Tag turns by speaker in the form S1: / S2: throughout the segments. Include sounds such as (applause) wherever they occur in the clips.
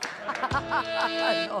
S1: No.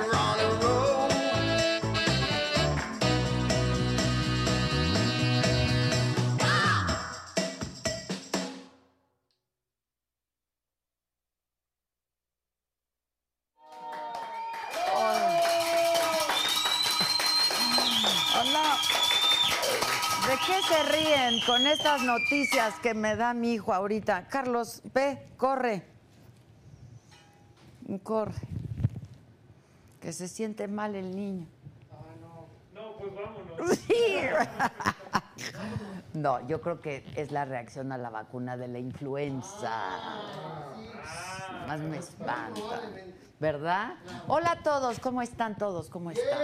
S2: on a roll.
S1: Hola. ¿De qué se ríen con estas noticias que me da mi hijo ahorita? Carlos, ve, corre. Corre. Que se siente mal el niño. Ah, No, pues vámonos. (laughs) No, yo creo que es la reacción a la vacuna de la influenza. Más me espanta. ¿Verdad? Hola a todos, ¿cómo están todos? ¿Cómo están?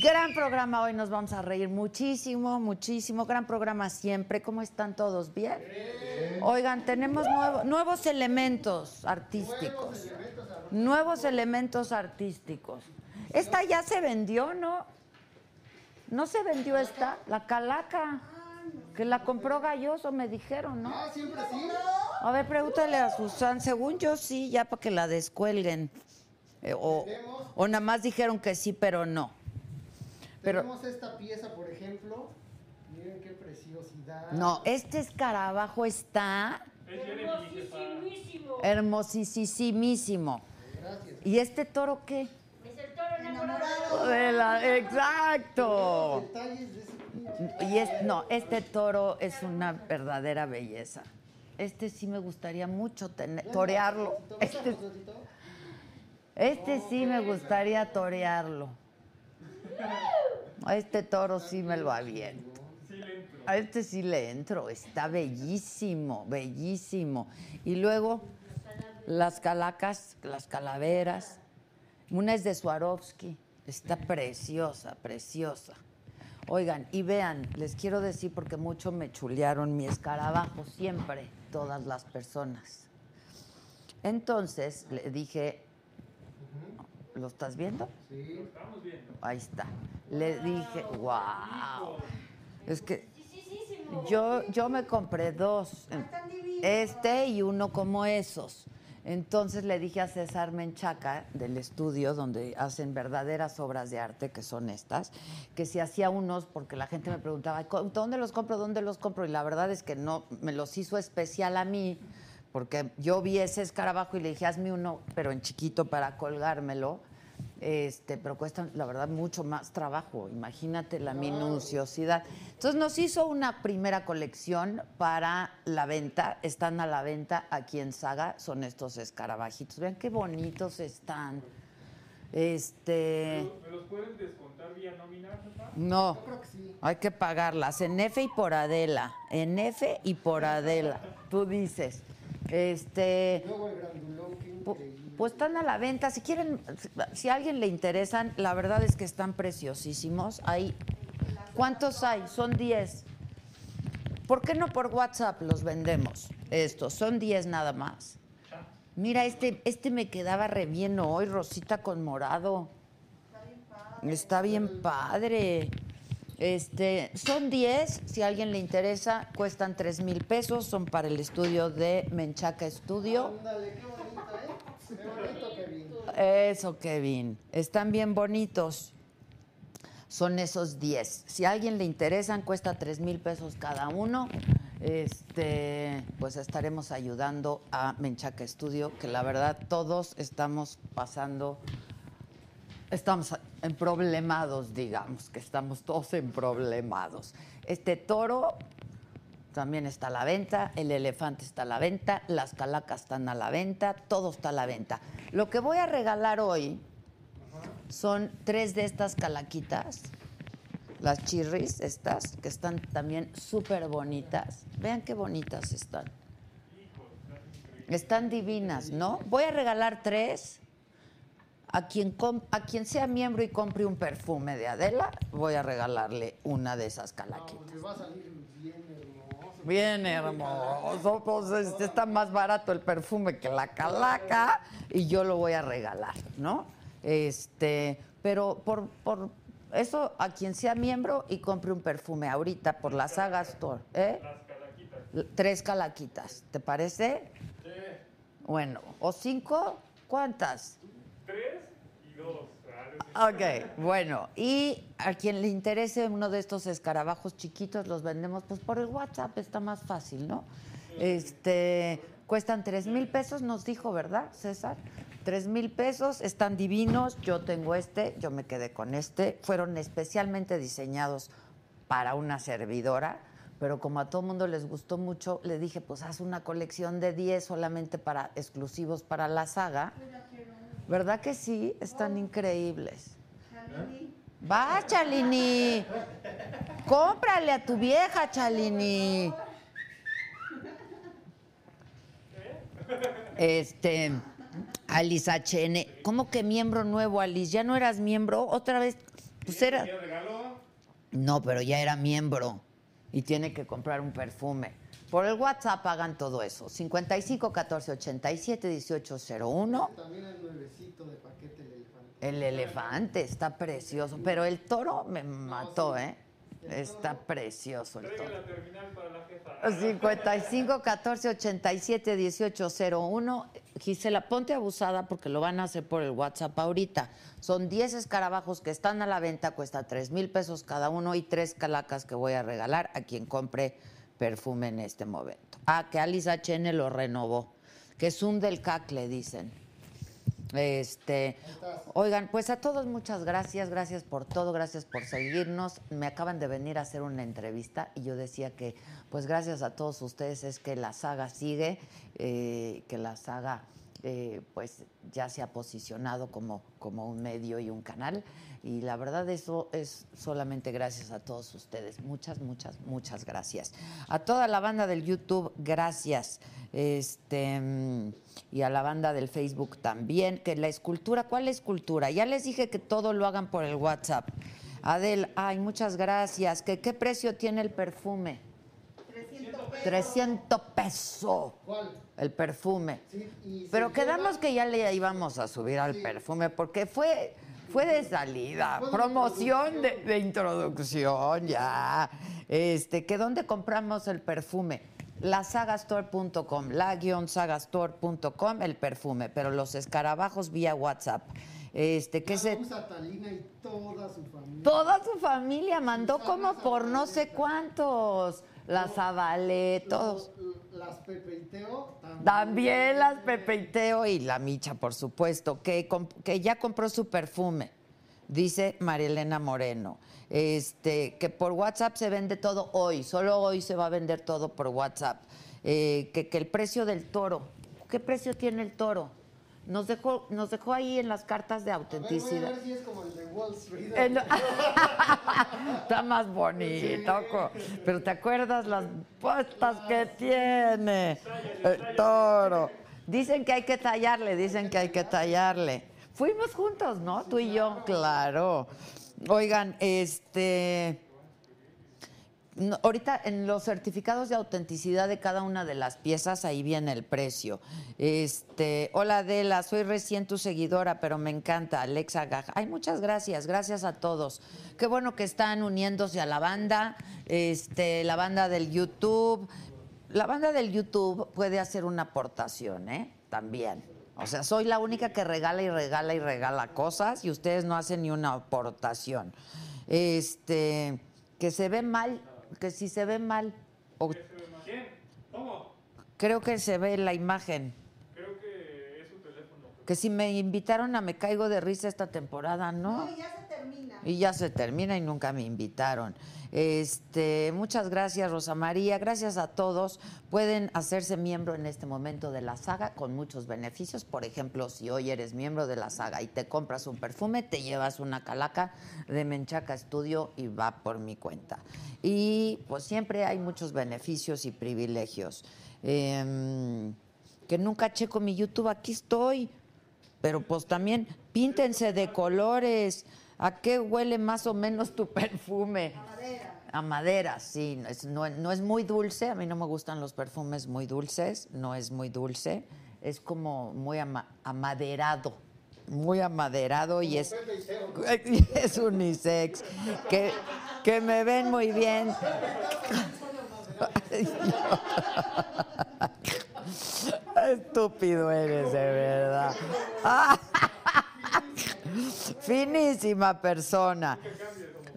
S1: Gran programa hoy, nos vamos a reír muchísimo, muchísimo. Gran programa siempre. ¿Cómo están todos? ¿Bien? Oigan, tenemos nuevo- nuevos elementos artísticos. Nuevos elementos artísticos. Esta ya se vendió, ¿no? ¿No se vendió esta? La calaca. Que la compró Galloso, me dijeron, ¿no? Ah, siempre sí. A ver, pregúntale a Susan. Según yo sí, ya para que la descuelguen. Eh, o, o nada más dijeron que sí, pero no. Pero-
S3: Tenemos esta pieza, por ejemplo. Miren qué preciosidad.
S1: No, este escarabajo está hermosísimo. ¿Y este toro qué? De la- exacto.
S3: Detalles de ese pinche.
S1: Y es, no, este toro es una verdadera belleza. Este sí me gustaría mucho tener, torearlo. Este, este sí me gustaría torearlo. A este toro sí me lo aviento. A este sí le entro. Está bellísimo, bellísimo. Y luego las calacas, las calaveras. Una es de Swarovski. Está preciosa, preciosa. Oigan, y vean, les quiero decir porque mucho me chulearon mi escarabajo siempre, todas las personas. Entonces le dije, ¿lo estás viendo? Sí, lo estamos viendo. Ahí está. Le dije, wow. Es que yo, yo me compré dos. em, Este y uno como esos. Entonces le dije a César Menchaca del estudio donde hacen verdaderas obras de arte, que son estas, que si hacía unos, porque la gente me preguntaba, "¿Cómo- ¿dónde los compro? ¿Dónde los compro? Y la verdad es que no, me los hizo especial a mí, porque yo vi ese escarabajo y le dije, hazme uno, pero en chiquito para colgármelo. Este, pero cuestan, la verdad, mucho más trabajo. Imagínate la minuciosidad. Entonces nos hizo una primera colección para la venta. Están a la venta aquí en Saga. Son estos escarabajitos. Vean qué bonitos están. Este.
S4: ¿Me los pueden descontar vía nómina, papá?
S1: No. Hay que pagarlas. En F y por Adela. En F y por Adela. Tú dices. Este.
S3: Luego el grandulón, qué
S1: Pu-
S3: increíble.
S1: Pues están a la venta. Si quieren, si a alguien le interesan, la verdad es que están preciosísimos. Hay, ¿Cuántos hay? Son 10. ¿Por qué no por WhatsApp los vendemos? Estos, son 10 nada más. Mira, este, este me quedaba re bien hoy, rosita con morado. Está bien padre. Este, son 10, si a alguien le interesa, cuestan 3 mil pesos, son para el estudio de Menchaca Estudio.
S3: Ándale, qué bonita, ¿eh? Qué bonito, Kevin.
S1: Eso, Kevin. Están bien bonitos. Son esos 10. Si a alguien le interesan, cuesta 3 mil pesos cada uno. Este, pues estaremos ayudando a Menchaca Estudio, que la verdad todos estamos pasando, estamos en problemados, digamos, que estamos todos en problemados. Este toro también está a la venta, el elefante está a la venta, las calacas están a la venta, todo está a la venta. Lo que voy a regalar hoy son tres de estas calaquitas, las chirris estas, que están también súper bonitas. Vean qué bonitas están. Están divinas, ¿no? Voy a regalar tres. A quien, com- a quien sea miembro y compre un perfume de Adela, voy a regalarle una de esas calaquitas.
S3: Pues va a salir bien hermoso.
S1: Bien hermoso, pues este está más barato el perfume que la calaca y yo lo voy a regalar, ¿no? Este, pero por, por eso a quien sea miembro y compre un perfume ahorita por la Saga Store, ¿eh? L- Tres calaquitas, ¿te parece? Bueno, o cinco, ¿cuántas?
S4: Tres y dos. Ah, no sé.
S1: Ok, bueno, y a quien le interese uno de estos escarabajos chiquitos, los vendemos pues por el WhatsApp, está más fácil, ¿no? Este, cuestan tres mil pesos, nos dijo, ¿verdad, César? Tres mil pesos, están divinos, yo tengo este, yo me quedé con este, fueron especialmente diseñados para una servidora, pero como a todo mundo les gustó mucho, le dije, pues haz una colección de 10 solamente para exclusivos para la saga. ¿Verdad que sí? Están increíbles. Va, Chalini. Cómprale a tu vieja, Chalini. Este, Alice HN. ¿Cómo que miembro nuevo, Alice? ¿Ya no eras miembro? Otra vez, pues era.
S4: ¿Qué regaló?
S1: No, pero ya era miembro y tiene que comprar un perfume. Por el WhatsApp hagan todo eso. 55 14 87 1801.
S3: También el nuevecito de paquete el elefante.
S1: El elefante está precioso, pero el toro me mató, ¿eh? Está precioso el
S4: Traiga
S1: toro.
S4: la terminal para la jefa.
S1: 55 14 87 1801. Gisela, ponte abusada porque lo van a hacer por el WhatsApp ahorita. Son 10 escarabajos que están a la venta, cuesta 3 mil pesos cada uno y tres calacas que voy a regalar a quien compre perfume en este momento. Ah, que Alice HN lo renovó. Que es un del CAC, le dicen. Este, oigan, pues a todos muchas gracias, gracias por todo, gracias por seguirnos. Me acaban de venir a hacer una entrevista y yo decía que, pues gracias a todos ustedes es que la saga sigue, eh, que la saga, eh, pues ya se ha posicionado como, como un medio y un canal y la verdad eso es solamente gracias a todos ustedes. Muchas, muchas, muchas gracias. A toda la banda del YouTube, gracias. Este mm, y a la banda del Facebook también, que la escultura, ¿cuál escultura? Ya les dije que todo lo hagan por el WhatsApp. Adel, ay, muchas gracias. ¿Qué, qué precio tiene el perfume? 300 pesos
S3: ¿Cuál?
S1: el perfume.
S3: Sí, y se
S1: Pero
S3: lleva-
S1: quedamos que ya le íbamos a subir al perfume porque fue fue de salida,
S3: Fue de
S1: promoción de, de introducción ya. Este, que dónde compramos el perfume? La sagastore.com, la guión sagastore.com, el perfume, pero los escarabajos vía WhatsApp. Este,
S3: Ah,
S1: que se
S3: Usa Talina y toda su familia.
S1: Toda su familia mandó como por no sé cuántos. La Zabalé, todos.
S3: Lo- Las Pepe y Teo también.
S1: También las Pepe y Teo y la Micha, por supuesto, que, comp- que ya compró su perfume, dice Marielena Moreno. Este, que por WhatsApp se vende todo hoy, solo hoy se va a vender todo por WhatsApp. Eh, que, que el precio del toro, ¿qué precio tiene el toro? Nos dejó, nos dejó ahí en las cartas de
S3: A ver, voy a
S1: autenticidad.
S3: ver si es como el de Wall Street.
S1: Eh, no. (laughs) Está más bonito, co- pero ¿te acuerdas las puestas que tiene el toro? Dicen que hay que tallarle, dicen que hay que tallarle. Fuimos juntos, ¿no? Tú y yo, claro. Oigan, este... No, ahorita en los certificados de autenticidad de cada una de las piezas, ahí viene el precio. Este, hola Adela, soy recién tu seguidora, pero me encanta, Alexa Gaja. Ay, muchas gracias, gracias a todos. Qué bueno que están uniéndose a la banda, este, la banda del YouTube. La banda del YouTube puede hacer una aportación, ¿eh? También. O sea, soy la única que regala y regala y regala cosas y ustedes no hacen ni una aportación. Este, que se ve mal, que si se ve mal, o
S4: ¿Quién? ¿Cómo?
S1: creo que se ve la imagen.
S4: Creo que es su teléfono.
S1: Que si me invitaron a Me Caigo de Risa esta temporada, ¿no?
S5: No, ya se termina.
S1: Y ya se termina y nunca me invitaron. Este, muchas gracias, Rosa María. Gracias a todos. Pueden hacerse miembro en este momento de la saga con muchos beneficios. Por ejemplo, si hoy eres miembro de la saga y te compras un perfume, te llevas una calaca de Menchaca Studio y va por mi cuenta. Y pues siempre hay muchos beneficios y privilegios. Em, que nunca checo mi YouTube, aquí estoy. Pero pues también píntense de colores. ¿A qué huele más o menos tu (laughs) perfume? A madera. A madera, sí. No es, no- no es muy dulce. A mí no me gustan los perfumes muy dulces. No es muy dulce. Es como muy ama- amaderado. Muy amaderado y es, (laughs) es unisex. Que, que me ven muy (laughs) bien. Estúpido eres, de verdad. (laughs) Finísima persona.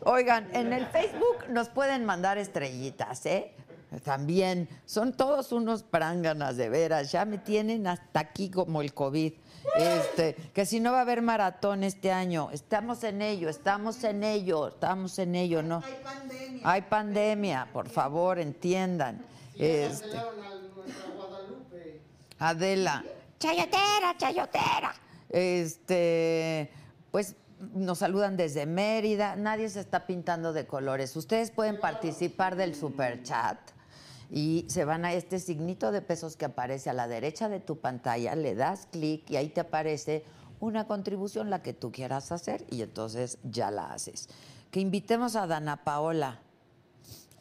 S1: Oigan, en el Facebook nos pueden mandar estrellitas, ¿eh? También. Son todos unos pránganas, de veras. Ya me tienen hasta aquí como el COVID. Este, que si no va a haber maratón este año. Estamos en ello, estamos en ello, estamos en ello, ¿no? Hay pandemia. Hay pandemia, por favor, entiendan. Este.
S3: Cancelaron a nuestra Guadalupe.
S1: Adela. Chayotera, chayotera. Este, pues nos saludan desde Mérida. Nadie se está pintando de colores. Ustedes pueden participar del super chat y se van a este signito de pesos que aparece a la derecha de tu pantalla. Le das clic y ahí te aparece una contribución, la que tú quieras hacer, y entonces ya la haces. Que invitemos a Dana Paola.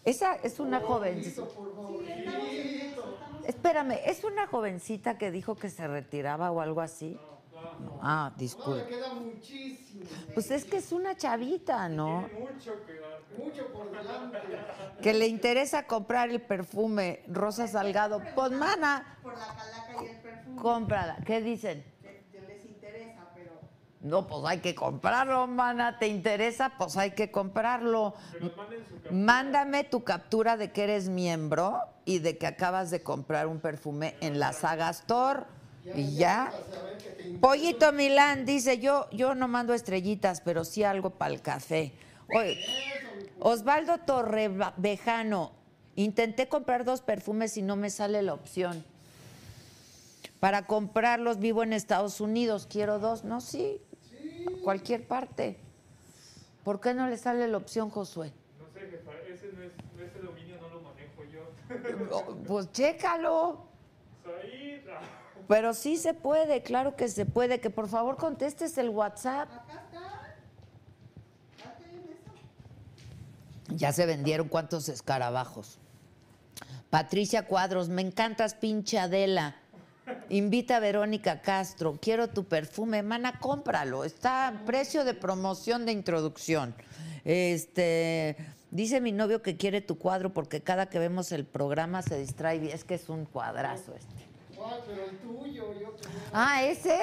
S1: Esa es una joven. Espérame, ¿es una jovencita que dijo que se retiraba o algo así? Ah,
S3: Todavía
S1: disculpe.
S3: queda muchísimo,
S1: Pues es que es una chavita, ¿no?
S4: Mucho cuidado.
S3: mucho por delante.
S1: Que le interesa comprar el perfume Rosa Salgado. Pues, mana,
S5: por la calaca y el perfume.
S1: cómprala. ¿Qué dicen?
S5: Les, les interesa, pero
S1: No, pues hay que comprarlo, mana. ¿Te interesa? Pues hay que comprarlo.
S4: Pero manden su café.
S1: Mándame tu captura de que eres miembro y de que acabas de comprar un perfume en la saga Store. Y ya. Pollito Milán dice, yo, yo no mando estrellitas, pero sí algo para el café. Oye, Osvaldo Torrevejano, intenté comprar dos perfumes y no me sale la opción. Para comprarlos vivo en Estados Unidos, quiero dos, no, sí, cualquier parte. ¿Por qué no le sale la opción, Josué?
S4: No sé, jefa, ese, no es, ese dominio no lo manejo yo.
S1: (laughs)
S4: Pues
S1: Oh, Pues chécalo.
S4: Soy...
S1: Pero sí se puede, claro que se puede. Que por favor contestes el WhatsApp.
S5: acá está. Acá hay un eso.
S1: Ya se vendieron cuántos escarabajos. Patricia Cuadros, me encantas, pinche Adela. Invita a Verónica Castro, quiero tu perfume, mana, cómpralo. Está a precio de promoción de introducción. Este, dice mi novio que quiere tu cuadro porque cada que vemos el programa se distrae. Es que es un cuadrazo este.
S3: ¿Cuál? Pero el tuyo, yo tenía.
S1: Ah, ese.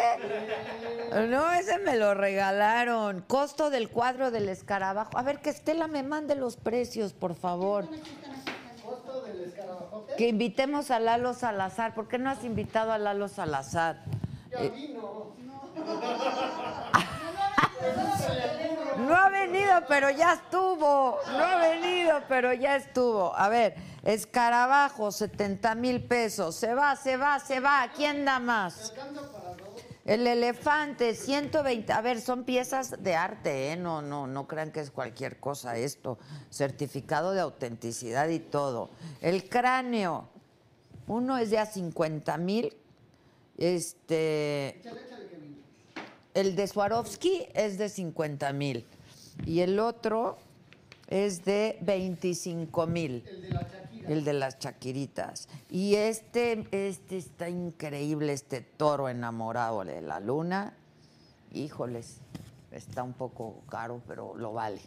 S1: No, ese me lo regalaron. Costo del cuadro del escarabajo. A ver, que Estela me mande los precios, por favor.
S3: Costo del escarabajote.
S1: Que invitemos a Lalo Salazar. ¿Por qué no has invitado a Lalo Salazar?
S3: Ya
S1: Eh,
S3: vino.
S1: No ha venido, pero ya estuvo. No ha venido, pero ya estuvo. A ver, escarabajo, 70 mil pesos. Se va, se va, se va. ¿Quién da más? El elefante, 120. A ver, son piezas de arte, ¿eh? No, no, no crean que es cualquier cosa esto. Certificado de autenticidad y todo. El cráneo, uno es de a 50 mil. Este. El de Swarovski es de 50 mil y el otro es de 25 mil. El de las chaquiritas. Y este, este está increíble, este toro enamorado de la luna. Híjoles, está un poco caro, pero lo vale.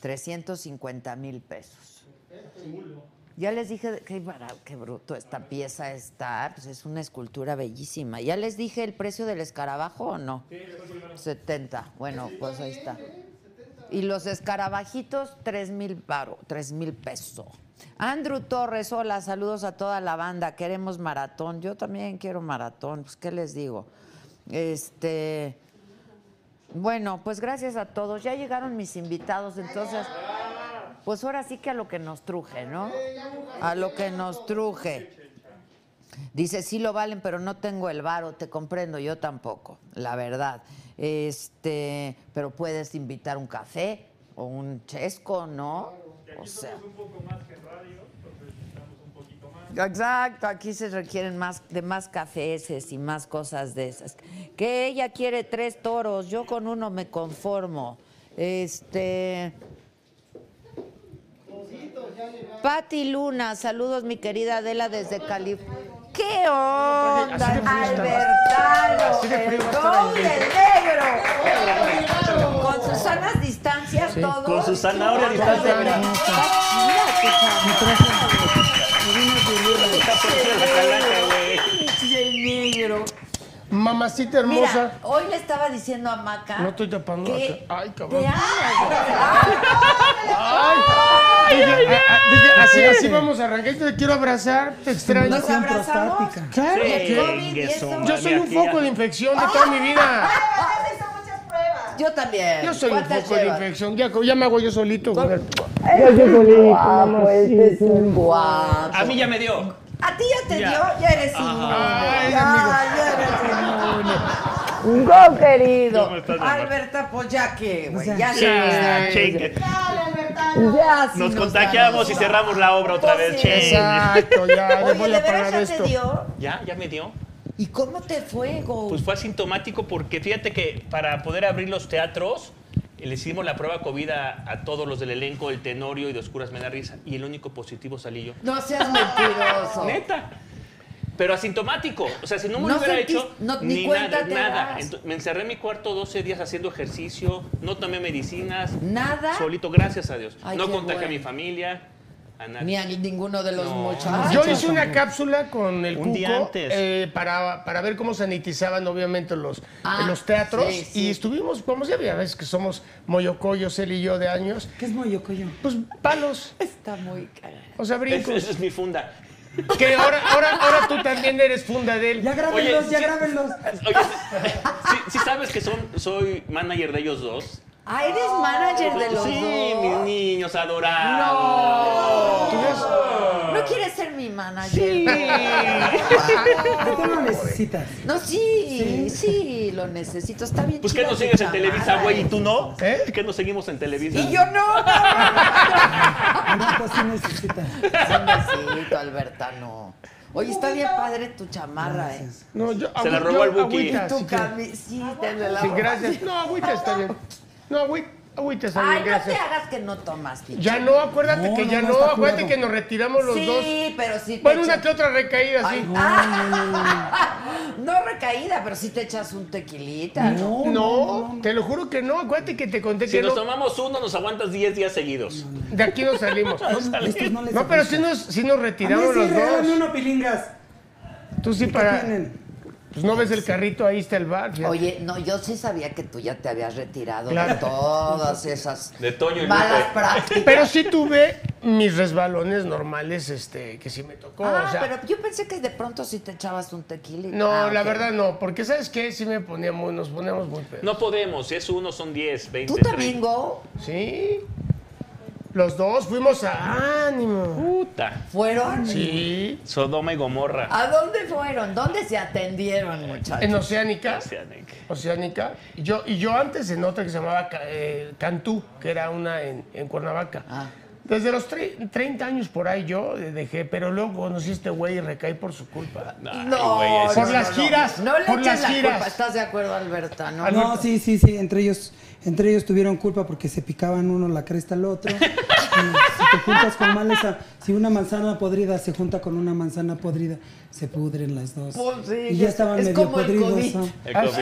S1: 350 mil pesos. Ya les dije, qué, barato, qué bruto esta pieza está, pues es una escultura bellísima. Ya les dije el precio del escarabajo o no? 70, bueno, pues ahí está. Y los escarabajitos, 3 mil paro, 3 mil pesos. Andrew Torres, hola, saludos a toda la banda, queremos maratón, yo también quiero maratón, pues qué les digo. Este, Bueno, pues gracias a todos. Ya llegaron mis invitados, entonces, pues ahora sí que a lo que nos truje, ¿no? A lo que nos truje. Dice, sí lo valen, pero no tengo el varo, te comprendo, yo tampoco, la verdad. Este, pero puedes invitar un café o un chesco, ¿no?
S4: Y
S1: O
S4: aquí
S1: sea.
S4: somos un poco más que radio, entonces necesitamos un poquito más.
S1: Exacto, aquí se requieren más de más cafés y más cosas de esas. Que ella quiere tres toros, yo con uno me conformo. Este. Pati Luna, saludos mi querida Adela desde California. ¿Qué onda?
S6: Así de frío está.
S1: Albertano,
S6: Así de
S1: el
S6: frío va a estar
S1: gol
S6: el
S1: del negro. Con sus sanas distancias, todo.
S7: Con su zanahoria a distancia, mira.
S1: Está chida, tu chava.
S7: Está por fuera la calaca, güey.
S1: Pinche negro.
S6: Mamacita
S1: Mira,
S6: hermosa.
S1: hoy le estaba diciendo a Maca.
S6: No estoy tapando la
S1: que
S6: ca- Ay,
S1: te
S6: cabrón.
S1: amas. Ah,
S6: Dije, a- a- dije, así, así vamos a arrancar. Te quiero abrazar, te extraño.
S1: Nos abrazamos.
S6: Claro
S1: Sí,
S6: que-
S1: COVID y eso.
S7: Ingueso,
S6: Yo soy
S7: mami,
S6: un
S7: aquí
S6: foco
S7: ya.
S6: de infección de toda mi vida.
S5: Ah, se hizo muchas pruebas.
S1: Yo también.
S6: Yo soy un
S1: ¿Cuántas
S6: foco de
S1: llevas?
S6: infección. Ya, ya me hago yo solito, güey.
S1: Ah, pues es un guapo.
S7: A mí ya me dio.
S1: A ti ya te dio, ya eres inmune.
S6: Ay,
S1: Ya, ya eres inmune. Go, querido.
S7: ¿Cómo estás, mi amor?
S1: Alberta, pues ya que, güey. Ya,
S7: Sí,
S1: sí, ya,
S7: che,
S5: Dale, Albertano.
S1: ya sí vamos.
S7: Nos contagiamos y cerramos la obra otra
S1: Pues
S7: vez,
S1: sí.
S7: che.
S6: Exacto, ya,
S1: Oye,
S6: ya
S1: ¿de
S6: voy a
S1: veras
S6: parar
S1: ya
S6: esto.
S1: te dio?
S7: ¿Ya? ¿Ya me dio?
S1: ¿Y cómo te fue, Go?
S7: Pues fue asintomático porque fíjate que para poder abrir los teatros eh, les hicimos la prueba COVID a, a todos los del elenco, el Tenorio y de Oscuras Me da risa. Y el único positivo salí yo.
S1: No seas mentiroso.
S7: (laughs) Neta. Pero asintomático. O sea, si no me
S1: Oh. No
S7: lo hubiera
S1: sentís-
S7: hecho.
S1: no- ni cuenta
S7: nada.
S1: te
S7: nada.
S1: das.
S7: Ento- me encerré en mi cuarto 12 días haciendo ejercicio. No tomé medicinas.
S1: Nada.
S7: Solito, gracias a Dios.
S1: Ay,
S7: no
S1: qué
S7: contagié a mi
S1: bueno.
S7: familia, a nadie.
S1: Ni a ninguno de los
S7: No.
S1: muchachos.
S6: Yo hice una cápsula con el
S7: Un
S6: cuco
S7: día antes.
S6: eh, para, para ver cómo sanitizaban obviamente los,
S1: Ah,
S6: eh, los teatros
S1: sí, sí.
S6: y estuvimos, como ya ves que somos moyocoyos, él y yo de años,
S8: ¿Qué es Moyocoyo?
S6: pues palos,
S1: Está muy cara.
S6: o sea,
S7: Esa
S6: brincos.
S7: esa es mi funda.
S6: que ahora, ahora, ahora tú también eres funda de él.
S8: Ya grábenlos,
S7: Oye,
S8: ya
S7: sí.
S8: grábenlos.
S7: (laughs) Oye, sí, sí sabes que son, soy manager de ellos dos. Pues,
S1: Ah, eres manager de los
S7: sí,
S1: dos.
S7: mis niños adorados.
S1: No. No quieres ser mi manager.
S8: ¿Qué te lo Ah, necesitas?
S1: No, sí, sí, lo necesito. Está bien.
S7: Pues que
S1: chida
S7: nos
S1: tu
S7: sigues en
S1: chamarra,
S7: Televisa, güey, y
S1: eh.
S7: tú no.
S6: ¿Eh?
S7: Que nos seguimos en Televisa.
S1: Y yo no.
S8: Alberto sí necesita.
S1: eh, Sí, necesito, Albertano. Oye, está bien padre tu chamarra, eh.
S6: No, yo,
S7: Se la
S6: agü-
S7: robó
S6: yo
S7: el Buki.
S6: agüita,
S1: Tu
S6: si quieres.
S1: camisita en el
S6: Ah, Sí, gracias. No, agüita está bien. No, agüi- agüita está
S1: Ay,
S6: bien,
S1: no te
S6: gracias.
S1: hagas que no tomas, pinche.
S6: Ya no, acuérdate
S8: No,
S6: que
S8: no,
S6: ya
S8: no,
S6: no,
S8: está
S6: acuérdate
S8: curado.
S6: que nos retiramos los
S1: sí,
S6: dos.
S1: pero sí te
S6: Bueno, una
S1: echas-
S6: que otra recaída, sí.
S1: Ay, ah, (laughs) no recaída, pero sí te echas un tequilita. ¿no?
S6: No, te lo juro que no. Acuérdate que te conté
S7: Si
S6: que
S7: nos
S6: no.
S7: tomamos uno, nos aguantas 10 días seguidos.
S6: De aquí no
S8: (laughs)
S6: salimos.
S8: Estos Ah, no les
S6: No, pero
S8: aplica.
S6: sí nos, sí nos
S8: a
S6: retiramos
S8: mí sí,
S6: los
S8: regálame
S6: dos.
S8: uno, pilingas.
S6: Tú sí
S8: ¿Qué
S6: para.
S8: tienen?
S6: Pues no ves el carrito, ahí está el bar. fíjate.
S1: Oye, no, yo sí sabía que tú ya te habías retirado de
S6: Claro.
S1: todas esas
S7: De Toño y
S1: malas
S7: Lupe.
S1: prácticas.
S6: Pero sí tuve mis resbalones normales, este, que sí me tocó.
S1: Ah,
S6: o sea,
S1: pero yo pensé que de pronto sí te echabas un tequilita.
S6: no,
S1: Ah,
S6: la
S1: ok.
S6: verdad no, porque sabes qué, sí me poníamos, nos poníamos muy pedos.
S7: No podemos, si es uno son 10, 20.
S1: ¿Tú también,
S7: 30.
S1: Go?
S6: Sí. Los dos fuimos a ánimo.
S7: Puta.
S1: ¿Fueron?
S6: Sí.
S7: Sodoma y Gomorra.
S1: ¿A dónde fueron? ¿Dónde se atendieron, muchachos?
S6: En Oceánica.
S7: Gracias, Nick.
S6: Oceánica. Y yo, y yo antes en otra que se llamaba Ca- eh, Cantú, que era una en, en Cuernavaca.
S1: Ah.
S6: Desde los tre- 30 años por ahí yo eh, dejé, pero luego conocí a este güey y recaí por su culpa.
S7: Ay,
S1: No,
S7: güey, ese-
S6: Por las giras,
S1: No, le
S6: por
S1: eches
S6: las
S1: la
S6: giras. Ah,
S1: culpa, ¿estás de acuerdo, Alberta? No,
S6: Alberto.
S8: No, sí, sí, sí. Entre ellos, entre ellos tuvieron culpa porque se picaban uno la cresta al otro. Y si te juntas con males, a- si una manzana podrida se junta con una manzana podrida, se pudren las dos.
S1: Pues sí,
S8: y ya estaban
S1: es
S8: medio
S1: como el
S8: podridos.
S1: COVID.
S8: ¿no?
S7: El
S6: Ah,
S7: COVID.
S1: Es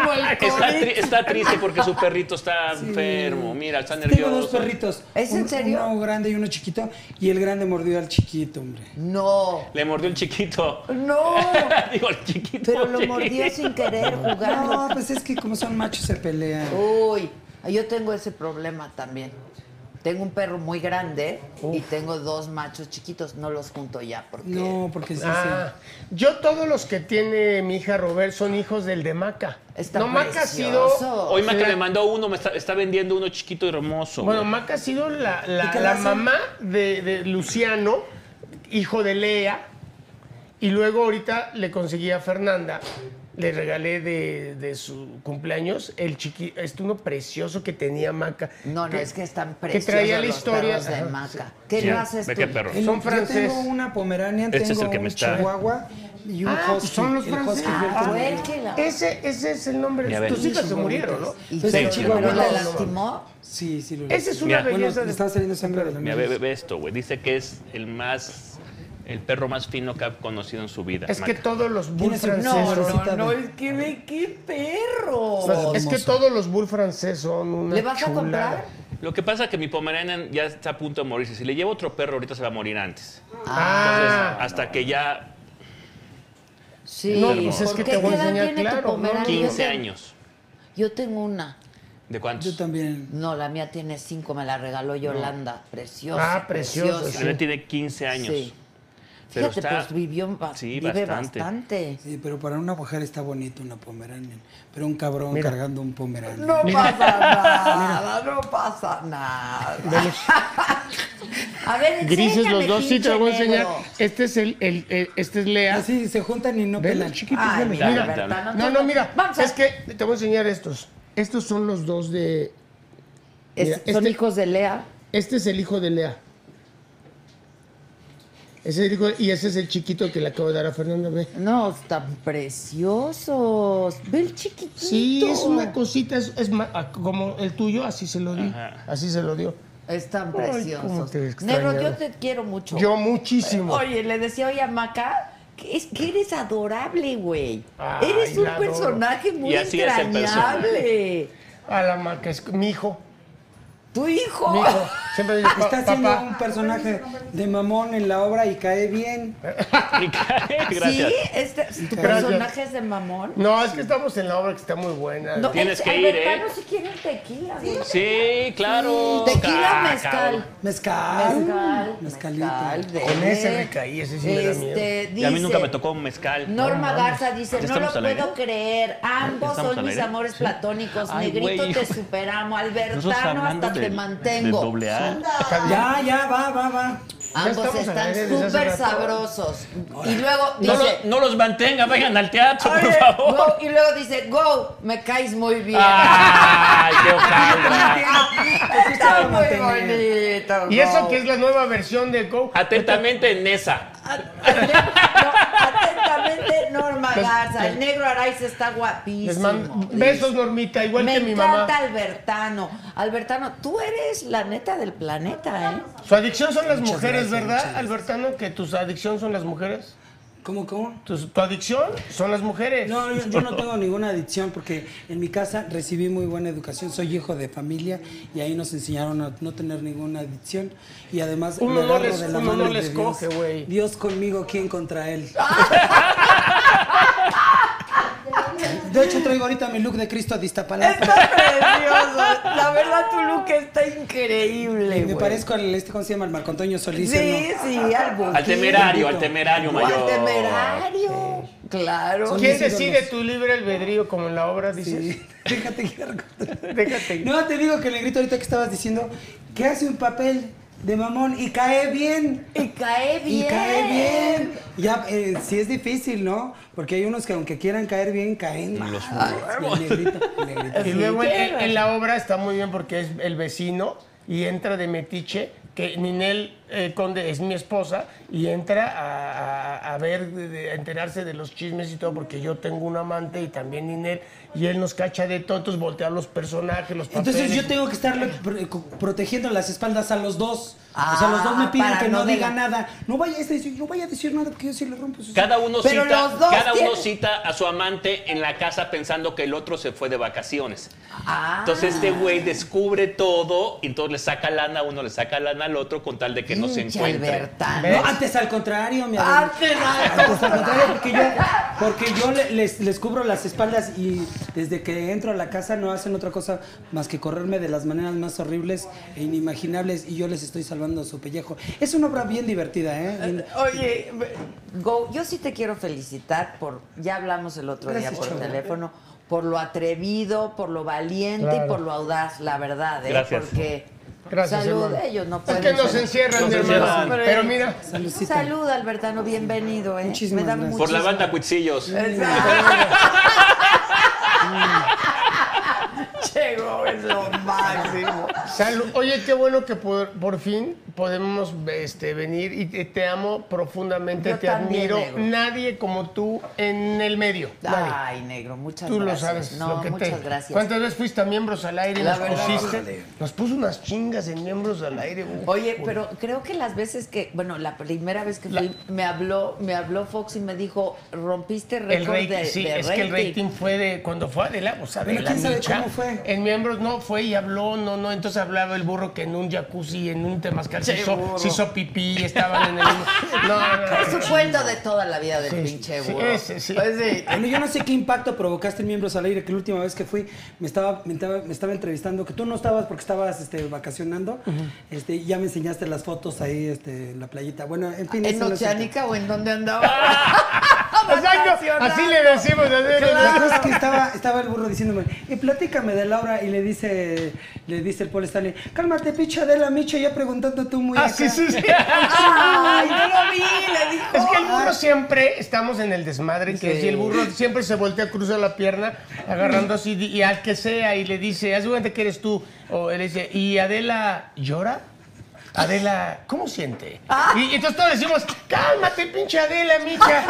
S1: como
S6: (laughs)
S1: el
S7: Está,
S1: COVID.
S7: tri- está triste porque su perrito está enfermo. Mira, está nervioso.
S8: Tengo dos perritos.
S1: ¿Es en
S8: Un-
S1: serio?
S8: Uno grande y uno chiquito. Y el grande mordió al chiquito, hombre.
S1: No,
S7: Le mordió el chiquito.
S6: (laughs)
S1: no.
S7: (laughs) Digo, el chiquito.
S1: Pero lo
S7: oye.
S1: mordió sin querer
S8: No,
S1: jugar.
S8: pues es que como son machos se pelean.
S1: Uy, yo tengo ese problema también. Tengo un perro muy grande y tengo dos machos chiquitos. No los junto ya porque.
S8: No, porque sí,
S6: Ah, yo todos los que tiene mi hija Robert son hijos del de Maca.
S1: Está
S6: no, Maca ha
S1: precioso.
S6: sido...
S7: Hoy Maca
S6: la-
S7: me mandó uno, me está, está vendiendo uno chiquito y hermoso.
S6: Bueno,
S7: güey.
S6: Maca ha sido la, la-
S8: ¿Y qué le
S6: la
S8: hacen?
S6: mamá de, de Luciano, hijo de Lea, y luego ahorita le conseguí a Fernanda, le regalé de, de su cumpleaños el chiqui, este uno precioso que tenía Maca.
S1: No, no,
S6: Que-
S1: es que están
S6: que
S1: preciosos
S6: traía la
S1: los
S6: historia-
S1: perros de
S6: Ajá,
S1: maca. ¿Qué
S7: Mira,
S1: no haces
S7: ve
S1: tú?
S7: qué perro.
S8: El-
S6: Son
S8: yo
S6: francés.
S8: Tengo una pomerania,
S7: Este es
S8: tengo
S7: el que me
S8: un
S7: está-
S8: chihuahua y un
S6: Ah,
S8: husky.
S6: son los
S8: El husky
S6: franceses.
S8: yo
S1: Ah,
S8: tengo-
S1: güey, qué la-
S6: Ese, ese es el nombre.
S7: Ya ven.
S6: Tus hijas se murieron, ¿no?
S1: ¿Y
S8: Sí,
S1: pero-
S8: sí,
S1: pero
S8: bueno,
S1: la
S8: no, no.
S1: lastimó?
S8: Sí, sí. Lo
S6: Esa es una
S7: Mira.
S8: Bueno,
S6: belleza
S8: le
S6: de...
S8: estaba saliendo sangre de la
S7: Mira,
S8: mano.
S7: ve, ve- ve esto, güey. Dice que es el más, el perro más fino que ha conocido en su vida.
S6: Es que
S7: Maca.
S6: todos los bull
S8: Tienes el-
S1: No,
S6: franceses...
S1: no,
S8: Cesarcita
S1: no,
S8: de-
S1: es que ve qué perro.
S8: Estás-
S6: es que
S8: hermoso.
S6: todos los bull franceses son una
S1: ¿Le vas a
S6: chulada.
S1: comprar?
S7: Lo que pasa es que mi pomeranian ya está a punto de morirse. Si le llevo otro perro, ahorita se va a morir antes. Entonces,
S6: Ah,
S7: hasta que ya
S1: Sí,
S6: No, pues es
S1: ¿por
S6: que
S1: qué?
S6: te voy a
S1: ¿Qué edad
S6: enseñar,
S1: tiene tu
S6: claro, ¿no?
S1: Pomerania?
S7: 15
S1: Ah, Yo te-
S7: años.
S1: Yo tengo una.
S7: ¿De
S8: Yo
S7: cuántos?
S8: también.
S1: No, la mía tiene cinco, me la regaló Yolanda. Preciosa.
S6: Ah, preciosa,
S7: La mía tiene 15 años.
S1: pues,
S7: (laughs)
S1: Sí.
S7: Pero
S1: Fíjate,
S7: está-
S1: pues vivió ba-
S7: Sí,
S1: vive
S7: bastante.
S1: bastante.
S8: Sí, pero para una mujer está bonito una pomerania. Pero un cabrón
S6: Mira.
S8: cargando un pomerania.
S1: No pasa nada, no pasa nada. (laughs) A ver,
S6: Grises los dos, sí, te lo voy a
S1: pinche
S6: enseñar.
S1: negro.
S6: Este es el, el- el- este es Lea.
S8: Así se juntan y no
S6: Ve los
S8: pelan.
S6: chiquitos,
S1: Ay,
S6: velos.
S1: mira,
S7: Dale,
S6: mira.
S7: dale.
S1: Berta,
S6: No, no, mira.
S1: Vamos a-
S6: Es que te voy a enseñar estos. Estos son los dos de.
S1: Es-
S6: mira,
S1: son
S6: este-
S1: hijos de Lea.
S6: Este es el hijo de Lea. Ese es el hijo- y ese es el chiquito que le acabo de dar a Fernanda. Ve.
S1: No, están preciosos. Ve el chiquitito.
S6: Sí, es una cosita, es, es ma- ah, como el tuyo, así se lo di.
S7: Ajá.
S6: Así se lo dio.
S1: Están
S6: Ay, cómo
S1: preciosos.
S6: te extrañaba.
S1: Negro, yo te quiero mucho.
S6: Yo muchísimo.
S1: Oye, le decía hoy a Maca que, es que eres adorable, güey.
S6: Ay,
S1: eres un
S6: la adoro.
S1: personaje muy
S7: Y así es el
S1: entrañable.
S6: A la marca, es mi hijo.
S1: Tu hijo.
S6: Mi hijo. Siempre dice, "Pa-
S8: Está haciendo
S6: papá.
S8: un personaje de mamón en la obra y cae bien.
S7: Eh. Gracias.
S1: Sí, este, tu
S6: Gracias.
S1: personaje es de mamón.
S6: No, es que estamos en la obra que está muy buena.
S1: No,
S7: Tienes
S1: es-
S7: que
S1: al
S7: ir,
S1: verano
S7: ¿eh?
S1: si quieren tequila, güey. Mm,
S7: Sí, claro.
S1: Tequila,
S7: Ca-
S1: mezcal.
S7: cabrón.
S8: Mezcal.
S1: Mezcal,
S8: Mezcalito.
S1: mezcal, de-
S6: Con ese me caí, ese sí me da miedo.
S1: Este,
S7: Y a mí nunca
S1: dice-
S7: me tocó un mezcal.
S1: Norma Garza dice,
S7: ¿Ya
S1: no lo
S7: estamos al aire?
S1: puedo creer, ambos
S7: ¿Estamos
S1: son
S7: al
S1: mis
S7: aire?
S1: amores platónicos,
S7: Ay,
S1: negrito
S7: güey,
S1: te
S7: hijo.
S1: superamo,
S7: Nosotros
S1: albertano
S7: hablando
S1: hasta te
S7: del-
S1: mantengo.
S7: del doble A.
S8: Ya, ya, va, va, va.
S1: Ambos
S6: estamos al
S1: están
S6: aire desde hace
S1: súper
S6: rato.
S1: sabrosos. Y luego
S7: No,
S1: dice...
S7: lo- no los mantenga, vayan al teatro, por
S1: "Oye,
S7: favor.
S1: go", y luego dice, go, me caes muy bien.
S7: ¡Ay, qué
S1: (laughs)
S7: hojaldra!
S1: Está
S8: lo
S1: muy
S8: mantenía.
S1: bonito.
S6: Y eso
S1: Go.
S6: que es la nueva versión de Go.
S7: Atentamente, Nessa.
S1: No, atentamente, Norma
S6: Les-
S1: Garza.
S6: les-
S1: El negro Araiz está
S6: Les
S1: guapísimo.
S6: mando besos, Normita, igual
S1: Me
S6: que mi
S1: encanta
S6: mamá.
S1: Albertano. Albertano, tú eres la neta del planeta, ¿eh?
S6: Su adicción son las
S8: Muchas
S6: mujeres,
S8: gracias,
S6: ¿verdad,
S8: muchas gracias.
S6: Albertano? Que tus adicción son las mujeres.
S8: ¿Cómo, cómo?
S6: Tu, tu adicción son las mujeres.
S8: No, yo, yo no tengo ninguna adicción porque en mi casa recibí muy buena educación. Soy hijo de familia y ahí nos enseñaron a no tener ninguna adicción. Y además,
S6: Uno
S8: me
S6: no
S8: agarro
S6: les-
S8: de la
S6: uno no
S8: mano de
S6: les
S8: Dios.
S6: coge, güey.
S8: Dios conmigo, ¿quién
S6: (laughs)
S8: contra él? De hecho, traigo ahorita mi look de Cristo de Iztapalapa.
S1: Está precioso. La verdad, tu look está increíble,
S8: Me
S1: güey.
S8: parezco al, este, ¿cómo se llama? Al Marco Antonio Solís. ¿o
S1: Sí,
S8: no?
S1: sí, al Bujín.
S7: Al temerario, al temerario
S1: O al
S7: mayor.
S1: temerario. Claro.
S8: Son
S6: ¿Quién
S8: mis
S6: decide
S8: ídolos.
S6: tu libre albedrío como en la obra dices?
S8: Sí. Déjate que
S6: Déjate. ir.
S8: No, te digo que le grito ahorita que estabas diciendo que hace un papel de mamón y cae bien.
S1: Y cae bien.
S8: Y cae bien. Ya, eh, sí es difícil, ¿no? Porque hay unos que aunque quieran caer bien, caen mal. Los negrito,
S6: (laughs)
S8: negrito.
S6: Y luego en, en la obra está muy bien porque es el vecino y entra de metiche, que Ninel eh, Conde es mi esposa, y entra a, a- a ver, de- de- a enterarse de los chismes y todo, porque yo tengo un amante y también Ninel, y él nos cacha de tontos, voltea los personajes, los papeles.
S8: Entonces yo tengo que estarle pro- eh, co- protegiendo las espaldas a los dos. o sea,
S1: Ah,
S8: los dos me piden
S1: para
S8: que no,
S1: no
S8: diga
S1: dela-
S8: nada. No vaya a decir, no vaya a decir nada porque yo sí le rompo sus...
S7: Cada uno
S1: Pero
S7: cita,
S1: los dos
S7: cada uno
S1: tienen-
S7: cita a su amante en la casa pensando que el otro se fue de vacaciones.
S1: Ah.
S7: Entonces este güey descubre todo y entonces le saca lana a uno, le saca lana al otro con tal de que no se
S1: Pinche ah,
S7: encuentren.
S1: Albertano.
S6: ¿Ves?
S8: No, antes al contrario, mi amor.
S1: Antes,
S7: Ah,
S1: antes.
S8: Antes pues, al contrario, porque yo, porque yo le- les, les cubro las espaldas y desde que entro a la casa no hacen otra cosa más que correrme de las maneras más horribles e inimaginables y yo les estoy salvando su pellejo. Es una obra bien divertida, ¿eh? Bien-
S1: Pues, Oye, Go, yo sí te quiero felicitar por, ya hablamos el otro día
S8: Gracias,
S1: por
S8: chavo.
S1: teléfono, por lo atrevido, por lo valiente y
S6: Claro.
S1: por lo audaz, la verdad, ¿eh?
S7: Gracias.
S1: Porque
S6: Gracias,
S1: salud, eh,
S6: hermano.
S1: ellos no
S6: Es
S1: pueden.
S6: que nos
S1: ser-
S6: encierran,
S7: Nos
S6: mi hermano.
S7: encierran.
S6: Pero mira,
S8: Saludcita.
S1: Salud, Albertano, bienvenido, ¿eh?
S8: Muchísimas
S1: Me da
S8: gracias.
S7: Por la
S1: muchísimo-
S7: banda Cuitzillos.
S1: Llegó, es lo máximo.
S6: Salud. Oye, qué bueno que por, por fin podemos este, venir y te, te amo profundamente,
S1: Yo
S6: te
S1: también,
S6: admiro.
S1: negro.
S6: Nadie como tú en el medio. Nadie.
S1: Ay, negro, muchas
S6: Tú lo
S1: gracias.
S6: sabes,
S1: no,
S6: lo que
S1: muchas
S6: te...
S1: gracias.
S6: ¿Cuántas veces fuiste a miembros al aire y
S1: La
S6: nos
S1: verdad,
S6: pusiste?
S1: órale.
S6: Nos puso unas chingas en miembros al aire. güey.
S1: Oye, pero creo que las veces que, bueno, la primera vez que fui, me habló, me habló Fox y me dijo, rompiste
S6: El
S1: récord
S6: rating,
S1: de,
S6: sí,
S1: de
S6: es que el rating fue de cuando fue Adela, pues Adela,
S8: quién sabe
S6: Micha,
S8: cómo fue.
S6: En miembros no fue y habló, no, no, entonces hablaba el burro que en un jacuzzi, en un temazcal se hizo, se hizo pipí, estaban en el
S1: (laughs)
S6: mismo- No, no, no,
S1: Es un cuento de toda la vida del
S6: Sí,
S1: pinche
S6: sí,
S1: burro.
S6: ese, sí.
S1: Pues sí.
S8: Bueno, yo no sé qué impacto provocaste en Miembros al Aire, que la última vez que fui me estaba, me estaba, me estaba entrevistando, que tú no estabas porque estabas este, vacacionando, este, y ya me enseñaste las fotos ahí este, en la playita. Bueno, en fin.
S1: Ah, ¿En
S8: eso no es cierto.
S1: Oceánica o en dónde andaba?
S6: (laughs) Exacto, así (laughs) le decimos a (laughs)
S8: La
S6: Adela.
S8: cosa es que estaba, estaba el burro diciéndome, y platícame de Laura, y le dice, le dice el Paul Stanley, cálmate, picha de la micha, ya preguntando tú muy acá".
S6: Así Ah, sí, sí.
S1: ¡Ay, no lo vi! Le dijo. Ah,
S6: Es que el burro siempre estamos en el desmadre que es, y el burro siempre se voltea, cruza la pierna, agarrando así, di- y al que sea, y le dice, haz de cuenta que eres tú. O él dice, ¿y Adela llora? Adela, ¿cómo siente?
S1: Ah.
S6: Y, y entonces todos decimos, cálmate, pinche Adela, mija.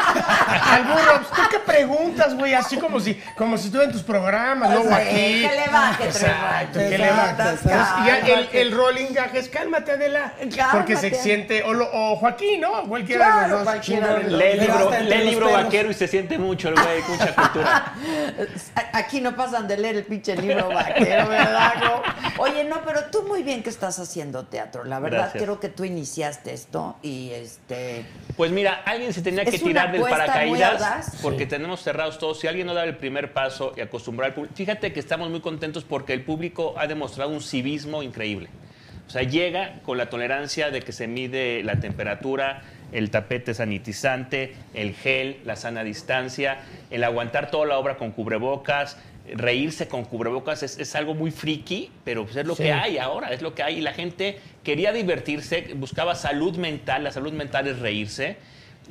S6: (laughs) Al burro, "Pues, ¿tú qué preguntas, güey? Así como si, como si tú en tus programas, luego
S1: Sí,
S6: aquí.
S1: Pues, que le baje tres
S6: Exacto,
S1: rayitas,
S6: que le baje.
S1: exacto,
S6: Entonces, y ya el,
S1: cálmate.
S6: el rolling gag es, cálmate, Adela. Porque se
S1: Cálmate.
S6: siente, o, lo- o Joaquín, ¿no? Cualquiera de
S1: Claro,
S6: los dos.
S1: cualquiera de los
S7: Lee el
S8: Pero
S7: libro,
S8: hasta entre
S7: lee el
S8: los
S7: libro
S8: perros.
S7: vaquero y se siente mucho el güey, mucha cultura.
S1: A- Aquí no pasan de leer el pinche libro (laughs) vaquero, ¿verdad? Go? Oye, no, pero tú muy bien que estás haciendo teatro. La verdad,
S7: Gracias.
S1: creo que tú iniciaste esto y este.
S7: Pues mira, alguien se tenía
S1: Es
S7: que
S1: una
S7: tirar del
S1: apuesta muy
S7: paracaídas
S1: audaz.
S7: porque tenemos cerrados todos. Si alguien no da el primer paso y acostumbrar al público, fíjate que estamos muy contentos porque el público ha demostrado un civismo increíble. O sea, llega con la tolerancia de que se mide la temperatura, el tapete sanitizante, el gel, la sana distancia, el aguantar toda la obra con cubrebocas, reírse con cubrebocas es, es algo muy friki, pero pues es lo que hay ahora, es lo que hay. Y la gente quería divertirse, buscaba salud mental, la salud mental es reírse.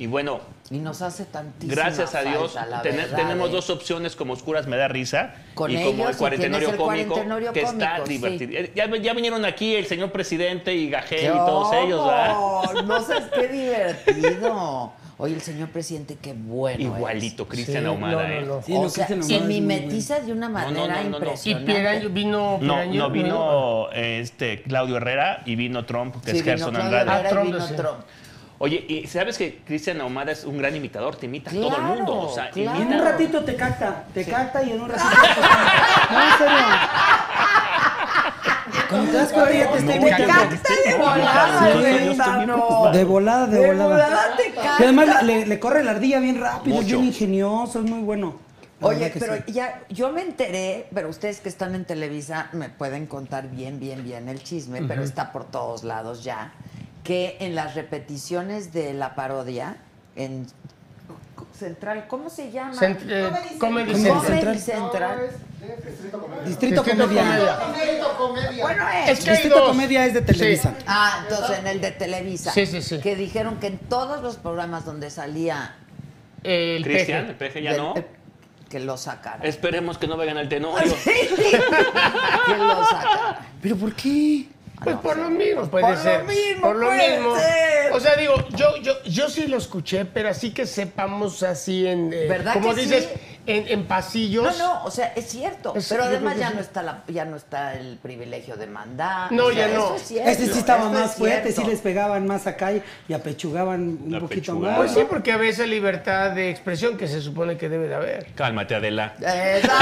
S7: Y bueno,
S1: Y nos hace tantísimo.
S7: gracias a Dios tene- tenemos dos opciones como Oscuras me da risa
S1: ¿eh? Con
S7: y como
S1: ellos
S7: el
S1: y
S7: cuarentenorio
S1: tienes el
S7: cómico
S1: cuarentenorio
S7: que está
S1: cómico, sí.
S7: divertido. Eh, Ya, ya vinieron aquí el señor presidente y Gajel y todos ellos, ¿verdad?
S1: No sé, qué divertido. Oye, el señor presidente, qué bueno.
S7: Igualito, Cristian
S6: Sí,
S7: Ahumada,
S6: no, no,
S7: ¿eh?
S6: no.
S8: Sí,
S1: Sí, o
S8: no,
S1: sea,
S8: Cristian
S1: se
S8: Ahumada es muy
S1: mimetiza de una
S7: No, no,
S1: manera
S7: no, no, no.
S6: Y
S1: impresionante.
S6: Piedraño vino.
S7: No,
S6: Piedraño,
S7: no vino eh, este Claudio Herrera y vino Trump, que
S1: Sí,
S7: es
S1: vino
S7: Gerson
S1: Claudio
S7: Andrade.
S1: Herrera y
S6: Trump,
S1: vino
S6: sí.
S1: Trump.
S7: Oye, y sabes que Cristian Ahumada es un gran imitador, te imita a todo
S1: Claro,
S7: el mundo. O sea,
S1: claro.
S8: Y en
S7: imita-
S8: un ratito te cacta, te cacta y en un ratito te cacta. No, en serio. Cuando te das cuenta ya te está
S1: Te
S8: imitando.
S1: cacta de volada,
S7: Yo estoy- yo estoy bien
S1: Albertano.
S7: preocupado.
S8: De volada, de,
S1: De
S8: volada.
S1: volada te
S8: Y
S1: canta.
S8: además le, le corre la ardilla bien rápido, es
S7: Mucho.
S8: bien ingenioso, es muy bueno. La
S1: Oye,
S8: verdad que
S1: pero
S8: sí.
S1: ya, yo me enteré, pero ustedes que están en Televisa me pueden contar bien, bien, bien el chisme, pero está por todos lados ya, que en las repeticiones de la parodia, en Central, ¿cómo se llama?
S6: Cent- eh, Comedy
S5: Comedy
S6: Central.
S1: Comedy
S8: Central.
S1: Central.
S8: Distrito,
S6: Distrito
S8: Comedia.
S6: Comedia.
S1: Bueno,
S6: Es
S1: es.
S6: que hay
S8: Distrito
S6: dos.
S8: Comedia es de Televisa.
S6: Sí.
S1: Ah, entonces en el de Televisa.
S6: Sí, sí, sí.
S1: Que dijeron que en todos los programas donde salía...
S6: El
S7: Cristian, el
S6: peje.
S7: peje ya
S1: del-
S7: no.
S1: eh, que lo sacaran.
S7: Esperemos que no vayan al tenorio.
S1: (laughs)
S6: Ah,
S1: que lo sacaran.
S8: ¿Pero por qué?
S6: Pues
S1: no,
S6: por
S1: sí.
S6: lo mismo puede
S1: Por lo
S6: ser.
S1: mismo
S6: por lo
S1: puede
S6: mismo.
S1: ser.
S6: O sea, digo, yo, yo, yo sí lo escuché, pero así que sepamos así en. eh,
S1: ¿Verdad
S6: como
S1: que
S6: dices,
S1: sí?
S6: en, en
S1: No,
S6: pasillos.
S1: no, o sea, es cierto.
S6: Es-
S1: pero
S6: yo
S1: además
S6: creo que
S1: ya
S6: sí.
S1: no está la, ya no está el privilegio de mandar.
S6: No,
S1: o sea,
S6: ya no.
S1: Eso es cierto,
S8: Este sí estaba
S1: eso
S8: más
S1: es
S8: fuerte, sí
S1: cierto.
S8: les pegaban más acá y, y apechugaban un
S7: La
S8: poquito
S7: pechugada.
S8: más.
S6: Pues sí, porque a veces libertad de expresión que se supone que debe de haber.
S7: Cálmate, Adela.
S1: (laughs) Exacto.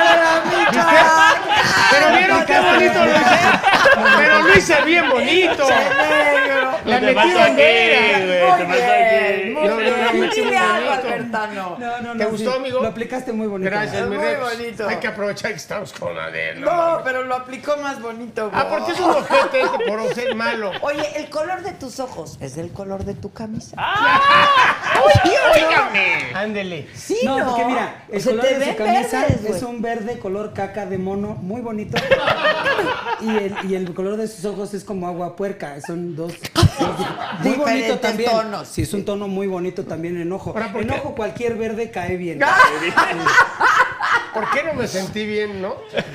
S1: ¡Cálmate, la micha!
S6: Pero vieron qué bonito lo hice. Pero lo hice bien bonito. La
S7: Te
S6: metí
S7: pasó
S6: donde
S7: aquí,
S6: era.
S7: güey, te pasó aquí.
S1: Muy
S6: No, no,
S1: bien,
S6: no,
S1: muy
S6: me
S1: bien.
S6: eché un
S1: Dile algo,
S6: bonito.
S1: Albertano.
S8: No, no, no.
S6: ¿Te gustó, amigo?
S8: Lo aplicaste muy bonito.
S6: Gracias,
S1: Muy
S6: mi rey.
S1: bonito.
S6: Hay que aprovechar que estamos con Adel.
S1: No, pero lo aplicó más bonito.
S6: Ah,
S1: vos.
S6: porque es un ojete este por ser malo.
S1: Oye, el color de tus ojos es el color de tu camisa.
S6: Ah,
S7: Óigame.
S6: Ándele.
S1: Sí,
S8: no,
S1: no.
S8: porque mira, el
S1: Se
S8: color
S1: te
S8: de su
S1: ven
S8: camisa
S1: verdes, güey.
S8: es un verde color caca de mono muy (laughs) bonito. y, el, y el color de sus ojos es como agua puerca. Son dos. dos- (laughs) muy bonito
S1: Diferentes
S8: también.
S1: tonos.
S8: Sí, es un tono muy bonito también en ojo.
S6: Ahora, ¿por
S8: En
S6: qué?
S8: ojo cualquier verde
S6: (laughs)
S8: cae bien.
S6: ¿Por qué no me sentí bien, no?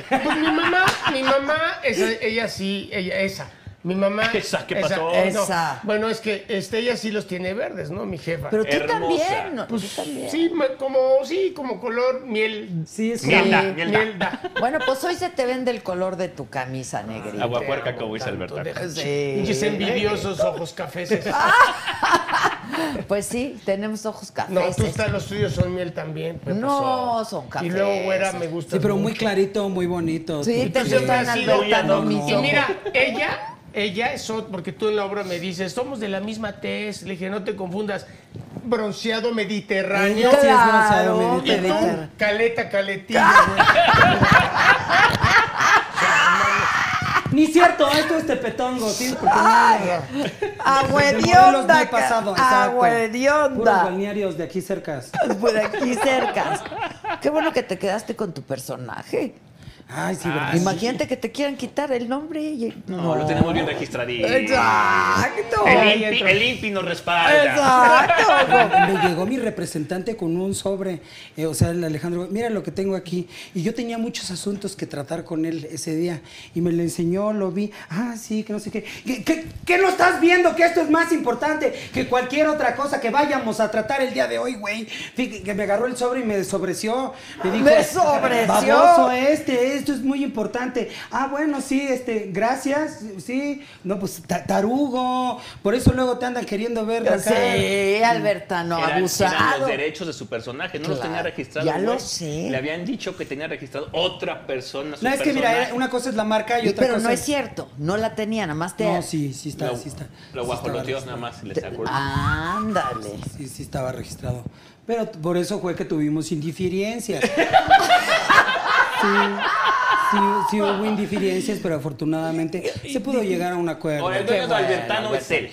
S6: Pues mi mamá, mi mamá, esa, ella sí, ella, esa. Mi mamá.
S7: Esa, ¿qué pasó?
S6: eh, no.
S1: Esa.
S6: Bueno, es que este, ella sí los tiene verdes, ¿no? Mi jefa.
S1: Pero tú
S7: Hermosa.
S1: también. ¿no?
S6: pues,
S1: Tú también.
S6: sí, ma- como, sí, como color miel.
S8: Sí, es
S7: Mielda,
S6: miel-
S7: mielda.
S6: mielda.
S1: Bueno, pues hoy se te vende el color como tu camisa, negrita.
S7: Ah, Agua puerca, como dice Alberto.
S1: Sí.
S6: Pinches envidiosos ojos cafeses.
S1: Ah, Pues sí, tenemos ojos
S6: No,
S1: cafés.
S6: tú estás, los tuyos son miel también. ¿qué
S1: No,
S6: pasó?
S1: son
S6: Y luego,
S1: cafés.
S6: güera, me gusta.
S8: Sí, pero muy clarito, muy bonito.
S1: Sí, te
S6: Entonces,
S1: gustan
S6: ha sido
S1: Albertano
S6: una
S1: mis
S6: Y
S1: ojos.
S6: mira, ella, ella es ot- porque tú en la obra me dices, somos de la misma tez. Le dije, no te confundas, bronceado mediterráneo.
S8: Ella sí es
S1: Claro,
S8: bronceado,
S6: Y tú,
S1: mediterráneo.
S6: caleta, caletilla.
S8: Ni cierto, ah, esto es tepetongo, sí, porque no, Morelos no
S1: Agüedionda.
S8: he pasado,
S1: ca-
S8: exacto. Puros
S1: Agüedionda.
S8: balnearios de aquí cercas.
S1: Por Pues aquí cerca. Qué bueno que te quedaste con tu personaje.
S8: Ay, Ah, sí, verdad.
S1: Imagínate que te quieran quitar el nombre. y-
S7: Ah, No, lo tenemos bien registradito.
S1: Exacto.
S7: El INPI, el INPI nos respalda.
S1: Exacto.
S8: Me llegó mi representante con un sobre, eh, o sea, el Alejandro, mira lo que tengo aquí. Y yo tenía muchos asuntos que tratar con él ese día. Y me lo enseñó, lo vi. Ah, sí, que no sé qué. ¿Qué, qué- qué no estás viendo? Que esto es más importante que cualquier otra cosa que vayamos a tratar el día de hoy, güey. Fíjate que me agarró el sobre y me sobreció. Me dijo,
S1: ¡Me sobreció!
S8: "Baboso este, esto es muy importante. Ah, bueno, sí, este, gracias, sí. No, pues ta- tarugo. Por eso luego te andan queriendo ver acá.
S1: Sí, Albertano,
S7: Eran- eran
S1: abusado.
S7: los derechos de su personaje, no los
S1: Claro,
S7: tenía registrados.
S1: ya lo
S7: güey.
S1: sé.
S7: Le habían dicho que tenía registrado otra persona. Su
S8: No, es que mira,
S7: personaje.
S8: era- una cosa es la marca y
S1: Y-
S8: otra
S1: pero
S8: cosa
S1: no es cierto, no la tenía, nada más te.
S8: No, sí, sí está,
S7: Lo,
S8: sí está.
S7: lo
S8: Sí
S7: guajoloteó nada
S8: estaba
S7: más, si les
S1: te-
S7: acuerdo.
S1: Ándale.
S8: registrado. Sí, sí estaba registrado. Pero t- por eso fue que
S7: (laughs)
S8: tuvimos indifiriencias. sí, sí, sí hubo indifiriencias, pero afortunadamente se pudo llegar a un acuerdo.
S7: Ahora, el dueño de Albertano es él.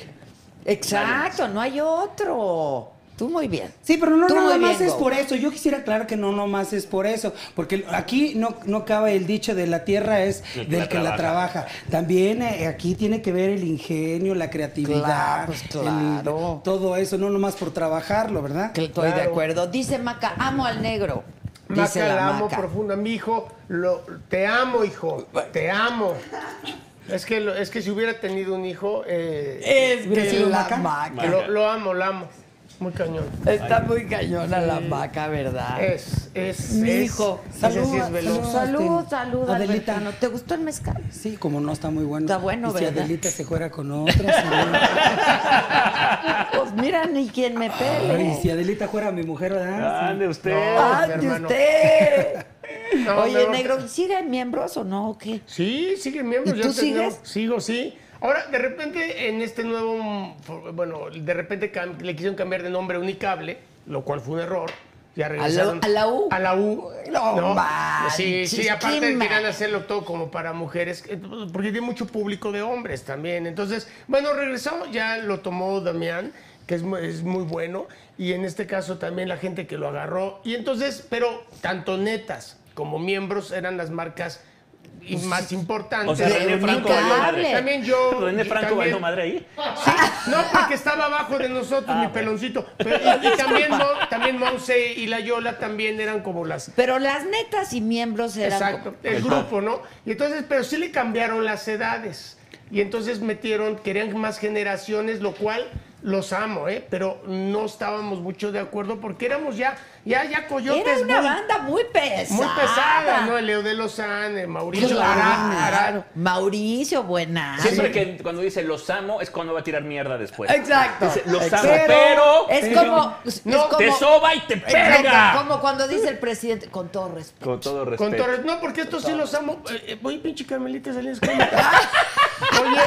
S1: Exacto, no hay otro. Tú muy bien.
S8: Sí, pero no
S1: Tú
S8: nada
S1: muy
S8: más
S1: bien,
S8: es
S1: Go.
S8: por eso. Yo quisiera aclarar que no nomás es por eso. Porque aquí no, no cabe el dicho de la tierra es
S7: El que
S8: del
S7: la
S8: que la trabaja. También eh, aquí tiene que ver el ingenio, la creatividad.
S1: Claro, pues,
S8: el-
S1: claro.
S8: todo eso, no nomás por trabajarlo, ¿verdad?
S1: Que Estoy de acuerdo. Dice Maca, amo al negro. Dice
S6: Maca, la amo
S1: Maca.
S6: profunda. Mi hijo, lo, te amo, hijo. Te amo. Es que, lo- es que si hubiera tenido un hijo, eh,
S1: Es
S8: ¿Hubiera
S1: que
S8: sido
S1: la
S8: Maca?
S1: Maca.
S6: lo, lo amo, lo amo. Muy cañón.
S1: Está muy cañona la Maca, ¿verdad?
S6: Es, es,
S1: Mi
S6: es-
S1: hijo.
S6: ese sí es veloz.
S8: Saludos,
S1: Salud,
S8: Ten.
S1: salud,
S8: Adelita.
S1: Albertano. ¿Te gustó el mezcal?
S8: Sí, como no está muy bueno.
S1: Está bueno,
S8: y si
S1: ¿verdad?
S8: Adelita se juega con otra.
S1: (laughs) Pues mira ni quién me
S8: sí.
S1: pele.
S8: Ay, si Adelita fuera mi mujer, ¿verdad? Sí.
S7: usted.
S1: ¡Ah, de
S6: hermano.
S1: usted!
S6: No,
S1: Oye,
S6: no.
S1: negro, ¿siguen miembros o no? ¿O qué?
S6: Sí, siguen miembros.
S1: ¿Y
S6: ya
S1: tú
S6: tenemos-
S1: sigues?
S6: Sigo, sí. Ahora, de repente, en este nuevo, mm, for- bueno, de repente cam- le quisieron cambiar de nombre a Unicable, lo cual fue un error. Ya regresaron.
S1: a la U?
S6: A la U.
S1: No
S6: Sí,
S1: manches,
S6: sí,
S1: qué
S6: aparte
S1: mal.
S6: querían hacerlo todo como para mujeres, eh, porque tiene mucho público de hombres también. Entonces, bueno, regresó, ya lo tomó Damián, que es, mu- es muy bueno, y en este caso también la gente que lo agarró. Y entonces, pero tanto netas como miembros eran las marcas y más importantes.
S7: Pues O sea, René Franco
S1: Unicable.
S7: valió madre.
S6: También yo.
S7: René Franco
S6: también-
S7: valió madre ahí. Ah,
S6: no, porque estaba abajo de nosotros, mi
S7: (laughs)
S6: peloncito. Pero, y, y también, Mo- también Monse y la Yola también eran como las.
S1: Pero las netas y miembros eran.
S6: Exacto, el grupo, ¿no? Y entonces, pero sí le cambiaron las edades. Y entonces metieron, querían más generaciones, lo cual los amo, ¿eh? Pero no estábamos mucho de acuerdo porque éramos ya, ya, ya
S1: como-
S6: coyotes.
S1: Era una
S6: muy-
S1: banda muy pesada.
S6: Muy pesada, ¿no? ah, El Leo de Lozán, Mauricio Ara-
S1: Claro.
S6: Ara-
S1: Mauricio, buena.
S7: Siempre que cuando dice los amo es cuando va a tirar mierda después.
S1: Exacto.
S7: Dice, los
S1: Exacto.
S7: amo, pero,
S1: Es como. es
S6: No,
S1: como-
S7: te soba y te
S1: Exacto,
S7: pega.
S1: Como cuando dice el presidente, con todo respeto.
S7: Con todo
S6: Con
S7: respeto.
S6: (laughs) Torres. No, porque estos sí los amo. Eh, eh, voy, pinche Carmelita Salinas. ¿cómo? Oye,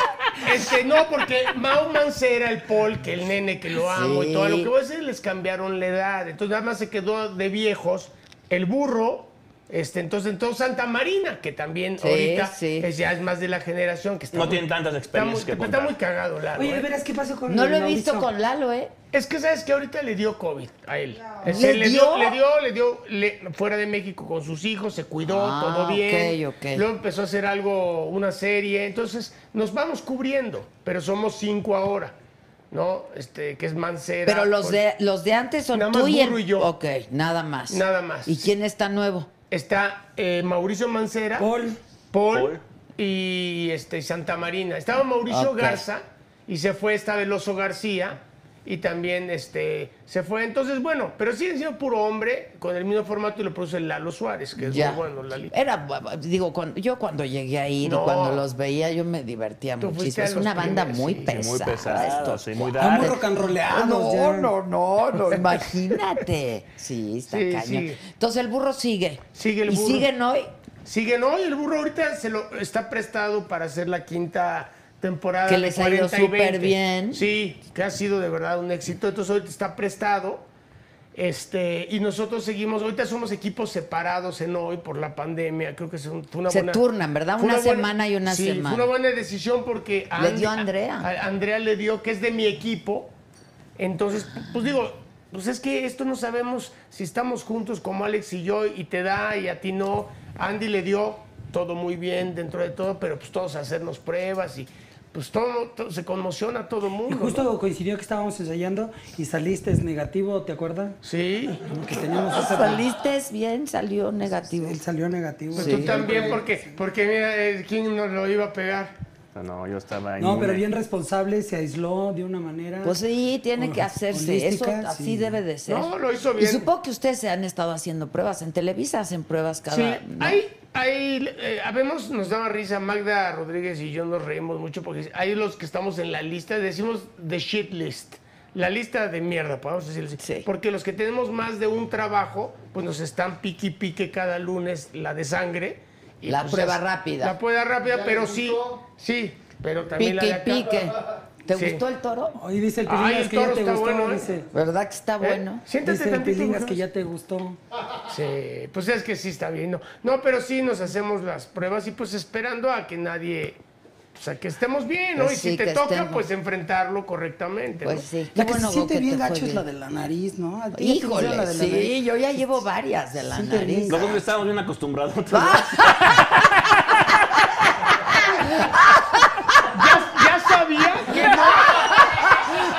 S6: este, no, porque Mau Mancera, el Paul, que el nene que lo amo
S1: Sí.
S6: y todo, lo que voy a hacer les cambiaron la edad. Entonces nada más se quedó de viejos el burro. Este, entonces, entonces Santa Marina, que también
S1: Sí,
S6: ahorita
S1: sí.
S6: es, ya es más de la generación que está
S7: No
S6: muy-
S7: tienen tantas
S6: está muy-
S7: experiencias que
S6: Está muy
S7: contar.
S6: cagado, Lalo.
S8: Oye,
S6: ¿eh?
S8: de veras, ¿qué pasó con
S1: No lo he
S8: Mauricio?
S1: visto con Lalo, ¿eh?
S6: Es que sabes que ahorita le dio COVID a él.
S1: ¿Le
S6: ¿Le, dio?
S1: dio?
S6: le dio, le dio, le- fuera de México con sus hijos, se cuidó,
S1: Ah,
S6: todo bien.
S1: ok, ok.
S6: Luego empezó a hacer algo, una serie. Entonces, nos vamos cubriendo, pero somos cinco ahora, ¿no? Este, que es Mancera.
S1: Pero los
S6: con-
S1: de, los de antes son
S6: Nada
S1: tú
S6: más
S1: y, el-
S6: Burro y yo.
S1: Ok, nada más.
S6: Nada más.
S1: ¿Y quién está nuevo?
S6: Está eh, Mauricio Mancera,
S1: Oh,
S6: Paul,
S8: Paul.
S7: Paul.
S6: y este, Santa Marina. Estaba Mauricio
S1: Ok.
S6: Garza y se fue, estaba el Oso García y también este, se fue. Entonces, bueno, pero siguen siendo puro hombre con el mismo formato y lo produce Lalo Suárez, que es
S1: ya.
S6: muy bueno, Lali.
S1: Era, bu- bu- digo, cuando, yo cuando llegué a ir y
S6: No.
S1: cuando los veía, yo me divertía
S6: Tú fuiste
S1: muchísimo.
S6: a
S1: Es
S6: los
S1: una banda
S6: primeros,
S1: muy
S6: sí, muy
S1: pesada.
S7: muy pesado,
S1: estos
S7: sí, muy
S8: Vamos
S7: dark.
S8: rock and rolleados
S1: No,
S8: ya.
S1: no, no, no, (laughs) imagínate. Sí, está
S6: Sí,
S1: cañón.
S6: sí.
S1: Entonces el burro sigue.
S6: Sigue el
S1: ¿Y
S6: burro.
S1: siguen hoy?
S6: Siguen hoy, el burro ahorita se lo está prestado para hacer la quinta temporada.
S1: Que
S6: de
S1: les ha ido
S6: 40 y
S1: súper
S6: 20.
S1: bien.
S6: Sí, que ha sido de verdad un éxito. Entonces ahorita está prestado. Este, y nosotros seguimos, ahorita somos equipos separados en hoy por la pandemia, creo que es un- fue una
S1: Se
S6: buena...
S1: turnan, ¿verdad?
S6: fue
S1: Una
S6: buena-
S1: semana y una
S6: sí,
S1: semana.
S6: fue una buena decisión porque... a
S1: Le
S6: Andy-
S1: dio a Andrea.
S6: a- a Andrea le dio, que es de mi equipo, entonces, pues digo, pues es que esto no sabemos si estamos juntos como Alex y yo y te da y a ti no. Andy le dio todo muy bien dentro de todo, pero pues todos a hacernos pruebas y pues todo, todo- se conmociona todo el
S8: Y
S6: mundo. ¿no?
S8: justo coincidió que estábamos ensayando y saliste es negativo, ¿te acuerdas?
S6: Sí.
S1: (laughs)
S8: Que
S6: Ah,
S8: teníamos ese-
S1: Saliste bien, salió negativo.
S8: Él salió negativo.
S6: Pues tú también, porque, porque mira, eh, ¿quién nos lo iba a pegar?
S7: No, yo estaba
S8: No,
S7: inmune.
S8: pero bien responsable, se aisló de una manera.
S1: Pues sí, tiene que hacerse. Eso
S8: Holística,
S1: así
S8: sí.
S1: debe de ser.
S6: No, lo hizo bien.
S1: Y supongo que ustedes se han estado haciendo pruebas. En Televisa hacen pruebas cada.
S6: Sí,
S1: ¿no?
S6: ahí, ahí, eh, habemos, nos daba risa, Magda Rodríguez y yo nos reímos mucho porque hay los que estamos en la lista, decimos the shit list, la lista de mierda, podemos decirlo así.
S1: Sí.
S6: Porque los que tenemos más de un trabajo, pues nos están pique y pique cada lunes la de sangre.
S1: La
S6: pues,
S1: prueba
S6: es-
S1: rápida.
S6: La prueba rápida,
S3: Ya
S6: pero
S3: le
S6: sí,
S3: gustó.
S6: sí, pero también
S1: Pique y
S6: la de acá. Eh,
S1: pique. ¿Te
S6: Sí.
S1: gustó el toro?
S8: Hoy dice el
S6: Ay,
S8: Pilingas
S6: el
S8: que ya
S6: toro
S8: te
S6: está
S8: gustó,
S6: bueno, ¿eh?
S8: dice.
S1: ¿Verdad que está
S6: ¿Eh?
S1: bueno?
S6: Siéntate
S8: dice el
S6: tantito,
S8: Pilingas
S6: Bruno.
S8: que ya te gustó.
S6: Sí, pues es que sí está bien, ¿no? No, pero sí nos hacemos las pruebas y pues esperando a que nadie, o sea, que estemos bien, ¿no?
S1: Pues
S6: y
S1: sí,
S6: si te
S1: que
S6: toca,
S1: estemos.
S6: pues enfrentarlo correctamente,
S1: Pues
S6: ¿no?
S1: sí. Qué
S8: La que
S1: bueno
S8: se siente
S1: que te
S8: bien
S1: fue
S8: gacho es la
S1: bien.
S8: de la nariz, ¿no? ¿A ti ya te gustó la
S1: Híjole,
S8: de la nariz?
S1: sí, yo ya llevo varias de la
S8: Sí, te
S1: nariz.
S8: digo.
S7: Nosotros estábamos bien acostumbrados. (laughs)
S6: Ya, ya sabía que no.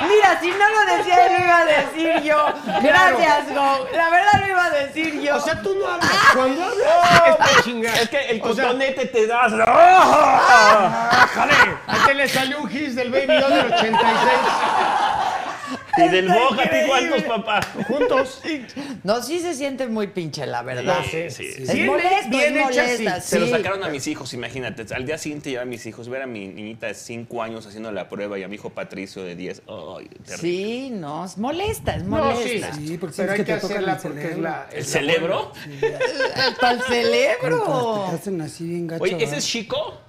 S1: Mira, si no lo decía él, lo iba a decir yo. Gracias, Go. La verdad lo iba a decir yo.
S8: Pues,
S6: O sea, tú no hablas.
S1: Ah.
S6: Cuando hablas, es para chingar.
S7: Es que el
S6: O sea,
S7: cotonete te das. ¡Ah! ¡Jale!
S6: a este le salió un gis del Baby O del 86.
S7: Y del bójate igual tus papás. (laughs)
S6: Juntos.
S1: No, sí se siente muy pinche, la verdad.
S6: Ah, Sí,
S7: sí, sí.
S1: Es molesto, es molesta,
S7: Se lo
S1: sí.
S7: sacaron a mis hijos, imagínate. Al día siguiente llevar a mis hijos, ver a mi niñita de 5 años haciendo la prueba y a mi hijo Patricio de 10. Ay, terrible.
S1: Sí, no, es molesta, es
S6: No, sí.
S1: molesta.
S8: Sí, porque
S6: pero
S8: sientes
S6: hay
S8: que
S6: que,
S8: te tocan
S6: hacerla
S8: el
S6: porque es
S8: cerebro.
S6: la...
S7: ¿El cerebro?
S1: (laughs) Hasta el
S8: Cuando
S1: cerebro.
S8: Te hacen así bien gacho.
S7: Oye, ¿ese
S8: ¿verdad?
S7: es Chico?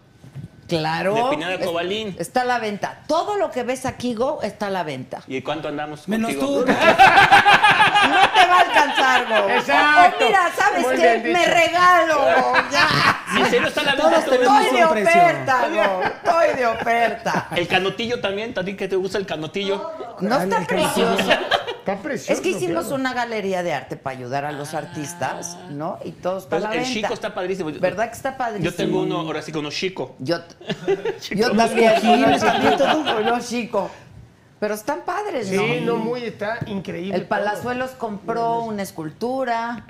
S1: Claro.
S7: De Pineda Cobalín.
S1: Está a la venta. Todo lo que ves aquí, Go, está a la venta.
S7: ¿Y cuánto andamos
S8: Menos
S7: contigo?
S8: tú.
S1: No te va a alcanzar,
S8: (laughs)
S1: Go.
S6: Exacto.
S1: Oh, mira, ¿sabes
S6: Muy
S1: qué?
S6: bien dicho.
S1: Me regalo. Go, Ya.
S7: ¿En serio está la
S8: Todos
S7: venta tú?
S8: tenemos-
S1: Estoy de
S8: un precio.
S1: oferta, Go. Estoy de oferta.
S7: El canotillo también, ¿a ti que te gusta el canotillo?
S1: No está precioso.
S6: Está precioso.
S1: Es que hicimos
S6: claro.
S1: una galería de arte para ayudar a los artistas, ¿no? Y todo está a la
S7: Entonces, Pues, el
S1: venta.
S7: chico está padrísimo.
S1: ¿Verdad que está padrísimo?
S7: Yo tengo uno, ahora sí, con uno chico. (laughs)
S1: Yo, yo también, yo también todo con los chico. Pero están padres, ¿no?
S6: Sí, no, muy, está increíble.
S1: El
S6: palazuelo.
S1: Palazuelos compró una escultura.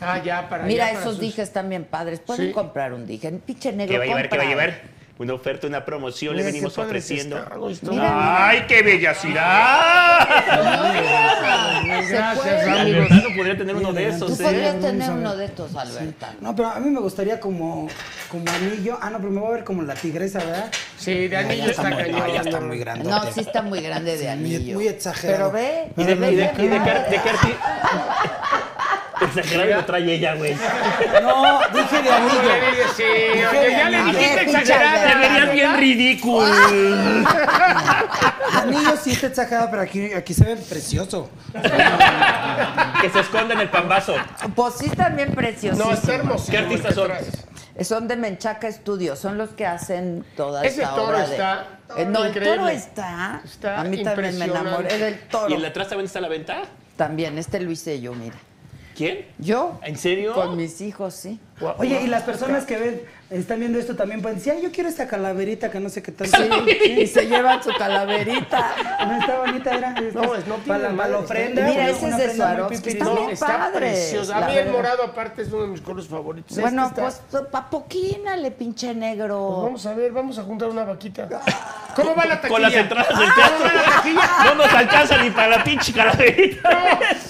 S6: Ah, ya, para
S1: Mira,
S6: ya, para
S1: esos
S6: sus-
S1: dijes también padres. Pueden
S6: Sí.
S1: comprar un dije. Pinche negro.
S7: ¿Qué va a llevar? ¿Qué va a
S1: compra.
S7: llevar? Una oferta, una promoción le
S6: Mira,
S7: venimos
S6: qué padres
S7: ofreciendo.
S6: están, güey, están-
S1: Mira, mira.
S7: ¡Ay, qué bellacidad!
S1: Mira, se
S6: Gracias,
S1: puede.
S6: Ramiro.
S7: Albertano podría tener uno de
S1: Tú
S7: esos, ¿eh?
S1: podrías tener uno de estos, Alberta.
S8: No, pero a mí me gustaría como, como anillo. Ah, no, pero me voy a ver como la tigresa, ¿verdad?
S6: Sí, de anillo
S8: ya está
S6: está
S8: muy-
S6: cañón.
S8: ah, ya está
S6: ¿no?
S8: muy grande.
S1: No, sí está muy grande de
S8: muy-
S1: anillo.
S6: Ah,
S8: muy exagerado.
S1: Pero ve.
S7: ¿Y de,
S1: ve
S7: y de-
S6: (laughs)
S1: qué
S7: y de qué-
S1: padre.
S7: de qué arti- Exagerado y lo trae ella, güey.
S8: No, dije de anillo.
S6: Sí, oye, ya le dijiste
S1: Pinche
S6: exagerada.
S1: Te
S7: Serías bien
S6: (laughs)
S7: ridículo.
S8: Anillo sí está exagerado, pero aquí, aquí se ve precioso.
S7: que se esconde en el pambazo.
S1: Pues sí, también preciosísimo.
S6: No, está este hermoso.
S7: ¿Qué artistas son?
S1: Son de Menchaca Studios, son los que hacen toda
S6: Ese
S1: esta
S6: toro
S1: obra de-
S6: está
S1: Eh, no, el toro
S6: increíble.
S1: está.
S6: Está
S1: A mí también me
S6: impresionante.
S1: enamoré del
S7: ¿Y
S1: toro.
S7: el de atrás también está a la venta?
S1: También, este lo hice yo, mira.
S7: ¿Quién?
S1: ¿Yo?
S7: ¿En serio?
S1: Con mis hijos,
S6: (laughs)
S1: sí.
S8: Oye, y las personas que ven, están viendo esto también pueden decir, ay, yo quiero esta calaverita que no sé qué tal.
S1: Sí, y se llevan su calaverita.
S8: No está bonita, era.
S6: No, es- no tiene
S8: para la, para
S6: madre,
S8: la
S6: está-
S8: ofrenda.
S1: Mira,
S8: una
S1: ese es de
S8: ofrenda muy
S1: Swarovski,
S8: pipirita.
S1: está
S6: No,
S1: bien
S6: está
S1: padre,
S6: precioso.
S1: la
S6: A mí el
S1: verdad.
S6: morado aparte es uno de mis colores favoritos.
S1: bueno,
S6: Este está-
S1: pues pa' poquina le pinche
S6: Pues
S1: negro.
S6: vamos a ver, vamos a juntar una
S8: (laughs)
S6: vaquita. ¿Cómo va la taquilla? Ah,
S7: Con las entradas
S1: Ah,
S7: del teatro. No nos alcanza ni para la pinche calaverita.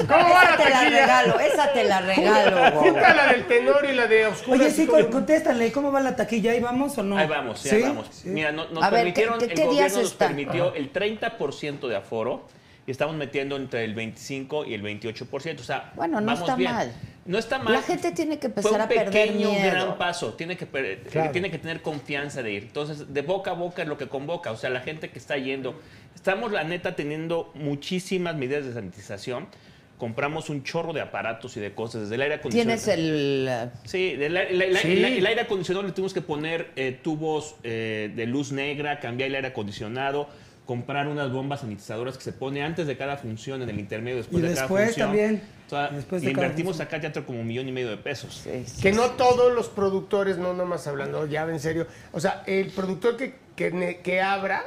S6: ¿Cómo va
S1: esa
S6: la
S1: te la
S6: taquilla?
S1: regalo, esa te
S6: (laughs)
S1: la regalo. Bobo.
S6: Junta la del tenor y la de oscuras.
S8: Oye, sí, con- contéstale, ¿cómo va la taquilla? ¿Ahí vamos o no?
S7: Ahí vamos, sí, ahí vamos. Mira, no- nos
S1: A ver,
S7: permitieron,
S1: ¿qué- qué- qué
S7: el
S1: días
S7: gobierno nos
S1: está?
S7: permitió el 30% de aforo y estamos metiendo entre el 25 y el 28%. O sea,
S1: Bueno, no
S7: vamos
S1: está
S7: bien.
S1: mal.
S7: No está mal.
S1: La gente tiene que
S7: Fue
S1: empezar
S7: un
S1: a perder
S7: pequeño
S1: miedo.
S7: gran paso. Tiene que, per- eh, tiene que tener confianza de ir. Entonces, de boca a boca es lo que convoca. O sea, la gente que está yendo. Estamos, la neta, teniendo muchísimas medidas de sanitización. Compramos un chorro de aparatos y de cosas, desde el aire acondicionado.
S1: Tienes el.
S7: Sí, del aire- el, el-
S6: Sí.
S7: el- el aire acondicionado le tuvimos que poner eh, tubos eh, de luz negra, cambiar el aire acondicionado, comprar unas bombas sanitizadoras que se pone antes de cada función, en el intermedio, después
S8: Y
S7: de cada
S8: después
S7: función.
S8: también,
S7: O sea,
S8: después de
S7: le
S8: cada
S7: invertimos
S8: función.
S7: acá al teatro como un millón y medio de pesos.
S6: Que no todos los productores, no nomás hablando ya en serio. O sea, el productor que, que, ne- que abra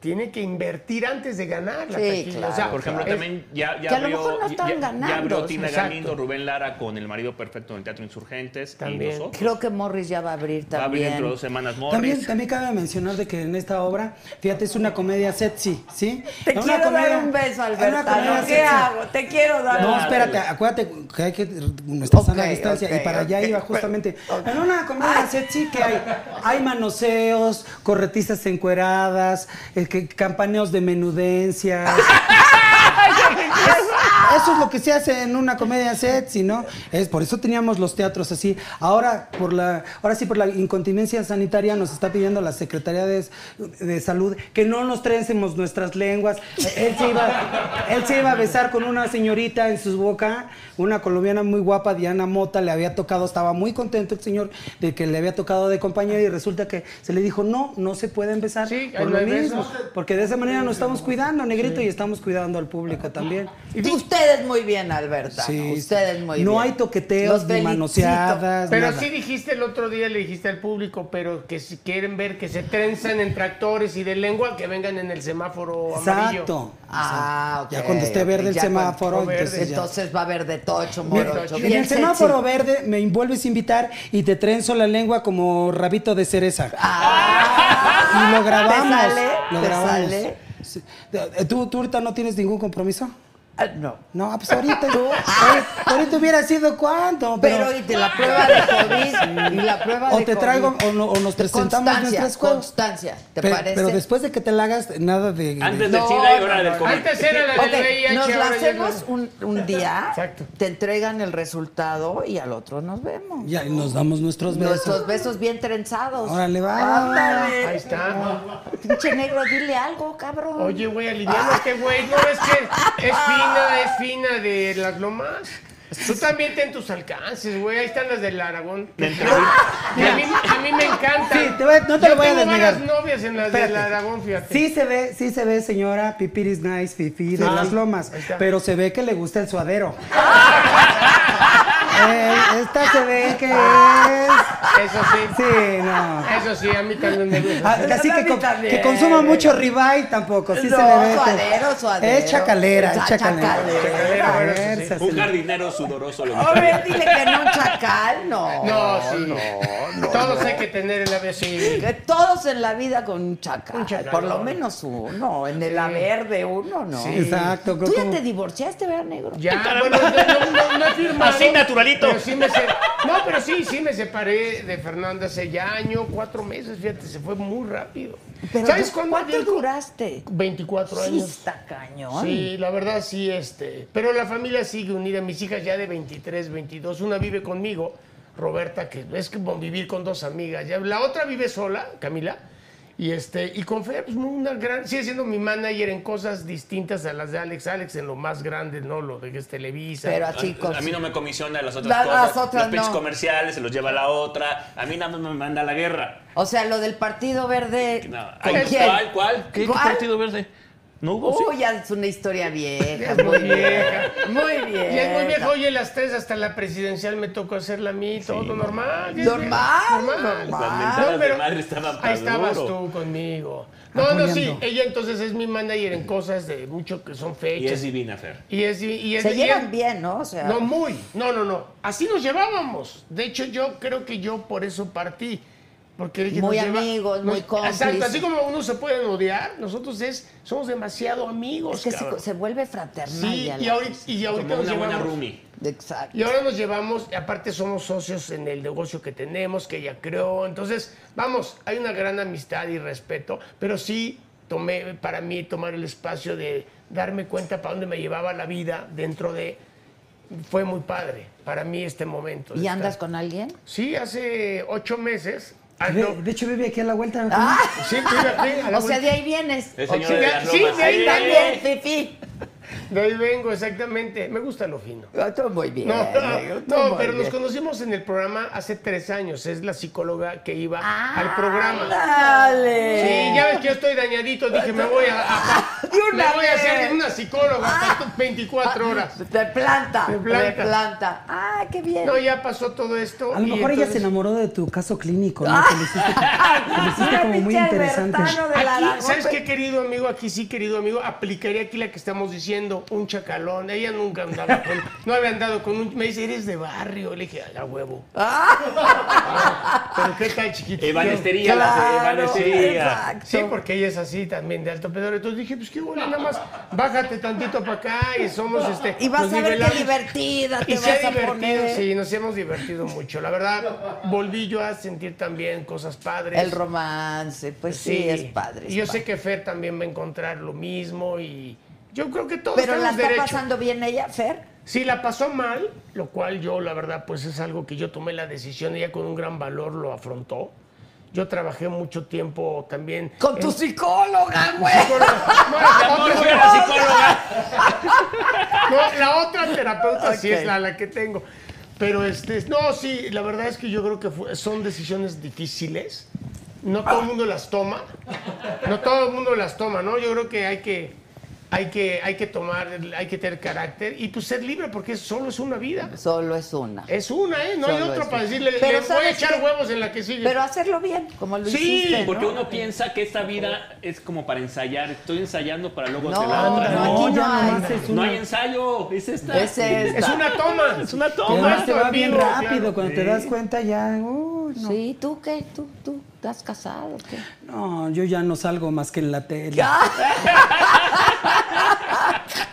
S6: tiene que invertir antes de ganar la
S1: Sí,
S6: taquilla.
S1: claro,
S6: o sea,
S7: Por ejemplo,
S6: es-
S7: también ya, ya
S1: que a lo
S7: abrió,
S1: mejor no están
S7: ya- ya
S1: ganando,
S7: abrió
S1: sí,
S7: Tina
S6: exacto.
S7: Galindo, Rubén Lara con El Marido Perfecto en el Teatro Insurgentes.
S6: También.
S7: Y nosotros.
S1: Creo que Morris ya va a abrir
S7: Va a
S1: también.
S7: abrir dentro de dos semanas Morris.
S8: También, también cabe mencionar de que en esta obra, fíjate, es una comedia sexy, ¿sí?
S1: Te
S8: Es una
S1: quiero
S8: comedia-
S1: dar un beso,
S8: es una comedia
S1: Albertano. ¿Qué
S8: sexy.
S1: hago? Te quiero dar
S8: No,
S1: un
S8: espérate, acuérdate que hay que nuestra sana
S1: Ok,
S8: distancia
S1: ok,
S8: y para allá
S1: ok,
S8: iba
S1: pero-
S8: justamente. En una comedia sexy que hay, hay manoseos, corretistas encueradas, eh, que- campaneos de menudencias. Es- (laughs) Eso es lo que se hace en una comedia sexy, ¿no? Es por eso teníamos los teatros así. Ahora por la, ahora sí por la incontinencia sanitaria nos está pidiendo la Secretaría de, de Salud que no nos trenzemos nuestras lenguas. Él se iba, él se iba a besar con una señorita en su boca, una colombiana muy guapa, Diana Mota, le había tocado, estaba muy contento el señor de que le había tocado de compañera y resulta que se le dijo no, no se pueden besar
S6: Sí, ahí
S8: por
S6: no
S8: lo
S6: hay
S8: mismo,
S6: besos.
S8: porque de esa manera nos estamos cuidando, negrito, y estamos cuidando al público también.
S1: Y tú- Ustedes muy bien, Alberta.
S8: Sí,
S1: Ah, ustedes muy
S8: No
S1: bien.
S8: hay
S1: Los
S8: toqueteos ni
S1: felicito.
S8: manoseadas.
S6: Pero
S8: nada.
S6: sí dijiste el otro día, le dijiste al público, pero que si quieren ver que se trenzan en tractores y de lengua, que vengan en el semáforo amarillo.
S8: Exacto.
S1: Ah,
S8: Exacto.
S1: ok.
S8: Ya cuando esté
S1: ok,
S8: verde el
S1: ya cuando-
S8: semáforo,
S6: verde.
S8: entonces ya.
S1: Entonces va a haber de tocho,
S8: Mira,
S1: morocho.
S8: en
S1: bien
S8: el
S1: sexy.
S8: semáforo verde me envuelves a invitar y te trenzo la lengua como rabito de cereza.
S1: Ah.
S8: y lo grabamos.
S1: ¿Te sale?
S8: Lo
S1: ¿Te
S8: grabamos.
S1: sale?
S8: Sí. Eh, ¿Tú, tú ahorita no tienes ningún compromiso?
S1: Ah, No.
S8: No, ah, pues ahorita.
S1: (laughs)
S8: ahorita- ahorita hubiera sido cuánto.
S1: Pero y de la prueba de COVID y la prueba de
S8: O te
S1: COVID.
S8: traigo o, no- o nos presentamos
S1: Constancia,
S8: nuestras cosas.
S1: constancia, ¿te
S8: Pe-
S1: parece?
S8: Pero después de que te la hagas, nada de. de-
S7: Antes del
S1: No,
S7: SIDA y
S1: no,
S7: ahora
S1: no,
S7: del
S1: no.
S7: COVID.
S6: Antes era (laughs) la del
S1: Ok,
S6: VIH,
S1: nos la
S6: ahora ya no.
S1: hacemos un, un día,
S6: Exacto.
S1: te entregan el resultado y al otro nos vemos.
S8: Ya, y nos damos nuestros besos.
S1: Nuestros besos bien trenzados.
S8: Órale, va.
S1: Ándale.
S6: Ahí está.
S1: Pinche negro, dile algo, cabrón.
S6: Oye, güey, aliviano este güey. No es que es fina, es fina de las lomas. Tú también ten tus alcances, güey. Ahí están las del
S8: (laughs)
S6: Aragón. Y a, mí, a mí me encanta.
S8: Sí, te voy a- no te
S6: Yo
S8: lo voy a
S6: tengo varias
S8: desnegar.
S6: novias en las
S8: Espérate.
S6: del Aragón, fíjate.
S8: Sí se ve, sí se ve, señora Pipiris Nice, Fifi de
S6: Sí.
S8: las Lomas,
S6: Ahí está.
S8: pero se ve que le gusta el
S1: (laughs)
S8: suadero. Eh, esta se ve que es...
S6: Eso sí.
S8: Sí, no.
S6: Eso sí, a mí también me gusta.
S8: Ah, Así que, con-
S1: también.
S8: que consuma mucho ribeye tampoco, sí
S1: No,
S8: se le ve. que-
S1: suadero, suadero.
S8: Es chacalera, es
S1: Cha-
S8: chacalera.
S1: chacalera,
S8: A
S6: bueno,
S8: ver,
S6: eso sí.
S8: se hace-
S7: Un jardinero sudoroso lo
S8: Ah,
S1: A ver, dile que no, chacal, no.
S6: No, sí.
S1: No, no.
S6: Todos hay que tener el ave sí.
S1: Que todos en la vida con un chacal.
S6: Un chacal.
S1: Por lo menos uno. En el haber de uno, ¿no?
S6: Sí.
S8: Exacto, creo
S1: Tú ya
S8: como-
S1: te divorciaste, ¿verdad, negro?
S7: (laughs)
S6: Ya, bueno, yo no, no he firmado.
S7: Así, naturalito.
S6: Pero sí me se- No, pero sí, sí me separé de Fernanda hace ya año, cuatro meses, fíjate, se fue muy rápido.
S1: Pero
S6: ¿Sabes
S1: tú-
S6: cuándo
S1: ¿Cuánto
S6: abrí el co-
S1: duraste?
S6: 24
S1: Sí,
S6: años.
S1: está cañón.
S6: Sí, la verdad sí, este. Pero la familia sigue unida. Mis hijas ya de 23, 22. Una vive conmigo, Roberta, que es como vivir con dos amigas. Ya, la otra vive sola, Camila. Y este, y con Fer, pues, una gran. Sigue siendo mi manager en cosas distintas a las de Alex. Alex en lo más grande, ¿no? Lo de que es Televisa.
S1: Pero así con...
S7: Ah, A mí no me comisiona las otras
S1: Las- las
S7: cosas.
S1: otras
S7: los pinches
S1: no.
S7: comerciales se los lleva la otra. A mí nada más me manda a la guerra.
S1: O sea, lo del Partido Verde...
S7: No,
S1: ¿Con
S7: ay,
S1: quién?
S7: ¿Cuál? ¿Cuál? ¿Qué
S1: ¿Cuál?
S7: partido verde? No hubo. sí.
S1: Uy, ya es una historia vieja.
S6: Es
S1: Muy
S6: muy
S1: vieja.
S6: vieja.
S1: Muy bien.
S6: y es muy viejo, oye, las tres hasta la presidencial me tocó hacerla a mí, todo normal. ya es
S1: Normal,
S6: bien,
S1: normal.
S7: Las mentadas de madre estaban pa'
S6: Ahí estabas
S7: duro.
S6: tú conmigo. No, no, sí,
S8: Apoyando.
S6: ella entonces es mi manager en cosas de mucho que son
S7: Y es
S6: fechas.
S7: divina, Fer.
S6: Y es, y es-
S1: Se
S6: y
S1: llevan
S6: es-
S1: bien, ¿no? O sea,
S6: No, muy. No, no, no. Así nos llevábamos. De hecho, yo creo que yo por eso partí. Porque dije,
S1: Muy
S6: nos lleva-
S1: amigos, muy cómplices.
S6: Exacto, así como unos se pueden odiar, nosotros es, somos demasiado amigos.
S1: es que se,
S6: cabrón.
S1: se vuelve fraternal.
S6: Sí,
S1: ya
S6: y
S1: la
S6: ahorita, y ahorita
S7: Como
S6: nos
S7: una buena
S6: llevamos-
S7: roomie.
S1: Exacto.
S6: y ahora nos llevamos, y aparte somos socios en el negocio que tenemos, que ella creó. Entonces, vamos, hay una gran amistad y respeto, pero sí tomé para mí tomar el espacio de darme cuenta para dónde me llevaba la vida dentro de... Fue muy padre para mí este momento. de
S1: ¿Y
S6: estar-
S1: andas con alguien?
S6: Sí, hace ocho meses. Ah,
S8: Ve-
S6: no.
S8: De hecho, vive aquí a la vuelta.
S6: Sí, vive aquí, a
S1: (laughs)
S6: la
S1: O sea,
S6: vuelta.
S1: de ahí vienes.
S7: Es señora
S6: Sí,
S7: de
S6: ya-
S7: las
S6: sí,
S7: lomas.
S6: de ahí
S7: Sí.
S1: También, Fifi.
S6: de ahí vengo, exactamente. Me gusta lo fino.
S1: Ah, Tú muy bien.
S6: No, (laughs)
S1: amigo, tú
S6: no,
S1: muy
S6: pero nos
S1: bien.
S6: conocimos en el programa hace tres años. Es la psicóloga que iba
S1: Ah,
S6: al programa.
S1: Dale.
S6: Sí, ya ves que yo estoy dañadito. Dije, me voy a, a-
S1: (laughs) De una
S6: me voy a
S1: vez. Ah.
S6: hacer de una psicóloga tanto 24 horas.
S1: Te planta, te
S6: De
S1: planta.
S6: planta.
S1: Ah, qué bien.
S6: No, ya pasó todo esto.
S8: A lo
S6: y
S8: mejor ella se
S6: entonces-
S8: enamoró de tu caso clínico, ¿no? Que
S1: (laughs)
S8: le hiciste- que le hiciste
S1: Mira,
S8: como muy
S1: Ah, pinche
S8: interesante.
S1: Ah, Bertano de la
S6: Aquí,
S1: Aragón, pues,
S6: ¿Sabes
S1: pero-
S6: qué, querido amigo? Aquí sí, querido amigo, aplicaría aquí la que estamos diciendo, un chacalón. Ella nunca andaba con, no había andado con un, me dice, eres de barrio. Le dije, "Ay, a huevo.
S1: Ah.
S6: (laughs) Pero qué tal, chiquito.
S7: Evanestería, las-
S1: Claro,
S7: evanestería.
S1: Ah, exacto.
S6: Sí, porque ella es así también, de alto pedor. Entonces dije, pues qué bueno, nada más, bájate tantito para acá y somos este.
S1: Y vas
S6: nos
S1: a ver qué
S6: nivelamos.
S1: divertida te
S6: Y
S1: vas
S6: se ha
S1: a
S6: divertido,
S1: poner. ¿eh?
S6: sí, nos hemos divertido mucho. La verdad, volví yo a sentir también cosas padres.
S1: El romance, pues sí, es padre. es
S6: Y yo
S1: padre.
S6: sé que Fer también va a encontrar lo mismo y yo creo que todos
S1: Pero la
S6: tenemos
S1: está
S6: derecho.
S1: pasando bien ella, Fer.
S6: Si la pasó mal, lo cual yo la verdad pues es algo que yo tomé la decisión, ella con un gran valor lo afrontó. Yo trabajé mucho tiempo también.
S1: Con
S6: en-
S1: tu psicóloga, güey.
S6: con la- no,
S7: Amor,
S6: otra-
S7: fui a la psicóloga.
S6: no, la otra terapeuta sí
S1: Ok.
S6: es la, la que tengo. Pero este, no, sí, la verdad es que yo creo que fue- son decisiones difíciles. No todo el mundo las toma. No todo el mundo las toma, ¿no? Yo creo que hay que, hay que, hay que tomar, hay que tener carácter y pues ser libre porque solo es una vida.
S1: Solo es una.
S6: Es una, ¿eh? No hay
S1: Solo
S6: otra
S1: es
S6: para
S1: una.
S6: decirle,
S1: Pero
S6: le voy a
S1: ¿sabes
S6: echar
S1: qué?
S6: huevos en la que sigue.
S1: Pero hacerlo bien, como lo
S6: Sí,
S1: hiciste. ¿no?
S7: Porque
S6: eh.
S7: uno piensa que esta vida es como para ensayar. Estoy ensayando para luego
S1: No,
S7: hacer la otra.
S1: no, aquí
S8: ya
S1: no hay.
S8: nomás es
S7: Ah, No
S8: una-
S7: hay ensayo. Es esta.
S1: Es esta.
S6: es una toma. Es una
S8: Que además
S6: esto
S8: te
S6: en
S8: va bien
S6: vivo, claro.
S8: rápido, cuando te das cuenta ya, uy, no.
S1: Sí, ¿tú qué? ¿Tú, tú? ¿Estás casado? ¿Qué?
S8: No, yo ya no salgo más que en la tele.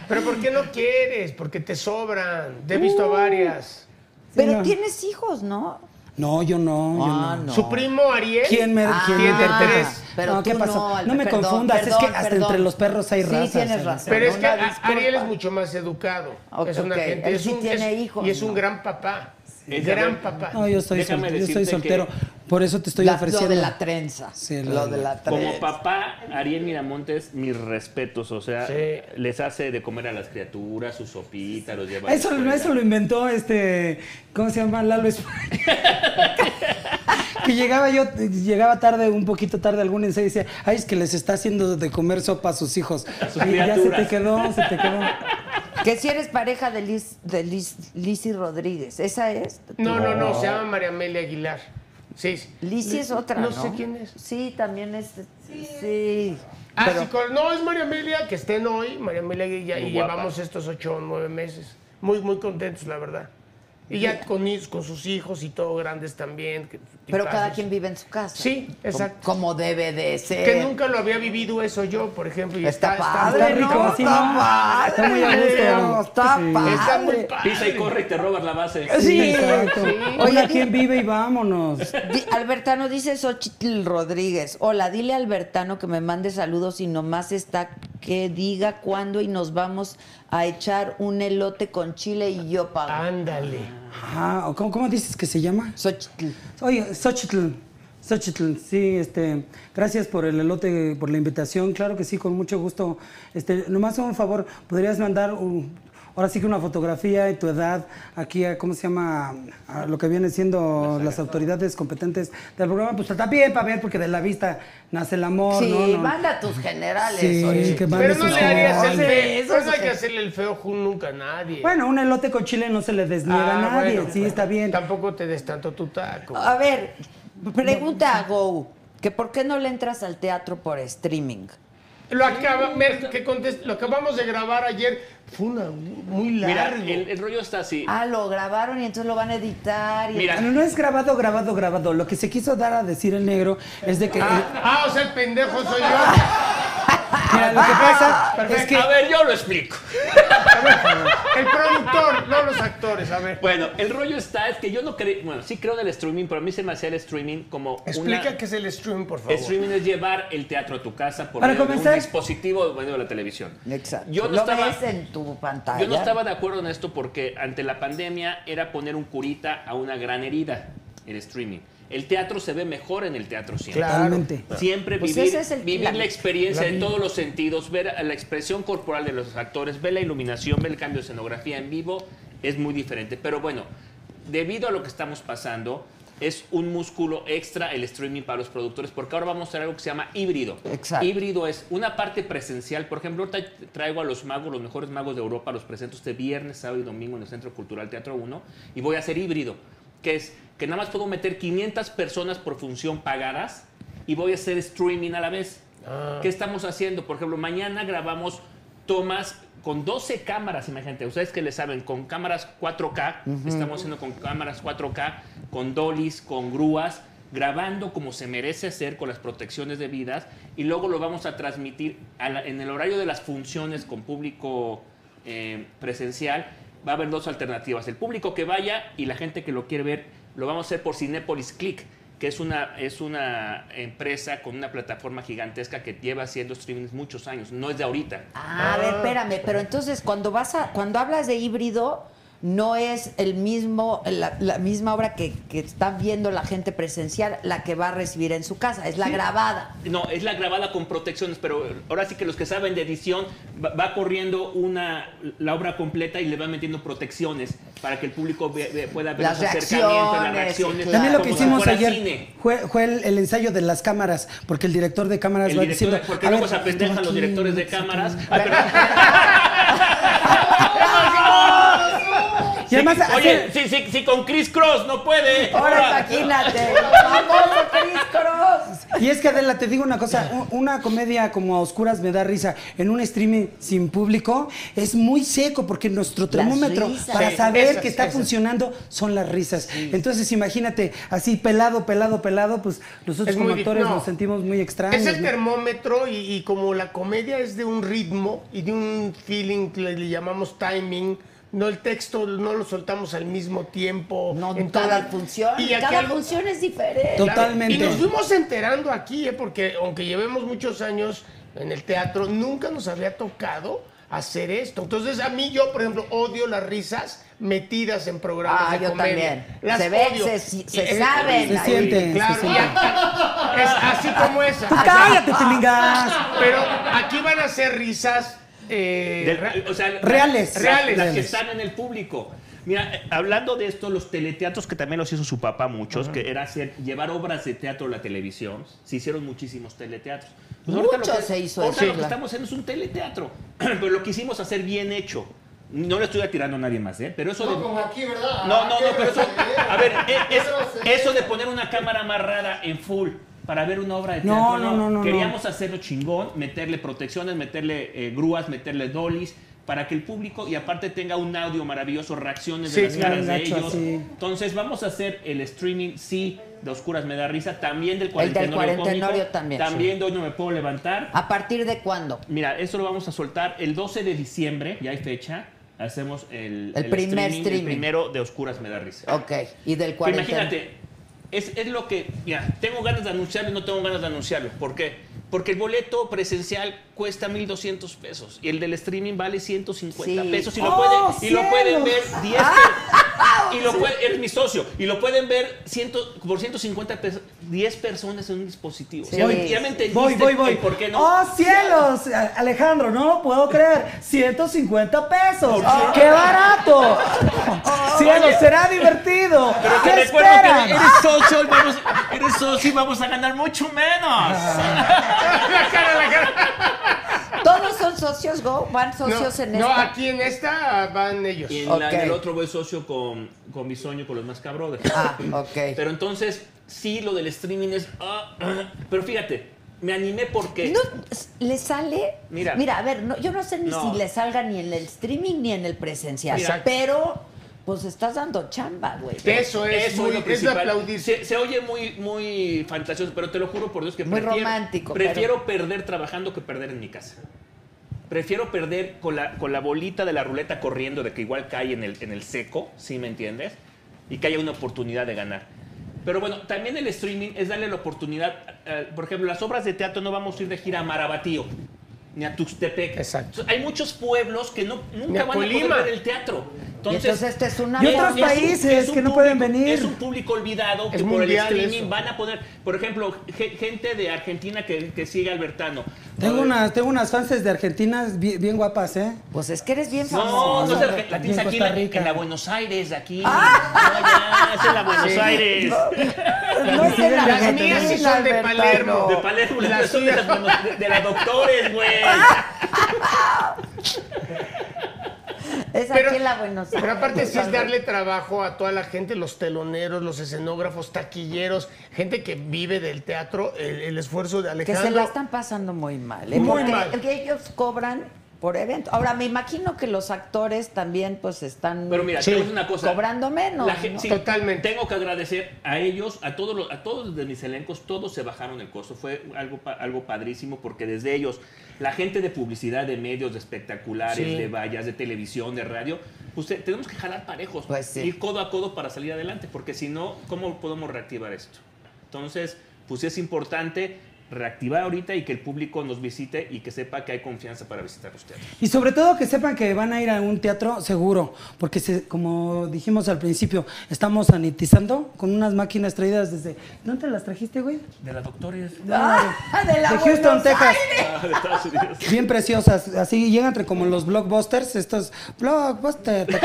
S6: Pero ¿por qué no quieres? Porque te sobran. Te he visto a
S1: Uh.
S6: varias.
S1: Pero
S8: no.
S1: tienes hijos, ¿no?
S8: No, yo no, yo
S1: Ah,
S8: no.
S1: no.
S6: Su primo Ariel.
S8: ¿Quién me
S1: Ah,
S8: quién me
S6: Tiene
S8: interpreta?
S6: tres.
S1: pero
S8: no, ¿qué
S1: tú
S8: pasó? No,
S1: Albe-
S8: me
S1: perdón,
S8: confundas, es que
S1: perdón,
S8: hasta
S1: perdón.
S8: entre los perros hay
S1: Sí,
S8: razas.
S1: tienes
S8: Albe-
S1: razón.
S6: Pero es que
S1: Una
S6: a-
S1: disculpa.
S6: Ariel es mucho más educado.
S1: Ok,
S6: es una
S1: ok.
S6: gente.
S1: Él
S6: es
S1: sí
S6: un,
S1: tiene
S6: es-
S1: hijos,
S6: Y es
S1: ¿no?
S6: un gran papá.
S7: Es
S6: Gran
S7: verdad.
S6: papá.
S8: No, yo soy,
S7: Déjame
S8: soltero, yo soy
S7: decirte
S8: soltero. Por eso te estoy
S1: La- lo
S8: ofreciendo.
S1: de la trenza.
S8: Sí,
S1: lo,
S8: lo
S1: de
S8: de-
S1: la trenza.
S7: Como papá, Ariel Miramontes, mis respetos. O sea,
S6: Sí.
S7: les hace de comer a las criaturas, su sopita, los lleva. a la
S8: Eso,
S7: escuela.
S8: eso lo inventó este, ¿cómo se llama? Lalo España. (laughs) que llegaba yo, llegaba tarde, un poquito tarde algún ensayo y decía, ay, es que les está haciendo de comer sopa a sus hijos.
S7: A sus
S8: y ya se te
S7: criaturas.
S8: quedó, se te quedó.
S1: Que si eres pareja de Liz, de Liz, Lizzy Rodríguez. ¿Esa es?
S6: No, no, no. Se llama María Amelia Aguilar. Sí. sí.
S1: Lizzy es otra, ¿no?
S6: No sé quién es.
S1: Sí, también es... Sí.
S6: Ah,
S1: Pero-
S6: sí, con- no, es María Amelia, que estén hoy, María Amelia y, ya-
S7: Muy
S6: y
S7: guapa.
S6: llevamos estos ocho o nueve meses. Muy, muy contentos, la verdad. Y ya con, is- con sus hijos y todo grandes también. que- que
S1: Pero cada
S6: pasos.
S1: quien vive en su casa.
S6: Sí, exacto.
S1: Como debe de ser.
S6: Que nunca lo había vivido eso yo, por ejemplo. Y
S1: Eh, Está,
S8: está
S1: padre,
S8: rico,
S1: ¿no?
S8: sí,
S1: Está
S8: ¿no?
S1: padre.
S8: Está muy a gusto,
S1: ¿no?
S8: ¿no?
S1: Está
S8: Sí.
S1: padre.
S6: Está muy padre.
S7: Pisa y corre y te robas la base.
S1: Sí.
S8: exacto.
S1: Oye,
S8: Hola, ¿quién vive y vámonos?
S1: Di- Albertano dice Xochitl Rodríguez. Hola, dile a Albertano que me mande saludos y nomás está que diga cuándo y nos vamos a echar un elote con chile y yo pago.
S6: Ah. Ándale.
S8: Ajá, ¿o ¿cómo, ¿cómo dices que se llama?
S1: Xochitl.
S8: Oye, Xochitl. Xochitl, sí, este, gracias por el elote, por la invitación, claro que sí, con mucho gusto. Este, nomás un favor, ¿podrías mandar un- ahora sí que una fotografía de tu edad aquí a, ¿cómo se llama? A lo que vienen siendo las autoridades competentes del programa, pues está bien para ver, porque de la vista nace el amor,
S1: sí,
S8: ¿no? No,
S1: manda a tus generales.
S8: Sí,
S1: Xochitl.
S8: que mande
S6: Pero no
S8: sus
S6: le harías el
S8: generales.
S6: feo.
S1: Eso
S6: pero no
S1: es-
S6: hay que hacerle el feo Jun, nunca a nadie.
S8: Bueno, un elote con chile no se le desniega
S6: Ah,
S8: a nadie,
S6: bueno,
S8: sí,
S6: bueno.
S8: está bien.
S6: Tampoco te des tanto tu taco.
S1: A ver, pregunta a Go, que por qué no le entras al teatro por streaming.
S6: Lo, acaba- Mer, que contest- lo acabamos de grabar ayer. Fue una, muy
S7: Mira,
S6: largo.
S7: el, el rollo está así.
S1: Ah, lo grabaron y entonces lo van a editar. Y
S7: Mira.
S8: No, no es grabado, grabado, grabado. Lo que se quiso dar a decir el negro es de que. eh,
S6: Ah, o sea, el pendejo soy yo.
S8: mira, lo que pasa
S6: ah, perfecto.
S8: es que.
S7: A ver, yo lo explico.
S6: El productor, no los actores. A ver.
S7: Bueno, el rollo está es que yo no creo, bueno, sí creo del streaming, pero a mí se me hacía el streaming como
S6: Explica
S7: una...
S6: qué es el stream, por favor.
S7: Streaming es llevar el teatro a tu casa por
S8: Para
S7: medio de
S8: comenzar-
S7: un dispositivo o medio de la televisión.
S1: Exacto.
S7: Yo no
S1: lo
S7: estaba-
S1: ves en tu pantalla.
S7: Yo no estaba de acuerdo en esto porque ante la pandemia era poner un curita a una gran herida, el streaming. El teatro se ve mejor en el teatro siempre.
S8: Totalmente.
S7: Siempre
S1: Pues
S7: vivir,
S1: ese es el-
S7: vivir
S1: la-
S7: la, experiencia en todos los sentidos, ver la expresión corporal de los actores, ver la iluminación, ver el cambio de escenografía en vivo, es muy diferente. Pero bueno, debido a lo que estamos pasando, es un músculo extra el streaming para los productores, porque ahora vamos a hacer algo que se llama híbrido.
S1: Exacto.
S7: Híbrido es una parte presencial. Por ejemplo, ahorita traigo a los magos, los mejores magos de Europa, los presento este viernes, sábado y domingo en el Centro Cultural Teatro 1, y voy a hacer híbrido, que es que nada más puedo meter 500 personas por función pagadas y voy a hacer streaming a la vez. ¿Qué estamos haciendo? Por ejemplo, mañana grabamos tomas con 12 cámaras, imagínate, ustedes que le saben, con cámaras 4K, estamos haciendo con cámaras 4K, con dolis, con grúas, grabando como se merece hacer con las protecciones debidas y luego lo vamos a transmitir a la- en el horario de las funciones con público eh, presencial. Va a haber dos alternativas, el público que vaya y la gente que lo quiere ver, lo vamos a hacer por Cinépolis Click que es una, es una empresa con una plataforma gigantesca que lleva haciendo streamings muchos años, no es de ahorita.
S1: Ah, a ver, espérame, pero entonces cuando vas a, cuando hablas de híbrido, no es el mismo, la, la misma obra que, que está viendo la gente presencial, la que va a recibir en su casa, es la grabada.
S7: No, es la grabada con protecciones, pero ahora sí que los que saben de edición va, va corriendo una, la obra completa y le va metiendo protecciones para que el público ve- ve- pueda ver
S1: Las
S7: los acercamientos, las
S1: reacciones,
S7: reacciones.
S1: sí, claro.
S8: También lo que
S7: como si
S8: hicimos
S7: fuera
S8: ayer
S7: cine.
S8: fue, fue el, el ensayo de las cámaras, porque el director de cámaras
S7: El
S8: va
S7: director-
S8: diciendo.
S7: porque
S8: "A
S7: luego
S8: ver,
S7: se apendejan
S8: tú
S7: los
S8: aquí,
S7: directores de
S8: tú acá".
S7: cámaras.
S8: Y además,
S7: Oye,
S8: hace-
S7: si, si, si con Chris Cross no puede. (laughs)
S1: Ahora imagínate, famoso Chris Cross.
S8: y es que Adela, te digo una cosa: u- una comedia como a oscuras me da risa. En un streaming sin público es muy seco, porque nuestro termómetro
S1: risas.
S8: para
S1: Sí,
S8: saber
S6: esas,
S8: que está
S6: esas.
S8: funcionando son las risas. Entonces, imagínate, así pelado, pelado, pelado, pues nosotros
S6: Es
S8: como
S6: muy dif-
S8: actores
S6: no.
S8: nos sentimos muy extraños.
S6: Es el
S8: ¿no?
S6: termómetro y, y como la comedia es de un ritmo y de un feeling que le, le llamamos timing, no el texto no lo soltamos al mismo tiempo.
S1: No,
S6: en
S1: cada
S6: todo-
S1: función,
S6: Y aquí
S1: cada
S6: algo-
S1: función es diferente.
S6: Claro,
S8: Totalmente.
S6: Y nos fuimos enterando aquí, ¿eh? porque aunque llevemos muchos años en el teatro, nunca nos había tocado hacer esto. Entonces, a mí yo, por ejemplo, odio las risas metidas en programas
S1: Ah,
S6: de
S1: yo
S6: comedia.
S1: también.
S6: Las
S1: Se ven,
S6: odio.
S1: se si- se
S6: Y- eh,
S1: saben
S8: Se ahí. sienten,
S6: Claro,
S8: se
S6: y
S8: sienten.
S6: acá- es así como esa.
S1: (laughs)
S8: Tú
S6: O sea,
S8: Pues cállate, Tilingas.
S6: Pero aquí van a ser risas eh,
S7: Del- o sea, la-
S8: Reales.
S7: la-
S6: Reales.
S7: Las que están en el público. Mira, eh, hablando de esto, los teleteatros que también los hizo su papá muchos, que era hacer, llevar obras de teatro a la televisión, se hicieron muchísimos teleteatros. Pues ahorita lo
S1: Mucho
S7: que-
S1: se hizo
S7: ahorita
S1: eso,
S7: lo que
S1: claro.
S7: estamos haciendo es un teleteatro, (clears throat) pero lo quisimos hacer bien hecho. No le estoy atirando a nadie más, ¿eh? Pero eso
S3: No,
S7: de-
S3: como aquí, ¿verdad?
S7: no, no, no, pero eso. A ver, eh, es-
S3: Grosero.
S7: eso de poner una cámara amarrada en full para ver una obra de
S8: No,
S7: teatro.
S8: no, no, no,
S7: Queríamos hacerlo chingón, meterle protecciones, meterle eh, grúas, meterle dolis. para que el público y aparte tenga un audio maravilloso, reacciones
S6: Sí,
S7: de las
S6: claro,
S7: caras de
S8: gacho,
S7: ellos.
S8: sí.
S7: Entonces vamos a hacer el streaming, sí, de Oscuras me da risa, también
S1: El
S7: del
S1: del
S7: cuarentenorio
S1: cuarentenorio
S7: cómico,
S1: también,
S7: También de hoy no me puedo levantar.
S1: ¿A partir de cuándo?
S7: Mira, eso lo vamos a soltar el 12 de diciembre, ya hay fecha. Hacemos el,
S1: El primer streaming.
S7: el primero de Oscuras me da risa.
S1: Ok. ¿Y del
S7: Pero
S1: cuarentena?
S7: imagínate, es, es lo que, mira, tengo ganas de anunciarlo y no tengo ganas de anunciarlo. ¿Por qué? Porque el boleto presencial cuesta 1.200 pesos y el del streaming vale 150
S1: Sí.
S7: pesos y lo,
S8: ¡Oh,
S7: pueden, y lo
S8: cielos!
S7: pueden ver 10 pe-
S1: Ah.
S7: Y lo puede- eres mi socio. Y lo pueden ver 100 por 150 pesos, 10 personas en un dispositivo.
S1: Sí.
S7: Ya me- ya me entendiste
S8: Voy, voy, voy.
S7: el ¿Por qué no?
S8: ¡Oh, cielos! A- Alejandro, no lo puedo creer. 150 pesos.
S7: Por
S8: ¡Qué
S7: (laughs)
S8: barato! ¡Cielos,
S7: Oye.
S8: será divertido!
S7: Pero te
S8: ¿Qué
S7: recuerdo
S8: esperan?
S7: que eres socio, y vamos, eres socio y vamos a ganar mucho
S1: Ah,
S7: menos.
S1: ¿Todos son socios, Go? ¿Van socios en
S6: no,
S1: esta?
S6: aquí en esta van ellos.
S7: Y en,
S1: Ok.
S7: la- en el otro voy socio con, con Bisoño, con los más cabrones.
S1: Ah, ok.
S7: Pero entonces, sí, lo del streaming es... ah, ah. pero fíjate, me animé porque...
S1: No, s- ¿Le sale?
S7: eh, Mira.
S1: a ver, no, yo no sé ni
S7: No.
S1: si le salga ni en el streaming ni en el presencial.
S7: Mira.
S1: Pero, pues estás dando chamba, güey.
S6: Eso es, muy,
S7: lo
S6: es de
S7: principal.
S6: aplaudirse.
S7: Se, se oye muy, muy fantasioso, pero te lo juro por Dios que
S1: Muy
S7: prefiero,
S1: romántico,
S7: prefiero perder trabajando que perder en mi casa. Prefiero perder con la, con la bolita de la ruleta corriendo, de que igual cae en el, en el seco, ¿sí me entiendes? Y que haya una oportunidad de ganar. Pero bueno, también el streaming es darle la oportunidad. eh, por ejemplo, las obras de teatro no vamos a ir de gira a Marabatío, ni a Tuxtepec.
S6: Exacto.
S7: Hay muchos pueblos que no,
S6: Ni
S7: nunca
S6: a
S7: van a poder
S6: Colima.
S7: ver el teatro.
S1: Y
S7: Entonces,
S1: entonces, esta es una
S8: Y otros
S1: forma-
S7: un-
S8: países
S7: un
S8: que no pueden
S7: público-
S8: venir.
S7: Es un público olvidado que
S6: Es
S7: por el
S6: mundial
S7: streaming
S6: eso.
S7: van a poner. Por ejemplo, ge- gente de Argentina que, que sigue a Albertano.
S8: Tengo
S7: Eh,
S8: unas, tengo unas fans de Argentina bien, bien guapas, ¿eh?
S1: Pues es que eres bien famoso.
S7: No, no,
S8: no,
S7: es
S8: no,
S7: Arge- la tienes
S8: aquí
S7: aquí
S8: en
S7: en
S8: Costa
S7: la,
S8: Rica.
S7: en la Buenos Aires,
S8: (laughs)
S7: aquí. No, ya, es en la Buenos Aires.
S1: No es en
S6: Las
S1: Argentina,
S6: mías sí
S1: es en
S6: son de
S1: Albertano.
S6: Palermo.
S7: De Palermo, las
S6: Las
S7: son de,
S6: suyas.
S7: las Buenos- de- de las doctores, güey.
S8: (laughs)
S1: Es aquí
S6: Pero-
S1: en la Buenos Aires.
S6: Pero aparte sí es darle trabajo a toda la gente, los teloneros, los escenógrafos, taquilleros, gente que vive del teatro, el, el esfuerzo de
S1: Que
S6: Alejandro.
S1: se la están pasando muy mal. ¿eh?
S6: Muy
S1: Porque
S6: mal.
S1: ellos cobran por evento. Ahora, me imagino que los actores también pues están
S7: Pero mira,
S6: Sí.
S7: te voy a decir una cosa.
S1: cobrando menos.
S7: La gen-
S1: ¿no?
S7: sí,
S6: Totalmente.
S7: Tengo que agradecer a ellos, a todos los, a todos de mis elencos, todos se bajaron el costo. Fue algo, pa- algo padrísimo porque desde ellos, la gente de publicidad, de medios, de espectaculares,
S6: Sí.
S7: de vallas, de televisión, de radio, pues te- tenemos que jalar parejos,
S1: Pues sí.
S7: ir codo a codo para salir adelante, porque si no, ¿cómo podemos reactivar esto? Entonces, pues es importante reactivar ahorita y que el público nos visite y que sepa que hay confianza para visitar ustedes.
S8: Y sobre todo que sepan que van a ir a un teatro seguro, porque se- como dijimos al principio, estamos sanitizando con unas máquinas traídas desde... ¿Dónde las trajiste, güey?
S7: De las doctores (laughs)
S1: Ah, de la
S8: Houston,
S1: Buenos
S8: Texas.
S7: Ah, de Estados Unidos.
S8: Bien preciosas, así llegan entre como los blockbusters, estos blockbusters,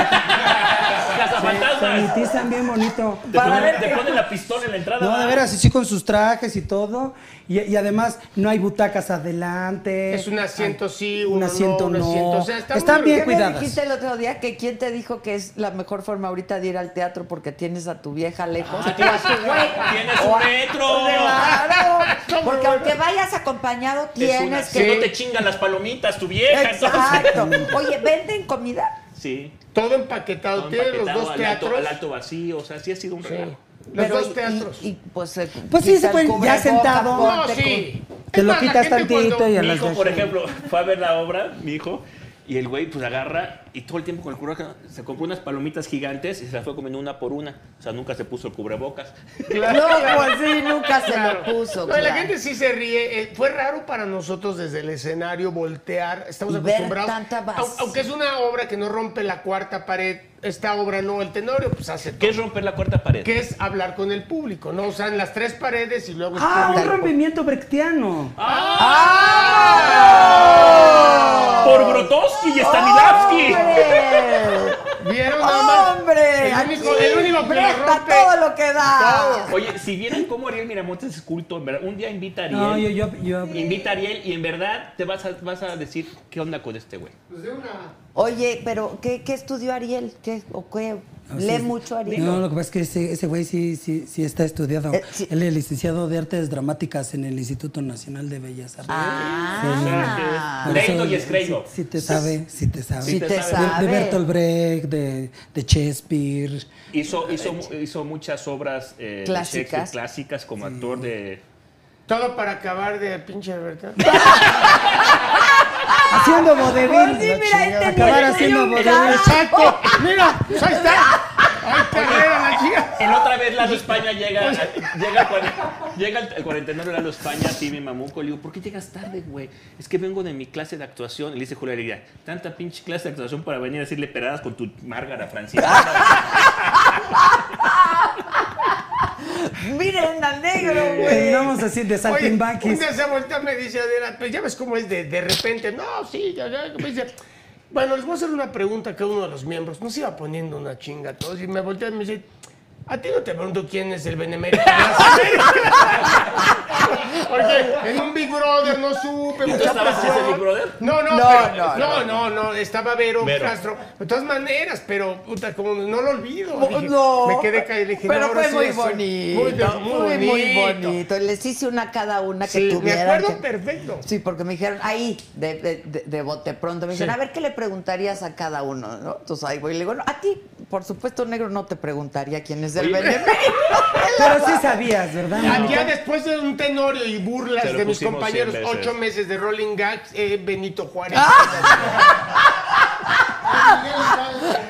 S7: Cazafantasmas.
S8: sanitizan bien bonito.
S7: Te ponen, te ponen la pistola en la entrada.
S8: No, de veras, sí, sí, con sus trajes y todo. Y, y además, no hay butacas adelante.
S6: Es un asiento sí,
S8: un
S6: uno no,
S8: asiento
S6: un
S8: no.
S6: asiento- o sea, está
S8: Están
S6: muy
S8: bien
S6: organizado.
S1: ¿Qué me
S8: cuidadas.
S1: dijiste el otro día que quién te dijo que es la mejor forma ahorita de ir al teatro porque tienes a tu vieja lejos?
S7: Ah, tienes- tienes un
S1: O a-
S7: metro.
S1: Claro, porque aunque vayas acompañado
S7: Es una-
S1: tienes
S7: que
S1: que
S7: no te chingan las palomitas tu vieja.
S1: Exacto. Oye, ¿venden comida?
S7: entonces. Sí.
S6: Todo empaquetado,
S7: todo
S6: tiene los
S7: empaquetado,
S6: dos
S7: al alto,
S6: teatros.
S7: al alto vacío, o sea, sí ha sido un
S6: Sí,
S7: regalo.
S6: Los
S1: Pero y-
S6: dos teatros.
S1: Y, y, pues, eh,
S8: Pues sí,
S1: quita
S8: se
S1: el
S8: pueden- ya
S1: cubrebocas,
S8: sentado.
S6: no,
S1: ponte
S6: sí.
S8: Te
S6: Es
S8: lo
S6: más, la
S8: quitas
S6: gente
S8: tantito
S6: cuando-
S8: y a
S7: Mi
S8: (laughs) las
S7: hijo,
S8: dos.
S7: por ejemplo, fue a ver la obra, mi hijo, y el güey pues agarra y todo el tiempo con el cubrebocas se compró unas palomitas gigantes y se las fue comiendo una por una. O sea, nunca se puso el cubrebocas.
S1: con- No, pues sí, nunca se
S6: Claro.
S1: lo puso.
S6: No,
S1: claro.
S6: La gente sí se ríe. Eh, fue raro para nosotros desde el escenario voltear. Estamos
S1: Y ver
S6: acostumbrados.
S1: tanta vas-
S6: Au- Aunque es una obra que no rompe la cuarta pared, esta obra no, el tenorio, pues hace todo.
S7: ¿Qué es romper la cuarta pared?
S6: Que es hablar con el público, ¿no? Usan las tres paredes y luego. es
S8: Ah, un
S6: público.
S8: rompimiento brechtiano.
S1: ¡Ah!
S6: ¡Ah!
S7: Por Grotowski y Stanislavski.
S1: ¡Hombre!
S6: ¿Vieron nada más?
S1: ¡Hombre!
S6: El único,
S1: Aquí,
S6: el único que lo
S1: presta
S6: rompe.
S1: todo lo que da.
S7: Oye, si vieran cómo Ariel Miramontes es culto, en verdad, un día invita a Ariel.
S8: No, yo, yo, yo.
S7: Invita a Ariel y en verdad te vas a, vas a decir qué onda con este güey.
S3: Pues de una.
S1: Oye, pero ¿qué, qué estudió Ariel? ¿Qué, o qué? ¿Lee
S8: Ah, Sí.
S1: mucho Ariel?
S8: No, lo que pasa es que ese ese güey sí, sí, sí está estudiado.
S1: Eh, sí.
S8: Él es licenciado de Artes Dramáticas en el Instituto Nacional de Bellas Artes.
S1: Ah,
S8: Por eso
S7: Leito y Escreigo.
S8: Sí, sí te sabe, sí te sabe.
S1: si
S7: te
S1: te
S7: sabe.
S8: De, de Bertolt
S1: sabe.
S8: Brecht, de, de Shakespeare.
S7: Hizo, hizo, mu- hizo muchas obras eh, de
S1: Clásicas.
S7: Shakespeare clásicas como actor de...
S6: Todo para acabar de pinche Alberto.
S8: Haciendo vodevil.
S1: Ah, Pues sí, mira, ahí tenía
S8: Acabar
S1: el
S8: haciendo
S1: tuyo,
S8: vodevil.
S6: ¡Exacto! ¡Mira! pues ¡Ahí está! ¡Ahí está! mira la chica!
S7: El otra vez Lalo España llega, llega, cuaren- llega el- el 49 Lalo España, así mi mamuco, le digo, ¿por qué llegas tarde, güey? Es que vengo de mi clase de actuación. Y le dice Julia Alegría, tanta pinche clase de actuación para venir a decirle peradas con tu Márgara
S1: Ah.
S7: Francisca.
S1: Miren al negro, güey.
S8: Terminamos así
S6: Oye,
S8: de
S6: un
S8: saltimbanquis.
S6: día se voltea me dice Adela, pues ya ves cómo es de, de repente. No, sí, ya, ya, me dice. Bueno, les voy a hacer una pregunta a cada uno de los miembros. Nos iba poniendo una chinga a todos y me voltea y me dice, a ti no te pregunto quién es el benemérito. de las Américas". (laughs) Porque en un Big Brother no supe. mucha
S7: estabas en ese
S6: presión.
S7: Big Brother?
S6: No, no,
S1: No,
S6: pero-
S1: no,
S6: no, no, no, estaba Vero,
S7: Vero.
S6: Castro. De todas maneras, pero puta, como no lo olvido.
S1: Bo-
S6: Dije,
S1: Oh, No,
S6: Me quedé caído y dije,
S1: pero
S6: no, ahora
S1: fue
S6: sí
S1: muy
S6: es un-
S1: bonito,
S6: muy,
S1: muy, muy,
S6: bonito.
S1: bonito. Y Les hice una a cada una que
S6: Sí, me
S1: tuvieran.
S6: acuerdo
S1: que-
S6: perfecto.
S1: Sí, porque me dijeron, ahí, de, de, de- de bote pronto, me dijeron, a ver qué le preguntarías a cada uno, ¿no? Entonces ahí voy y le digo, no, a ti, por supuesto, negro, no te preguntaría quién es el benemérito.
S6: (laughs)
S8: Pero sí sabías, ¿verdad?
S6: Ah,
S8: mamá?
S6: Ya después de un tenorio y burlas
S7: Se lo
S6: de mis
S7: pusimos
S6: compañeros,
S7: cien veces.
S6: ocho meses de Rolling Gags, eh, Benito Juárez.
S8: Ah.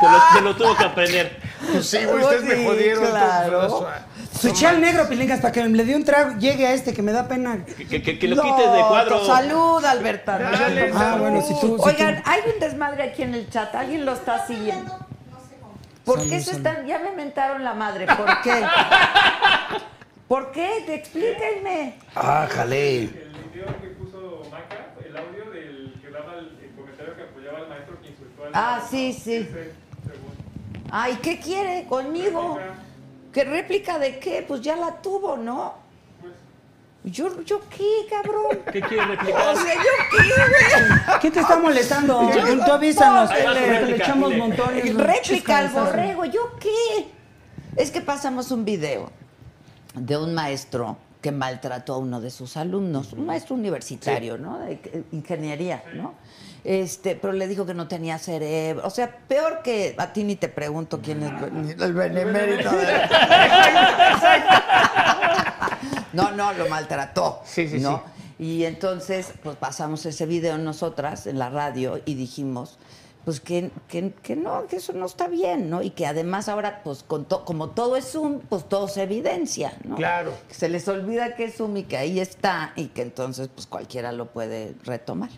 S7: Te lo, te lo tuvo que aprender.
S6: Pues (laughs) sí, güey, ustedes me
S1: Sí,
S6: jodieron.
S1: claro.
S6: todo, pero,
S8: Switché al negro, pilingas, para que le dé un trago. Llegue a este que me da pena.
S7: Que, que- que- que lo
S1: No,
S7: quites de cuadro.
S1: tu Salud, Alberta.
S6: Dale,
S8: pues, Ah, bueno, si tú. si tú-
S1: Oigan, hay un desmadre aquí en el chat, alguien lo está siguiendo. ¿Por qué se están? Ya me mentaron la madre, ¿por qué? ¿Por qué? Te- Explíquenme.
S9: Ah, jale.
S4: El video que puso Maca, el audio del que daba el, el comentario que apoyaba al maestro que insultó al
S1: Ah, sí, sí.
S4: Ese, según.
S1: Ay, ¿qué quiere conmigo? ¿Qué réplica de qué? Pues ya la tuvo, ¿no? Yo, yo qué, cabrón.
S7: ¿Qué quieres replicar?
S1: O sea, yo qué, güey.
S8: ¿Quién te está molestando? Tú avísanos.
S7: Ahí va su
S8: porque Le
S7: réplica,
S8: echamos
S7: dile.
S8: montones.
S1: réplica al
S8: chiscas, ¿sabes?
S1: borrego, ¿yo qué? Es que pasamos un video de un maestro que maltrató a uno de sus alumnos, un maestro universitario, ¿no? De eh, ingeniería, ¿no? Este, pero le dijo que no tenía cerebro. O sea, peor que a ti ni te pregunto quién es ben- el benemérito. (laughs) No, no, lo maltrató.
S6: Sí, sí,
S1: ¿no? Y entonces, pues pasamos ese video nosotras en la radio y dijimos, pues que, que, que no, que eso no está bien, ¿no? Y que además ahora, pues con to- como todo es Zoom, pues todo se evidencia, ¿no?
S6: Claro.
S1: Que se les olvida que es Zoom y que ahí está y que entonces, pues cualquiera lo puede retomar.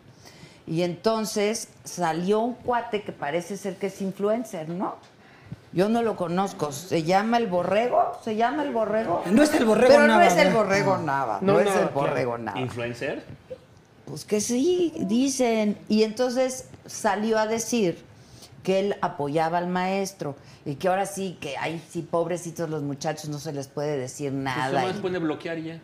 S1: Y entonces salió un cuate que parece ser que es influencer, ¿no? Yo no lo conozco. ¿Se llama el borrego? ¿Se llama el borrego?
S8: No es el borrego
S1: Pero
S8: Nava,
S1: no es el
S8: ¿verdad?
S1: borrego Nava. No,
S6: No,
S1: es
S6: no,
S1: el
S6: claro.
S1: borrego Nava.
S7: ¿Influencer?
S1: Pues que sí, dicen. Y entonces salió a decir que él apoyaba al maestro y que ahora sí, que ahí sí, pobrecitos los muchachos, no se les puede decir
S7: Pues
S1: nada.
S7: nomás
S1: Y
S7: pone bloquear y ya.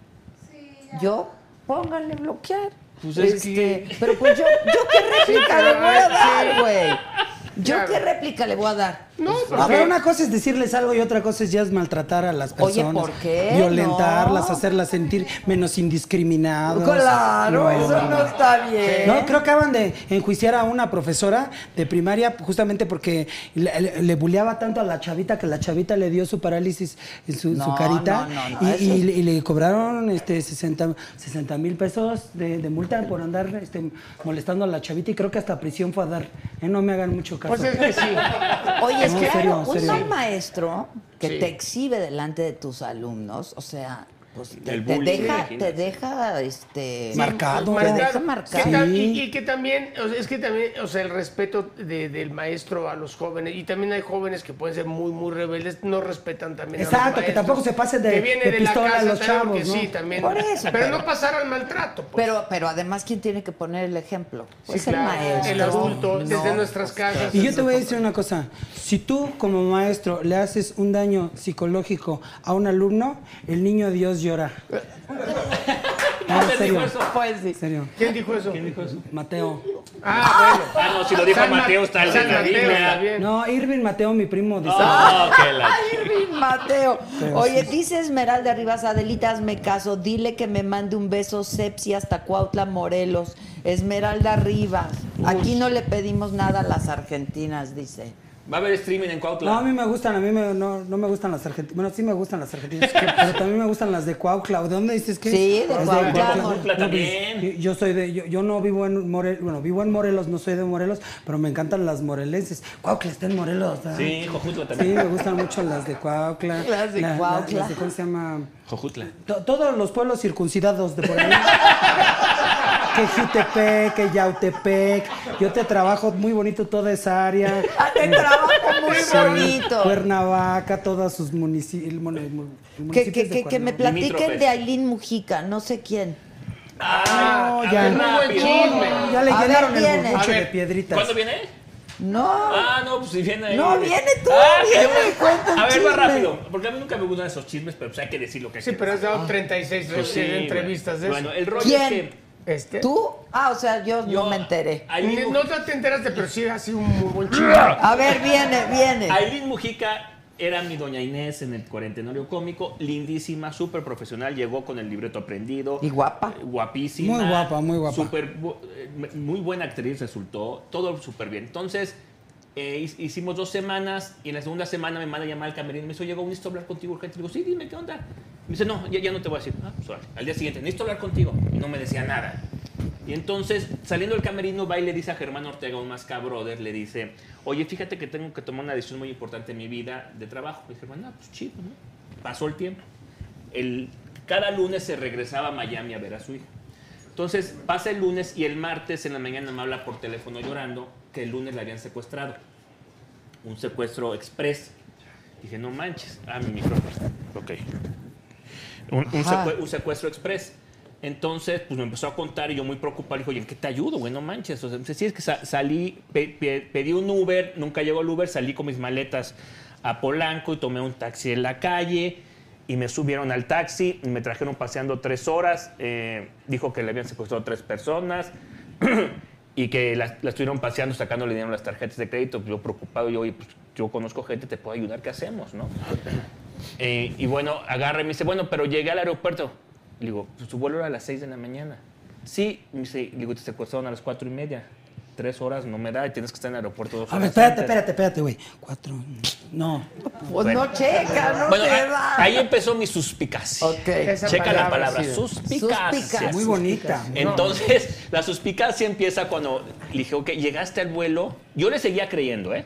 S1: Yo, pónganle bloquear.
S7: Pues es
S1: Este, Pero pues yo, ¿yo qué réplica le voy a dar, güey? ¿Yo
S6: Claro.
S1: qué réplica le voy a dar?
S6: no,
S8: A
S6: porque-
S8: ver, una cosa es decirles algo y otra cosa es ya es maltratar a las
S1: Oye,
S8: personas.
S1: ¿por qué?
S8: Violentarlas,
S1: No.
S8: hacerlas sentir menos indiscriminados.
S1: Claro,
S8: No,
S1: eso no está bien.
S8: No, creo que acaban de enjuiciar a una profesora de primaria justamente porque le, le- le buleaba tanto a la chavita que la chavita le dio su parálisis en su,
S1: No,
S8: su carita.
S1: no, no, no,
S8: y,
S1: eso-
S8: y le- y le cobraron este 60 mil pesos de, de multa por andar este, molestando a la chavita y creo que hasta prisión fue a dar. ¿eh? No me hagan mucho caso.
S6: Pues es que sí.
S1: Oye, es
S8: No, en
S1: claro,
S8: serio, en
S1: un
S8: serio.
S1: mal maestro que
S6: Sí.
S1: te exhibe delante de tus alumnos, o sea, pues te,
S7: El
S1: te
S7: bullying,
S1: deja, te
S7: imagínate.
S1: deja, este,
S8: Marcado.
S1: te
S8: Marcado.
S1: deja
S6: Que
S1: marcado.
S8: Sí.
S6: ta- y, y que también, o sea, es que también, o sea, el respeto de- del maestro a los jóvenes, y también hay jóvenes que pueden ser muy, muy rebeldes, no respetan también a los
S8: Exacto, que
S6: maestros.
S8: tampoco se pasen de-
S6: Que viene
S8: de
S6: la
S8: pistola a
S6: casa,
S8: los
S6: también,
S8: chavos,
S6: porque
S8: ¿no?
S6: Sí, también.
S1: Por eso,
S6: pero
S1: pero-
S6: no pasar al maltrato. pues.
S1: Pero, pero además, ¿quién tiene que poner el ejemplo?
S6: Sí,
S1: Pues
S6: claro,
S1: el maestro.
S6: el adulto, desde
S1: No.
S6: nuestras casas.
S8: Y yo te voy a decir una cosa, si tú como maestro le haces
S1: (laughs)
S8: un daño psicológico a un alumno, el niño Dios llora. No, en
S7: ¿Quién dijo
S8: serio.
S7: eso?
S1: Pues sí.
S8: En serio.
S6: ¿Quién dijo eso?
S8: Mateo.
S6: Ah, bueno.
S7: Ah, no, si lo dijo
S6: San Mat-
S7: Mateo, está
S6: San
S7: en la
S6: Mateo, está
S7: Biblia.
S6: bien.
S8: No, Irving Mateo, mi primo, dice.
S1: Ah,
S7: Oh, qué la-
S1: Irving Mateo. Oye, dice Esmeralda Rivas, Adelita, hazme caso. Dile que me mande un beso sepsi hasta Cuautla, Morelos. Esmeralda Rivas. Aquí no le pedimos nada a las argentinas, dice.
S7: Va a haber streaming en
S8: No, a
S7: Cuautla.
S8: mí me gustan, a mí me- no, no me gustan las argentinas. Bueno, sí me gustan las argentinas, (laughs) pero también me gustan las de Cuauhtla. ¿De dónde dices que?
S1: Sí, de
S8: Es
S1: Cuautla,
S8: Cuautla.
S7: Cuautla
S8: No,
S7: también.
S8: pues, yo, yo soy de, yo, yo no vivo en Morelos, bueno, vivo en Morelos, no soy de Morelos, pero me encantan las morelenses. Cuauhtla está en Morelos. ¿verdad?
S7: Sí, Jojutla
S8: Sí,
S7: también.
S8: me gustan mucho las de Cuauhtla.
S1: (laughs) Las de
S8: La- la-
S1: Cuautla.
S8: las de- ¿Cómo se llama?
S7: Jojutla.
S8: To- todos los pueblos circuncidados de por
S1: (laughs)
S8: ahí. que Jutepec, que Yautepec. Yo te trabajo muy bonito toda esa área.
S1: Ah, te trabajo muy
S8: Sí,
S1: bonito.
S8: Cuernavaca, todos sus munici- el mon- el mun- el municipios.
S1: Que, que- que-
S8: de
S1: que me
S8: Cuernavaca.
S1: platiquen
S7: Limítrofes.
S1: de Aileen Mujica, no sé quién.
S7: Ah,
S8: No,
S7: a
S8: ya.
S7: ver,
S8: Muy
S7: rápido.
S6: buen chisme.
S8: Ya le
S1: A ver,
S8: llenaron
S1: viene.
S8: el
S7: A
S8: borbuche de
S7: ver,
S8: piedritas.
S7: ¿Cuándo viene?
S1: No.
S7: Ah, no, pues si viene ahí.
S1: No, viene tú,
S7: que
S1: viene,
S7: yo-
S1: cuenta un
S7: A ver, va
S1: chisme.
S7: rápido. Porque a mí nunca me gustan esos chismes, pero pues hay que decir lo que hay
S6: Sí,
S7: que
S6: pero has
S7: decir.
S6: dado 36
S7: Pues sí, güey.
S6: entrevistas de eso.
S7: Bueno, el rollo
S1: ¿Quién?
S7: es que.
S6: Este,
S1: ¿Tú? Ah, o sea, yo, no me enteré.
S6: Ni-
S7: Aileen,
S6: No
S7: Mujica,
S6: te enteraste, pero sí ha sido un muy buen chisme.
S1: A ver, viene, viene.
S7: Aileen Mujica era mi doña Inés en el cuarentenario cómico, lindísima, súper profesional, llegó con el libreto aprendido.
S1: Y guapa.
S7: Guapísima.
S8: Muy guapa, muy guapa.
S7: súper bu- eh, muy buena actriz resultó, todo súper bien. Entonces, eh, hi- hicimos dos semanas y en la segunda semana me manda a llamar al camerino y me dice, oye, Gabo, necesito hablar contigo urgente. Le digo, sí, dime, ¿qué onda? Me dice, no, ya, ya no te voy a decir. Ah, pues, órale. Al día siguiente, necesito hablar contigo. Y no me decía nada. Y entonces, saliendo del camerino, va y le dice a Germán Ortega, un más brother, le dice, oye, fíjate que tengo que tomar una decisión muy importante en mi vida de trabajo. Y Germán, ah, pues chido, ¿no? Pasó el tiempo. El, cada lunes se regresaba a Miami a ver a su hija. Entonces pasa el lunes y el martes en la mañana me habla por teléfono llorando que el lunes la habían secuestrado. Un secuestro express. Dije, no manches. Ah, mi micrófono. Ok. Un, un
S1: Ajá.
S7: secue- un secuestro express. Entonces, pues me empezó a contar y yo muy preocupado. Dijo, oye, ¿en qué te ayudo, güey? No manches. O sea, me dice, sí, es que sa- salí, pe- pe- pedí un Uber, nunca llegó el Uber, salí con mis maletas a Polanco y tomé un taxi en la calle y me subieron al taxi y me trajeron paseando tres horas. Eh, dijo que le habían secuestrado tres personas y que la, la estuvieron paseando, sacándole dinero a las tarjetas de crédito. Yo preocupado, yo, oye, pues yo conozco gente, te puedo ayudar, ¿qué hacemos, no? Eh, y bueno, agarra y me dice, bueno, pero llegué al aeropuerto. Le digo, pues tu vuelo era a las 6 de la mañana. Sí, me dice, le digo, te secuestraron a las 4 y media. Tres horas no me da y tienes que estar en el aeropuerto dos
S8: A ver,
S7: horas
S8: espérate,
S7: antes".
S8: espérate, espérate, güey. Cuatro. No.
S1: Pues
S7: Bueno.
S1: no checa, no
S7: Bueno,
S1: te
S7: a-
S1: da.
S7: ahí empezó mi suspicacia.
S1: Ok.
S6: Esa
S7: Checa
S6: palabra,
S7: la palabra,
S6: sí.
S7: suspicacia.
S1: Suspicacia.
S8: Muy bonita.
S7: Entonces, la suspicacia empieza cuando le dije, ok, llegaste al vuelo. Yo le seguía creyendo, ¿eh?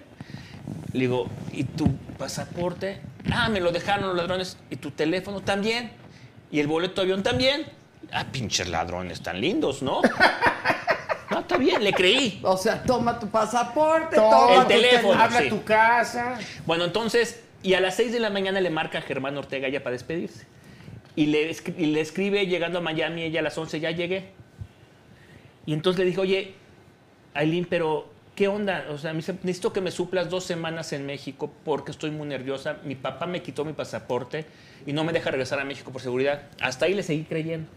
S7: Le digo, ¿y tu pasaporte? Ah, me lo dejaron los ladrones. ¿Y tu teléfono también? ¿Y el boleto de avión también? Ah, pinches ladrones tan lindos, ¿no? (laughs) No, está bien, le creí.
S1: O sea, toma tu pasaporte,
S6: Toma
S1: toma
S7: El
S1: tu
S7: teléfono.
S6: Habla
S7: sí.
S6: tu casa.
S7: Bueno, entonces, y a las 6 de la mañana le marca Germán Ortega ya para despedirse. Y le, escri- y le escribe llegando a Miami, ella a las 11, ya llegué. Y entonces le dije, oye, Aileen, pero ¿qué onda? O sea, me dice, necesito que me suplas dos semanas en México porque estoy muy nerviosa. Mi papá me quitó mi pasaporte y no me deja regresar a México por seguridad. Hasta ahí le seguí creyendo.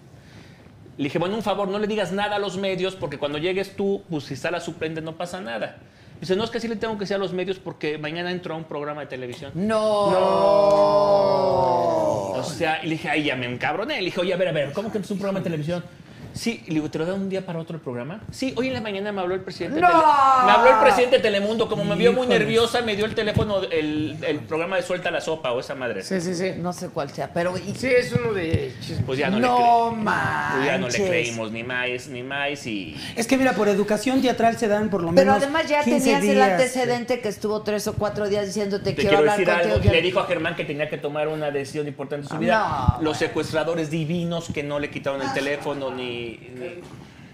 S7: Le dije, bueno, un favor, no le digas nada a los medios porque cuando llegues tú, pues si está la suplente no pasa nada. Dice, no, es que sí le tengo que decir a los medios porque mañana entró a un programa de televisión.
S1: No.
S7: O sea, y le dije, ay, ya me encabroné. Le dije, oye, a ver, a ver, ¿cómo que no es un programa de televisión? Sí, y le digo, ¿te lo da un día para otro el programa? Sí, hoy en la mañana me habló el presidente. de
S1: ¡No!
S7: Tele- Me habló el presidente de Telemundo, como me vio muy
S8: Híjole.
S7: nerviosa, me dio el teléfono, el, el programa de Suelta la Sopa o esa madre.
S6: Sí, sí, sí.
S1: No sé cuál sea, pero. y-
S6: Sí, es uno de chismes.
S7: Pues ya no, le creí.
S1: no manches.
S7: Pues ya no le creímos ni más, ni más y...
S8: Es que mira, por educación teatral se dan por lo
S1: Pero
S8: menos.
S1: además ya
S8: 15
S1: tenías el
S8: días.
S1: antecedente que estuvo tres o cuatro días diciéndote
S7: Te
S1: quiero
S7: quiero
S1: hablar
S7: decir
S1: contigo.
S7: algo.
S1: quiero-
S7: Le dijo a Germán que tenía que tomar una decisión importante en su
S1: Ah,
S7: vida.
S1: no, Ah.
S7: Los
S1: bueno.
S7: secuestradores divinos que no le quitaron el teléfono ni. ni-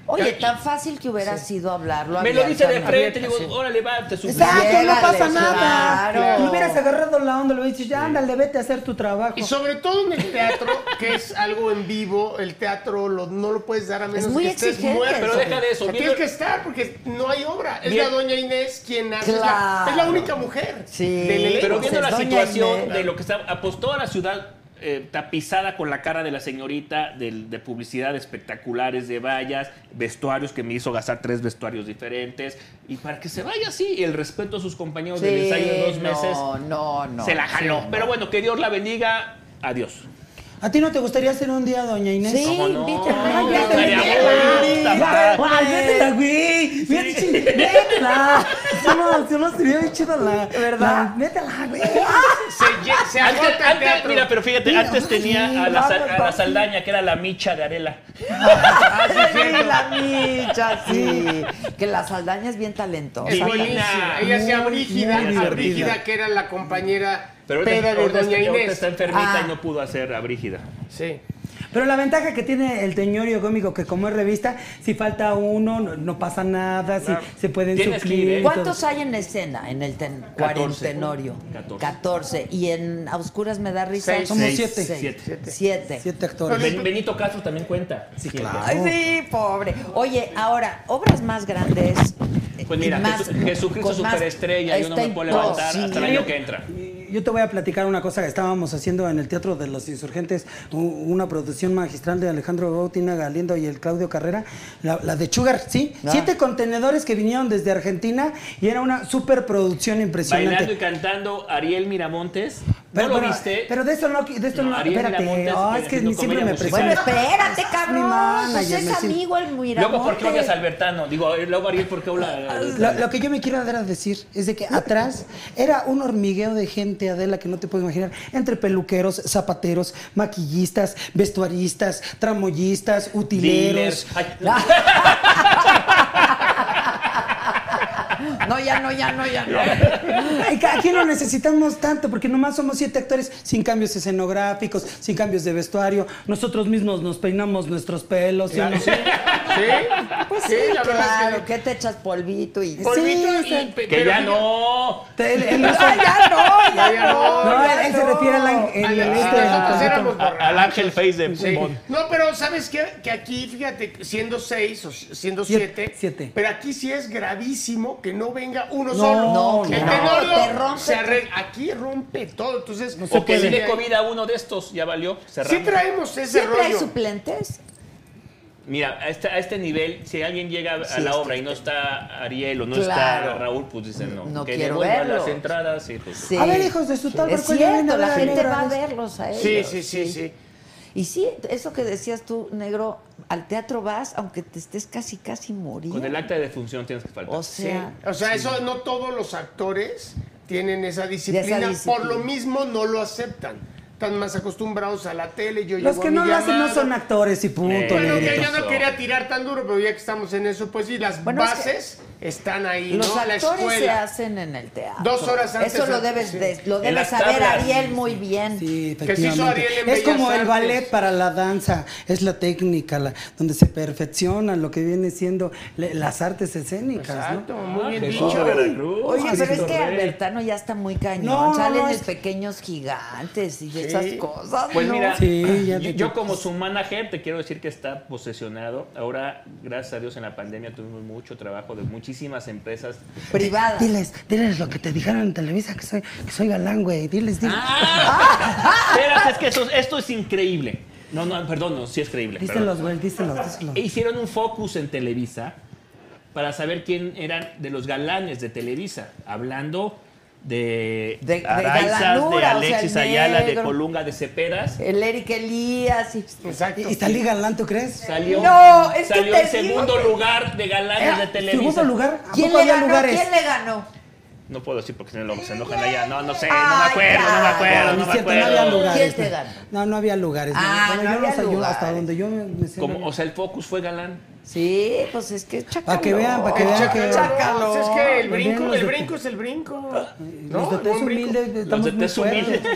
S1: Oye,
S7: Ya-
S1: tan fácil que hubiera sido hablarlo.
S7: Me lo dice de
S1: abiertamente.
S7: frente, digo, órale, va, te suplico.
S8: Exacto,
S1: Llégale,
S8: no pasa nada.
S1: claro.
S8: Le hubieras agarrado la onda, le hubieras dicho, ya, ándale, vete a hacer tu trabajo.
S6: Y sobre todo en el teatro, que es algo en vivo, el teatro lo- no lo puedes dar a menos
S1: muy
S6: que estés
S1: exigente.
S6: muerto.
S7: Pero deja de eso,
S6: O sea,
S7: viendo-
S6: tienes que estar porque no hay obra. Es
S7: Bien.
S6: la doña Inés quien hace. es la-
S1: Claro.
S6: Es, la, única mujer.
S1: Sí.
S6: del elenco.
S7: Pero viendo
S1: Pues
S7: la
S1: es doña
S7: situación
S1: Inés.
S7: de lo que está, apostó a pues, la ciudad eh, tapizada con la cara de la señorita del- de, publicidad de espectaculares, de vallas, vestuarios que me hizo gastar tres vestuarios diferentes. Y para que se vaya así, y el respeto a sus compañeros de ensayo de dos
S1: no,
S7: meses
S1: no, no.
S7: se la jaló.
S1: sí, no.
S7: Pero bueno, que Dios la bendiga. Adiós.
S8: ¿A ti no te gustaría ser un día, doña Inés?
S1: Sí,
S7: ¿Cómo no?
S1: viste,
S7: No,
S1: ya te
S7: estaría
S1: dije,
S7: bueno,
S1: va.
S7: está
S1: Va,
S8: ¡Ay,
S1: ya te
S8: vete,
S1: la-
S8: güey! ¡Vete, ching- ¡Neta! Yo no, yo no sería bien chida la...
S1: ¿Verdad?
S8: la- ¡Neta, güey!
S6: Se, lle- se
S7: Antes-
S6: agota el
S7: antes-
S6: teatro.
S7: mira, pero fíjate,
S8: Mira,
S7: antes
S8: ay,
S7: tenía a la,
S8: vamos,
S7: sal- a la
S8: papi.
S7: saldaña, que era la micha de Arela.
S1: Ah,
S7: Ah,
S1: Sí, la micha, sí. Que la saldaña es bien talentosa.
S6: Es
S7: Divina.
S6: buenísima. Ella hacía a
S8: Muy,
S6: Brígida,
S8: muy
S6: a
S8: divertida.
S6: Brígida, que era la compañera
S7: Pero
S6: peda
S7: ahorita-
S6: de
S7: ahorita
S6: Doña
S7: está- ahorita
S6: Inés.
S7: está enfermita
S1: Ah.
S7: y no pudo hacer a Brígida.
S6: Sí.
S8: Pero la ventaja que tiene el teñorio cómico, que como es revista, si falta uno, no, no pasa nada, si
S7: Claro.
S8: se pueden
S7: Tienes que ir,
S8: suplir.
S7: ¿eh?
S1: ¿Cuántos hay en escena en el ten-
S7: 14.
S1: cuarentenorio?
S7: 14.
S1: 14. ¿Y en A Oscuras me da risa?
S6: Seis.
S8: Somos
S7: Seis,
S8: siete.
S7: siete.
S1: Siete.
S8: Siete actores.
S7: Ben- Benito Castro también cuenta.
S8: Sí,
S7: Siete.
S8: claro.
S1: Ay, sí, pobre. Oye, ahora, obras más grandes. eh,
S7: Pues
S1: y
S7: mira,
S1: más-
S7: Jesu- Jesucristo
S1: con más-
S7: superestrella, yo no me
S1: está
S7: puedo
S1: en todo,
S7: levantar
S1: sí.
S7: hasta el año que entra.
S8: Y Yo te voy a platicar una cosa que estábamos haciendo en el Teatro de los Insurgentes, u- una producción magistral de Alejandro Bautina Galindo y el Claudio Carrera, la, la de Sugar, ¿sí?
S1: Ah.
S8: Siete contenedores que vinieron desde Argentina y era una superproducción impresionante.
S7: Bailando y cantando Ariel Miramontes.
S8: Pero,
S7: ¿No lo
S8: pero-
S7: viste?
S8: Pero de eso no, de esto
S7: No,
S8: no,
S7: Ariel
S8: espérate.
S7: Miramontes,
S8: Ah,
S7: que
S8: es que
S7: haciendo
S8: ni siempre
S7: comedia
S8: me
S7: musical.
S1: Bueno,
S8: presentan.
S1: espérate,
S8: Mi
S1: cabrón. Pues
S8: manager,
S1: es
S8: me siento-
S1: amigo el Miramonte.
S7: Luego, ¿por qué odias a Albertano? Digo, eh, luego Ariel, ¿por qué habla?
S8: Lo, lo que yo me quiero dar a decir es de que atrás era un hormigueo de gente, Adela, que no te puedes imaginar, entre peluqueros, zapateros, maquillistas, vestuaristas, tramoyistas, utileros.
S7: Dealers. Ay,
S1: No, ya no, ya no, ya no.
S8: (laughs) Ay, ca- Aquí no necesitamos tanto, porque nomás somos siete actores sin cambios escenográficos, sin cambios de vestuario. Nosotros mismos nos peinamos nuestros pelos. y nos-
S6: ¿Sí?
S1: Pues sí,
S6: sí, la verdad
S1: claro,
S6: es que...
S1: que te echas polvito y...
S6: Polvito
S8: Sí, sí.
S6: y- pe-
S7: que
S6: pero
S7: ya
S6: mira,
S7: no.
S8: Te- él- él
S6: (laughs)
S8: hizo-
S1: Ay, ya no, ya
S6: Ya, ya no.
S8: No, él,
S1: ya
S8: él se
S1: no.
S8: refiere al ang- el-
S6: Ay,
S8: el-
S6: ay,
S8: este, al
S6: nosotros
S8: concepto.
S6: éramos borrachos.
S7: A- al Ángel Face de
S6: Sí.
S7: Fumón.
S6: No, pero ¿sabes qué? Que aquí, fíjate, siendo seis o si- siendo
S8: Siete,
S6: siete,
S8: siete.
S6: pero aquí sí es gravísimo que no venga uno
S8: No,
S6: solo.
S8: no,
S6: El
S8: no,
S6: tenorio
S1: te rompe
S6: se arregla- Aquí rompe todo, entonces... No
S7: O que si le COVID a uno de estos, ya valió.
S6: Sí
S7: Cerramos.
S6: traemos ese
S1: ¿Siempre hay
S6: rollo.
S1: suplentes?
S7: Mira, a este, a este nivel, si alguien llega a
S8: Sí,
S7: la
S8: es
S7: obra y no está Ariel o no
S1: Claro.
S7: está Raúl, pues dicen no.
S1: No
S7: que
S1: quiero
S7: devuelvan
S1: verlo.
S7: las entradas y pues,
S1: Sí.
S8: A ver, hijos de su tal,
S1: Es
S8: ¿por qué no vienen
S1: cierto,
S8: a
S1: la
S8: ver a
S1: gente
S8: Negro
S1: va a
S8: Arauz?
S1: verlos a ellos.
S6: Sí, sí, sí, sí.
S1: Y sí, eso que decías tú, negro, al teatro vas aunque te estés casi, casi muriendo.
S7: con el acta de defunción tienes que faltar.
S1: O sea,
S6: Sí. O sea, eso no todos los actores tienen esa disciplina,
S1: disciplina.
S6: por lo mismo no lo aceptan. Están más acostumbrados a la tele, yo
S8: Los
S6: llego a
S8: que
S6: mi
S8: no lo hacen no
S6: llamado.
S8: son actores y punto,
S6: Bueno,
S8: negrito.
S6: ya yo no quería tirar tan duro, pero ya que estamos en eso, pues sí, las
S1: Bueno, es que
S6: bases están ahí,
S1: los
S6: ¿no? La
S1: actores se
S6: escuela.
S1: hacen en el teatro.
S6: Dos horas antes
S1: Eso lo
S6: de-
S1: debes,
S6: sí.
S1: de- lo
S7: En
S1: debes
S7: las
S1: saber,
S7: tablas.
S1: Ariel, muy bien.
S8: Sí,
S6: Que se hizo
S8: efectivamente.
S6: Ariel en
S8: Es como
S6: Bellas
S8: el
S6: Artes.
S8: ballet para la danza, es la técnica, la, donde se perfecciona lo que viene siendo le- las artes escénicas,
S6: Exacto,
S8: ¿no?
S6: muy bien
S7: Jesús
S6: dicho.
S7: de Veracruz.
S1: Oye,
S8: Ay,
S1: pero es
S8: Víctor
S1: que
S7: Rey.
S1: Albertano ya está muy cañón.
S8: No, no,
S1: Salen
S8: no,
S1: de
S8: es-
S1: pequeños gigantes y esas cosas.
S7: Pues
S1: ¿no?
S7: mira,
S8: Sí, ya
S7: yo,
S8: te-
S7: yo como su manager te quiero decir que está posesionado. Ahora, gracias a Dios, en la pandemia tuvimos mucho trabajo de muchísimas empresas.
S1: Privada.
S8: Diles, diles lo que te dijeron en Televisa, que soy, que soy galán, güey. Diles, diles.
S6: Ah.
S7: Espérate, es que eso- esto es increíble. No, no, perdón, no, sí es creíble. perdón.
S8: díselos, güey, díselos, díselos.
S7: E hicieron un focus en Televisa para saber quién eran de los galanes de Televisa, hablando de,
S1: De- de
S7: Araizas, de
S1: galanura, o sea,
S7: Alexis
S1: el
S7: Ayala, de
S1: negro.
S7: Colunga, de Ceperas.
S1: El Eric Elías. y- pues,
S8: ¿Y,
S6: Exacto.
S8: y salí galán, tú crees?
S7: Salió,
S1: No, es que
S7: salió
S1: te digo
S7: en segundo lugar de galanes
S8: Era
S7: de Televisa.
S8: segundo lugar, ¿a
S1: ¿Quién
S8: poco
S1: le
S8: había
S1: ganó?
S8: lugares?
S1: ¿Quién le ganó?
S7: No puedo decir porque si no luego se enojan allá. No, no sé, no me acuerdo, no me
S8: No,
S7: acuerdo,
S8: no
S7: no
S8: es
S7: me
S8: cierto, no había
S7: acuerdo.
S8: lugares.
S1: ¿Quién te
S8: no.
S1: ganó?
S8: No, no había lugares. no.
S1: Ah,
S8: Bueno,
S1: no
S8: yo
S1: había
S8: los ayudo hasta
S1: lugares.
S8: donde yo me, me sé.
S7: Como, o sea, el focus fue galán.
S1: Sí, pues es que es chacalón.
S8: Pa' que vean, pa' que
S6: El
S8: vean
S6: chacal-
S8: que-
S1: Chacalón.
S6: pues es que el
S8: Los
S6: brinco,
S8: de-
S6: el brinco es el brinco.
S8: Los de
S6: ¿no?
S8: tez
S6: Un brinco.
S8: humilde estamos
S7: de
S8: muy
S7: tez
S8: fuertes.
S7: humilde.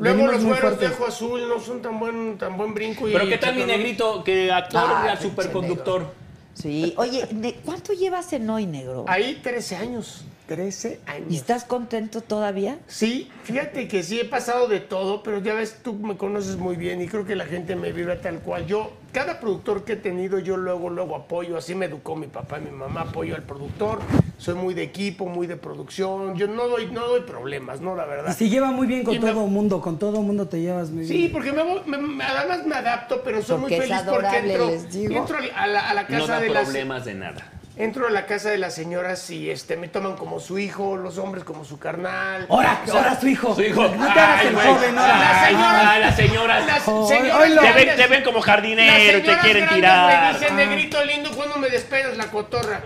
S6: Luego
S8: Venimos
S6: los
S8: muy
S6: güeros de
S8: fuertes.
S6: ojo azul no son tan buen, tan buen brinco. y
S7: Pero qué tal mi
S6: chacal-
S7: negrito, que actor,
S1: Ah,
S7: era
S1: pinche
S7: superconductor.
S1: Sí, oye, ¿de ¿cuánto llevas en hoy, negro?
S6: Ahí 13 años. 13 años.
S1: ¿Y estás contento todavía?
S6: Sí, fíjate que sí he pasado de todo, pero ya ves, tú me conoces muy bien y creo que la gente me vibra tal cual. Yo, cada productor que he tenido, yo luego, luego apoyo. Así me educó mi papá y mi mamá, apoyo al productor. Soy muy de equipo, muy de producción. Yo no doy, no doy problemas, no, la
S8: Y
S6: verdad.
S8: se lleva muy bien con
S6: Y me-
S8: todo el mundo, con todo el mundo te llevas muy bien.
S6: Sí, porque me, voy- me- me- además me adapto, pero soy
S1: Porque
S6: muy
S1: es
S6: feliz porque
S1: adorable,
S6: entro,
S1: les digo.
S6: entro a la, a la
S7: No
S6: casa
S7: da
S6: de las
S7: problemas de nada.
S6: Entro a la casa de las señoras y este, me toman como su hijo, los hombres como su carnal.
S8: Ahora,
S6: O sea,
S8: ahora su hijo.
S7: Su hijo.
S8: No te hagas
S7: Ay,
S8: el
S7: güey.
S8: joven, ahora.
S6: Las
S7: Ay,
S6: señoras-
S7: ay, las señoras.
S6: Las
S8: Hoy-
S6: señoras
S8: hoy lo-
S7: Te
S6: grandes-
S7: ven, te ven como
S6: las
S7: jardinero, te
S6: señoras
S7: quieren
S6: grandes
S7: tirar.
S6: Me dicen, negrito lindo, ¿cuándo me despedas la
S8: (laughs)
S6: cotorra?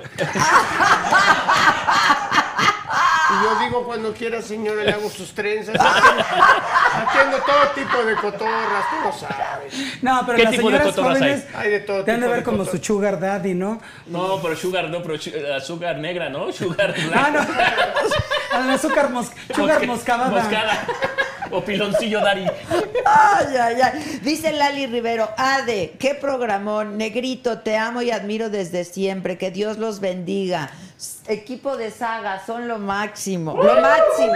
S6: y yo digo, cuando quiera, señora, le hago sus trenzas. Atiendo todo tipo de cotorras, tú lo sabes.
S8: No, pero
S7: ¿Qué
S8: las
S7: tipo de
S8: señoras
S7: cotorras hay?
S8: jóvenes
S6: Hay de todo
S8: te han de
S6: tipo
S8: ver
S6: de
S8: como su
S6: cotorras.
S8: sugar daddy, ¿no?
S7: No, pero sugar, no, pero su- eh, azúcar negra, ¿no? (laughs) Sugar blanca.
S8: Ah, no. Ah, (laughs) Al azúcar mos- sugar
S7: Mosca-
S8: moscabada. (laughs)
S7: moscada. O piloncillo Dari.
S1: Ay, ay, ay. Dice Lali Rivero, Ade, qué programón, negrito, te amo y admiro desde siempre, que Dios los bendiga. S- Equipo de saga, son lo máximo, lo máximo.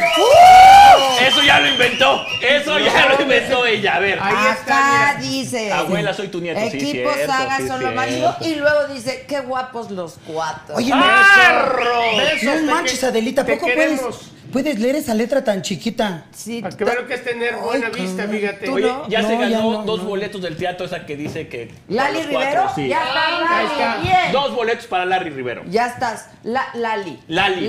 S7: Eso ya lo inventó. Eso ya lo inventó ella. A ver.
S6: Ahí está,
S1: Acá
S6: mira.
S1: dice.
S7: Abuela, soy tu nieto. Sí,
S1: Equipo
S7: cierto,
S1: saga,
S7: sí,
S1: son lo
S7: cierto.
S1: máximo. Y luego dice, qué guapos los cuatro.
S8: Oye,
S6: ¡Arro!
S8: no
S6: Besos, te
S8: manches,
S6: que-
S8: Adelita, ¿a
S6: te
S8: poco puedes,
S6: queremos.
S8: puedes leer esa letra tan chiquita?
S1: Sí,
S6: Para que vean lo que es tener buena
S8: Ay,
S6: vista,
S8: cabrón.
S6: fíjate.
S8: Tú
S7: Oye,
S8: no.
S7: ya se
S8: No, ya
S7: ganó
S8: no,
S7: dos
S8: no.
S7: boletos del teatro esa que dice que.
S1: Lali
S7: los cuatro,
S1: Rivero,
S7: sí.
S1: ya está,
S6: ahí
S1: Lali,
S6: está.
S1: bien.
S7: Dos boletos para Larry Rivero.
S1: Ya estás. La- Lali.
S7: Lali.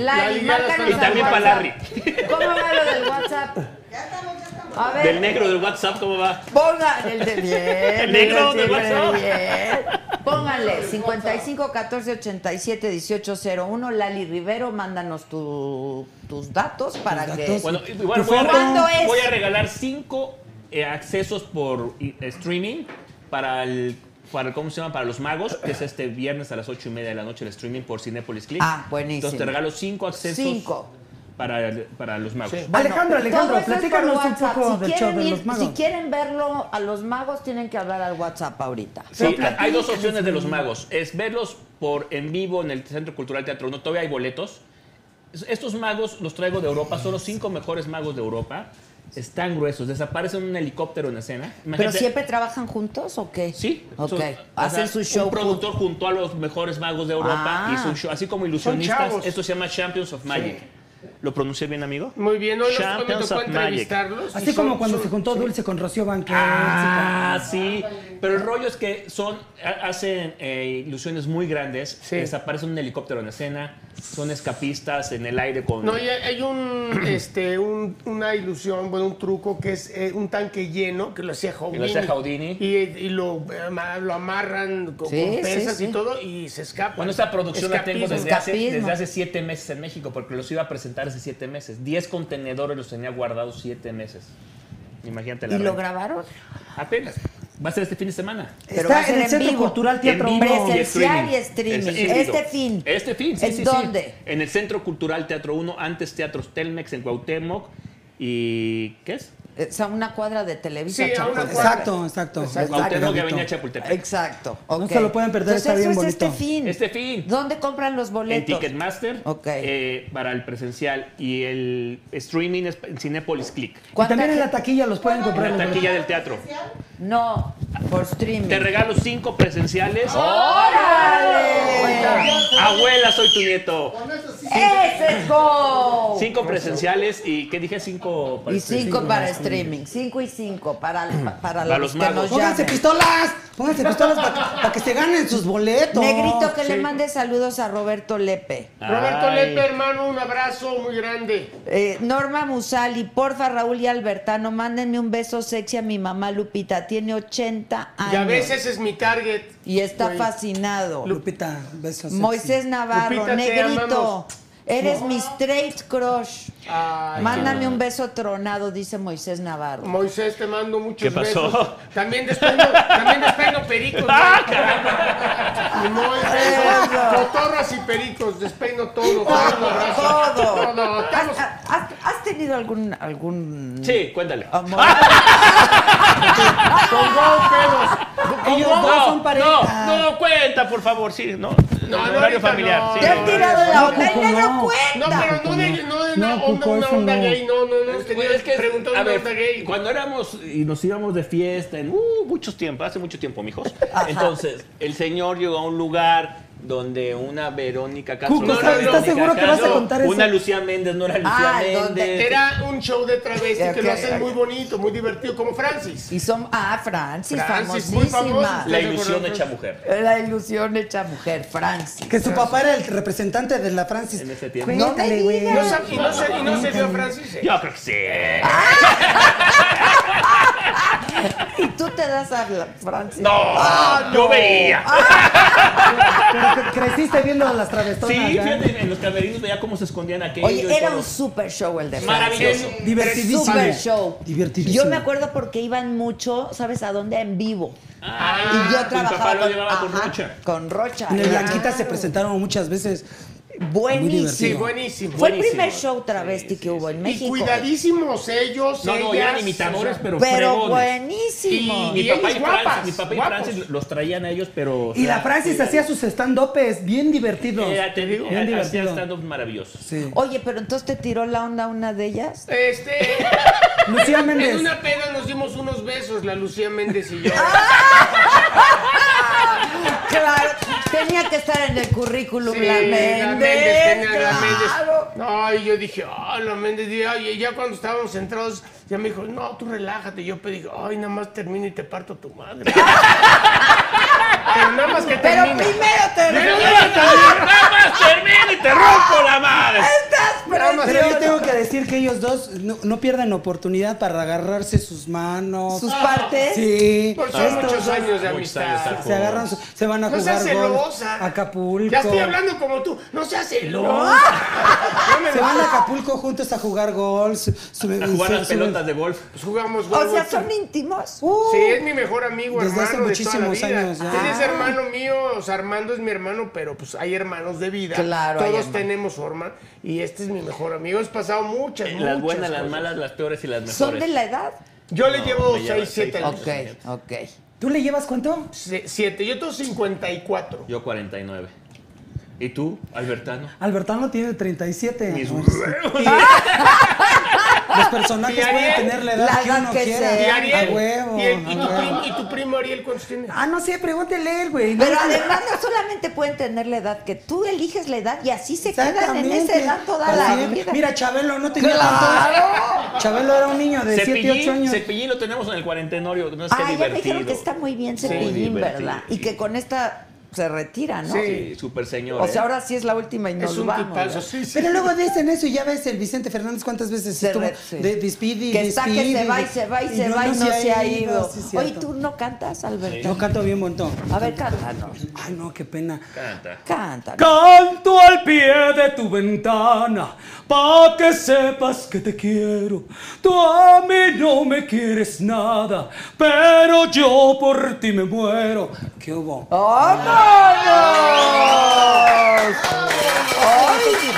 S1: Lali,
S6: Lali, ya la
S1: márcanos
S6: estamos. Y
S1: al
S7: también para
S1: WhatsApp.
S7: Larry.
S1: ¿Cómo va lo del WhatsApp?
S5: Ya estamos, ya estamos.
S1: A ver.
S7: Del negro del WhatsApp, ¿cómo va?
S1: Pongan el de bien.
S7: El negro de
S1: siempre
S7: WhatsApp.
S1: bien. Pónganle 55 14 87 18 01. Lali Rivero, mándanos tu- tus datos para
S8: Tus
S1: que.
S8: datos.
S7: Bueno, igual
S8: Tu
S7: voy a, re-
S1: ¿Cuándo es?
S7: voy a regalar cinco eh, accesos por i- streaming para el, para el- ¿cómo se llama? Para los magos, que es este viernes a las ocho y media de la noche el streaming por Cinepolis Click.
S1: Ah, buenísimo.
S7: Entonces te regalo cinco accesos
S1: Cinco.
S7: para, el- para los magos.
S6: Sí.
S1: Bueno,
S8: Alejandro, Alejandro,
S1: todo eso es
S8: platícanos
S1: por
S8: un
S1: WhatsApp.
S8: poco
S1: Si
S8: del show
S1: quieren
S8: de
S1: ir-
S8: los magos.
S1: Si quieren verlo a los magos, tienen que hablar al WhatsApp ahorita.
S7: Sí, hay- hay dos opciones de los magos. Es verlos por en vivo en el Centro Cultural Teatro 1. Todavía hay boletos. Es- Estos magos los traigo de Europa. Son los cinco mejores magos de Europa. Están gruesos. Desaparecen en un helicóptero en escena.
S1: ¿Pero
S7: Imagínate-
S1: siempre trabajan juntos o qué?
S7: Sí.
S1: Ok.
S7: Son- o
S1: Hacen
S7: sea,
S1: su show.
S7: Un productor junto a los mejores magos de Europa
S1: Ah.
S7: y su show. Así como ilusionistas.
S6: chavos.
S7: Esto se llama Champions of Magic. ¿Lo pronuncié bien, amigo?
S6: Muy bien, hoy los, me
S7: Champions
S6: tocó
S7: of Magic.
S6: entrevistarlos. y
S8: Así
S6: son-
S8: como cuando
S6: son-
S8: se juntó Dulce con Rocío Banquet.
S7: Ah, sí. Pero el rollo es que son ha- hacen eh, ilusiones muy grandes.
S6: Sí.
S7: Desaparece un helicóptero en escena. Son escapistas en el aire con.
S6: No, y hay hay un,
S7: (clears throat)
S6: este, un- una ilusión, bueno, un truco que es eh, un tanque lleno que lo hacía Houdini.
S7: hacía Houdini.
S6: Y, y lo, ama- lo amarran con,
S1: Sí,
S6: con pesas
S1: sí, sí.
S6: y todo y se escapa.
S7: Bueno, esta producción la tengo desde hace,
S1: escapismo.
S7: desde hace siete meses en México, porque los iba a presentar hace siete meses. Diez contenedores los tenía guardados siete meses. Imagínate la
S1: ¿Y lo
S7: renta.
S1: grabaron?
S7: Apenas. Va a ser este fin de semana.
S1: Pero va a
S8: Está
S1: ser
S8: en el
S1: en
S8: Centro
S1: vivo.
S8: Cultural Teatro
S7: En vivo
S8: Uno.
S7: y
S1: Presencial y streaming.
S7: Es- en vivo.
S1: Este fin.
S7: Este fin, sí,
S1: ¿En
S7: sí, sí.
S1: dónde?
S7: En el Centro Cultural Teatro 1, antes Teatros Telmex en Cuauhtémoc. ¿Y qué es?
S1: O sea, una cuadra de Televisa.
S6: Sí, a una
S1: Chapultepec.
S6: cuadra.
S8: Exacto, exacto.
S7: Cuauhtémoc que
S8: Exacto.
S7: Avenida Chapultepec.
S1: Exacto. ok.
S8: se lo pueden perder,
S1: Entonces,
S8: está bien
S1: eso es
S8: bonito.
S1: este fin.
S7: Este fin.
S1: ¿Dónde compran los
S7: En
S1: boletos?
S7: Ticketmaster
S1: Ok.
S7: eh, para el presencial y el streaming es en Cinépolis Click.
S8: Y
S1: ¿Cuánta
S8: también en la
S1: gente-
S8: taquilla los pueden comprar.
S7: En la taquilla del teatro.
S1: No, por streaming.
S7: Te regalo cinco presenciales.
S1: Oh. ¡Órale!
S7: Abuela, soy tu nieto.
S3: Con eso sí.
S1: ¡Ese es go!
S7: Cinco presenciales y ¿qué dije? Cinco para
S1: Y
S7: el streaming.
S1: cinco para streaming. Cinco y cinco para, para
S7: Para
S1: los,
S7: los
S1: que
S7: magos.
S1: nos
S8: Pónganse
S1: llamen.
S8: pistolas, pónganse pistolas para que, pa' que se ganen sus boletos.
S1: Negrito, que le mande saludos a Roberto Lepe.
S6: Roberto
S7: Ay.
S6: Lepe, hermano, un abrazo muy grande.
S1: Eh, Norma Musali, porfa Raúl y Albertano, mándenme un beso sexy a mi mamá Lupita, tiene 80 años.
S6: Y a veces es mi target.
S1: y está
S6: Güey.
S1: fascinado.
S8: Lupita, besos. sexy.
S1: Moisés Navarro,
S6: Lupita, te
S1: negrito,
S6: amamos.
S1: eres mi straight crush.
S6: Ay,
S1: Mándame un beso tronado, dice Moisés Navarro.
S6: Moisés, te mando muchos
S7: ¿Qué pasó?
S6: besos. También despeino, también despeino pericos.
S7: (laughs)
S6: güey. No es eso. Cotorras y pericos, despeino todo. todo, abrazo.
S1: Todo.
S6: Todo,
S1: ¿Has,
S6: estamos-
S1: has- has tenido algún algún
S7: Sí, cuéntale.
S1: amor?
S6: Con Go, pedos. Con
S8: ellos
S7: no,
S8: dos son pareja.
S7: No, no, cuenta, por favor, sí, no.
S6: no,
S7: horario
S6: ahorita
S7: familiar,
S6: no.
S7: sí.
S1: Te han tirado de la
S8: No,
S1: onda y
S8: Cuco,
S1: no
S8: no.
S1: lo
S6: No,
S1: cuenta.
S6: pero no de, no de
S8: No,
S6: una onda,
S8: Cuco,
S6: una
S8: eso
S6: onda
S8: no.
S6: gay, no, no, no.
S7: Güey,
S6: Es que preguntó
S7: a
S6: una
S7: ver,
S6: onda gay.
S7: Cuando éramos y nos íbamos de fiesta en uh, muchos tiempos, hace mucho tiempo, mijos. Entonces, el señor llegó a un lugar donde una Verónica Castro.
S8: Cuco,
S7: no, no,
S8: ¿estás- estás
S7: Verónica
S8: seguro que vas a
S7: Castro,
S8: contar eso?
S7: Una Lucía Méndez, no era Lucía
S1: Ah,
S7: Méndez.
S1: donde-
S6: Era un show de travesti
S1: Ya,
S6: que
S1: ok,
S6: lo hacen
S1: ya.
S6: muy bonito, muy divertido, como Francis.
S1: Y son. Ah, Francis,
S6: Francis, muy
S1: famosísima.
S6: famoso.
S7: La ilusión hecha mujer.
S1: La ilusión hecha mujer, Francis.
S8: Que su papá era el representante de la Francis.
S7: En ese tiempo.
S1: No me
S8: Cuéntale, güey.
S6: No sab- y no se, y no se vio Francis. eh.
S7: Yo creo que sí.
S1: Y tú te das a la Ah, Francis.
S7: No, yo veía.
S8: Pero que creciste viendo las travestonas.
S7: sí,
S8: ¿ya?
S7: fíjate, en los camerinos veía cómo se escondían aquellos. y
S1: Oye, era
S7: todo.
S1: un super show el de Francis.
S7: Maravilloso.
S8: Divertidísimo.
S1: Super show.
S8: Divertidísimo.
S1: Yo me acuerdo porque iban mucho, ¿sabes a dónde? En vivo.
S7: Ah,
S1: y yo
S7: tu
S1: trabajaba
S7: papá lo
S1: con,
S7: llevaba con
S1: ajá,
S7: Rocha.
S1: con Rocha.
S8: En el
S1: Claro.
S8: Blanquita se presentaron muchas veces.
S1: Buenísimo.
S8: divertido.
S6: Sí, buenísimo.
S1: Fue el
S7: Buenísimo.
S1: primer show travesti que hubo en
S6: Y
S1: México.
S6: cuidadísimos ellos,
S7: No,
S6: ellas,
S7: no, eran imitadores,
S6: o sea,
S7: pero,
S1: pero
S7: fregones.
S1: buenísimo.
S7: Mi
S6: Y
S7: papá
S6: ellos
S7: y Francis,
S6: guapas,
S7: mi papá y
S6: guapos.
S7: Francis los traían a ellos, pero. o
S8: Y
S7: sea, eh,
S8: la Francis
S7: sí,
S8: hacía sus stand-upes bien divertidos.
S7: Era, Eh, te digo,
S8: bien
S7: ha- hacía
S8: divertido.
S7: stand-up maravillosos.
S8: Sí.
S1: Oye, pero entonces te tiró la onda una de ellas.
S6: Este,
S8: Lucía
S6: en
S8: Méndez.
S6: una peda nos dimos unos besos, la Lucía Méndez y yo.
S1: Ah, Claro, tenía que estar en el currículum
S6: Sí,
S1: la Méndez.
S6: tenía la Méndez.
S1: claro.
S6: No, y yo dije, ah, la Méndez. Y oye, ya cuando estábamos entrados, ya me dijo, no, tú relájate. Yo pedí, ay, nada más termina y te parto tu madre.
S1: (laughs)
S6: Pero nada más que
S1: Pero
S6: termine.
S1: primero te
S6: Pero
S1: ríes.
S6: nada más termine.
S7: ¡Nada más termina y te rompo la madre!
S1: Estás
S6: Nada más
S8: Pero yo
S6: termine.
S8: tengo que decir que ellos dos no, no pierden oportunidad para agarrarse sus manos.
S1: sus partes.
S8: Sí.
S6: Por son
S8: Estos
S6: muchos
S8: dos
S6: años de
S7: Muchos años,
S6: amistad.
S7: ajá.
S8: Se agarran, su- se van a
S6: No
S8: jugar
S6: seas
S8: golf,
S6: celosa.
S8: a Acapulco.
S6: Ya estoy hablando como tú. No
S1: (laughs)
S6: seas celosa. No me
S8: Se van a
S6: vayas.
S8: Acapulco juntos a jugar golf. su- su-
S7: A jugar
S8: su-
S7: las
S8: su-
S7: pelotas de golf.
S6: Pues jugamos
S1: O
S6: golf.
S1: sea, son íntimos.
S6: Sí, es mi mejor amigo,
S8: Desde hace
S6: hermano de toda la
S8: muchísimos
S6: vida.
S8: años, ya.
S6: Él es
S8: Ah.
S6: hermano mío, o sea, Armando es mi hermano, pero pues hay hermanos de vida.
S1: Claro, hay
S6: Todos
S1: hermanos.
S6: tenemos forma y este es mi mejor amigo. Hemos pasado muchas,
S7: Las
S6: muchas
S7: buenas, las
S6: cosas.
S7: malas, las peores y las mejores.
S1: ¿Son de la edad?
S6: Yo le
S7: No,
S6: llevo
S7: me lleva
S6: 6, 7
S7: seis
S6: años.
S1: Ok, ok.
S8: ¿Tú le llevas cuánto?
S6: 7, yo tengo 54.
S7: Yo 49. ¿Y tú, Albertano?
S8: Albertano tiene 37.
S7: Mis
S8: amor.
S7: huevos.
S6: (laughs)
S8: Los personajes
S6: Y Ariel,
S8: pueden tener la edad
S1: la
S8: que
S1: edad
S8: uno
S1: que
S8: quiera.
S6: ¿Y
S1: sea.
S6: Ariel?
S8: Eh, A huevo.
S6: ¿Y, el- y
S8: a
S6: tu
S8: huevo.
S6: primo, ¿Y tu primo Ariel cuántos tiene?
S8: Ah, no sé, pregúntele él, güey.
S1: Pero
S8: No,
S1: además no solamente pueden tener la edad que tú eliges la edad y así se quedan en
S8: exactamente.
S1: esa edad toda
S8: Así
S1: la
S8: es.
S1: vida.
S8: Mira, Chabelo no tenía tanto. Chabelo era un niño de 7, 8
S7: Cepillín,
S8: años.
S7: Cepillín lo tenemos en el cuarentenorio. No es que
S1: ah, ya me
S7: divertido.
S1: dijeron que está muy bien Cepillín,
S7: divertido,
S1: ¿verdad? Y
S7: sí.
S1: que con esta se retira, ¿no?
S7: Sí, super señor.
S1: O
S7: ¿eh?
S1: sea, ahora sí es la última y nos
S6: es un
S1: vamos.
S6: tipazo.
S1: ¿verdad?
S6: Sí, sí.
S8: Pero luego dicen eso y ya ves el Vicente Fernández cuántas veces
S1: Se
S8: estuvo
S1: re- sí.
S8: de despide y
S1: que está que
S8: despide
S1: se va y
S8: de-
S1: se va y se
S8: no-
S1: va y no, se ha ido.
S8: sí,
S1: Oye,
S8: cierto.
S1: tú no cantas, Alberto.
S8: Yo canto bien montón.
S1: A ver, cántanos.
S8: Ay, no, qué pena.
S7: Canta.
S1: Cántanos.
S8: Canto al pie de tu ventana, pa' que sepas que te quiero. Tú a mí no me quieres nada, pero yo por ti me muero. ¿Qué hubo?
S1: Ah, ¡Vámonos! ¡Ay!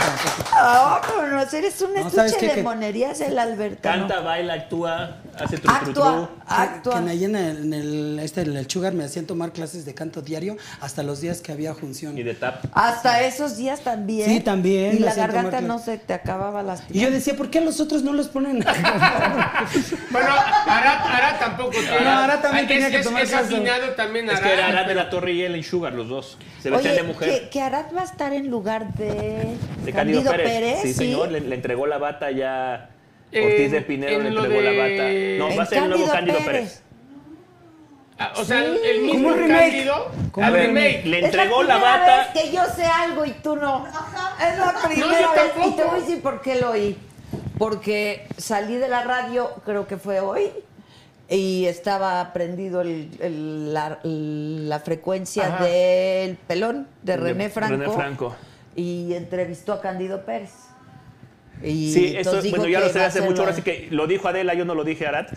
S1: ¡Vámonos! Eres un
S8: No,
S1: estuche
S8: ¿sabes qué?
S1: de
S8: Que-
S1: monerías el Albertano.
S7: Canta, baila, actúa, hace tru, tru,
S1: Actúa,
S7: tru.
S8: Que,
S1: actúa.
S8: en ahí en el, en el- este, en el Sugar me hacían tomar clases de canto diario hasta los días que había función.
S7: Y de tap.
S1: Hasta esos días también.
S8: Sí, también,
S1: Y la
S8: las siento
S1: garganta no
S8: marcas.
S1: se te acababa lastimando.
S8: Y yo decía, ¿por qué a los otros no los ponen?
S6: Bueno, Arat, Arat tampoco tiene.
S8: No, Arat también
S6: Es-
S8: tenía que
S6: es-
S8: tomar
S6: Es
S8: clase.
S6: afinado también
S7: Es
S6: Arat.
S7: que era Arad de la Torre y Ellen Sugar, los dos. Se vestían de mujer.
S1: Que, que Arad va a estar en lugar de.
S7: De Cándido, Pérez. Sí,
S1: sí.
S7: señor, le, le entregó la bata ya.
S6: En-
S7: Ortiz de Pinedo
S6: en
S7: le
S6: lo
S7: entregó la
S6: de-
S7: bata. No, va a
S1: En
S7: ser el nuevo
S1: Cándido
S7: Cándido
S1: Pérez.
S7: Pérez.
S6: Ah, O sea,
S1: Sí.
S6: el
S8: Como
S6: mismo
S8: un remake.
S6: Cándido.
S8: Como
S6: a
S8: un
S6: ver,
S8: remake.
S7: Le
S1: Es
S7: entregó la,
S1: primera
S7: bata.
S1: vez que yo sé algo y tú no. Es la primera
S6: yo
S1: vez. Y te
S6: tampoco.
S1: voy a decir por qué lo oí. Porque salí de la radio, creo que fue hoy, y estaba prendido el- el- la, la frecuencia
S6: Ajá.
S1: del pelón de,
S7: De
S1: René Franco.
S7: René Franco.
S1: Y entrevistó a Candido Pérez. Y
S7: Sí, eso,
S1: entonces dijo
S7: bueno, ya
S1: que
S7: lo sé
S1: iba a
S7: hace
S1: hacerlo
S7: mucho, ahora
S1: en-
S7: sí que lo dijo Adela, yo no lo dije Eh, Arat.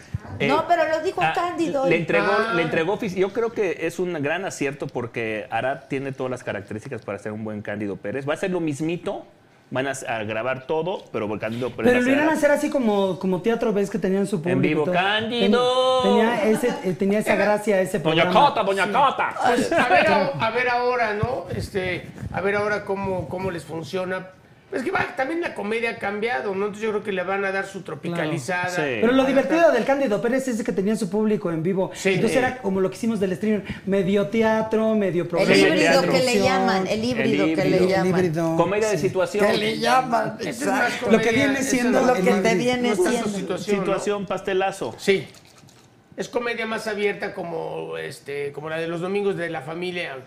S1: No, pero lo dijo Cándido.
S7: Ah, Le entregó,
S6: Ah.
S7: le entregó, ofici- yo creo que es un gran acierto porque Arat tiene todas las características para ser un buen Cándido Pérez. Va a ser lo mismito Van a, s- a grabar todo, pero Cándido Pérez va
S8: Pero
S7: a
S8: lo
S7: ser-
S8: iban a hacer así como, como teatro, ves que tenían su público. y
S7: vivo,
S8: todo.
S7: Cándido.
S8: Ten- Tenía, ese- eh, tenía esa gracia, ese
S7: Doña
S8: programa.
S7: Cota, Doña Cota.
S6: Pues, a, ver, a- a ver ahora, ¿no? Este, a ver ahora cómo, cómo les funciona. Es que va, también la comedia ha cambiado, ¿no? Entonces yo creo que le van a dar su tropicalizada.
S7: Claro. Sí.
S8: Pero lo divertido del Cándido Pérez es que tenía su público en vivo.
S6: Sí.
S8: Entonces era como lo que hicimos del streamer, medio teatro, medio
S1: El
S8: programa.
S7: Sí,
S1: híbrido
S7: teatro.
S1: que le llaman, el híbrido que
S7: híbrido.
S1: le
S7: El
S1: llaman.
S8: híbrido.
S7: Comedia de
S8: Sí.
S7: situación.
S1: Que le llaman,
S6: Esa es más
S1: exacto.
S8: Lo que
S6: comedia,
S8: viene
S6: esa
S8: siendo
S6: es
S8: lo
S6: la-
S8: que te
S1: viene
S6: no está su
S1: siendo.
S6: situación, ¿no?
S7: Situación pastelazo.
S6: Sí. Es comedia más abierta como este, como la de los domingos de la familia,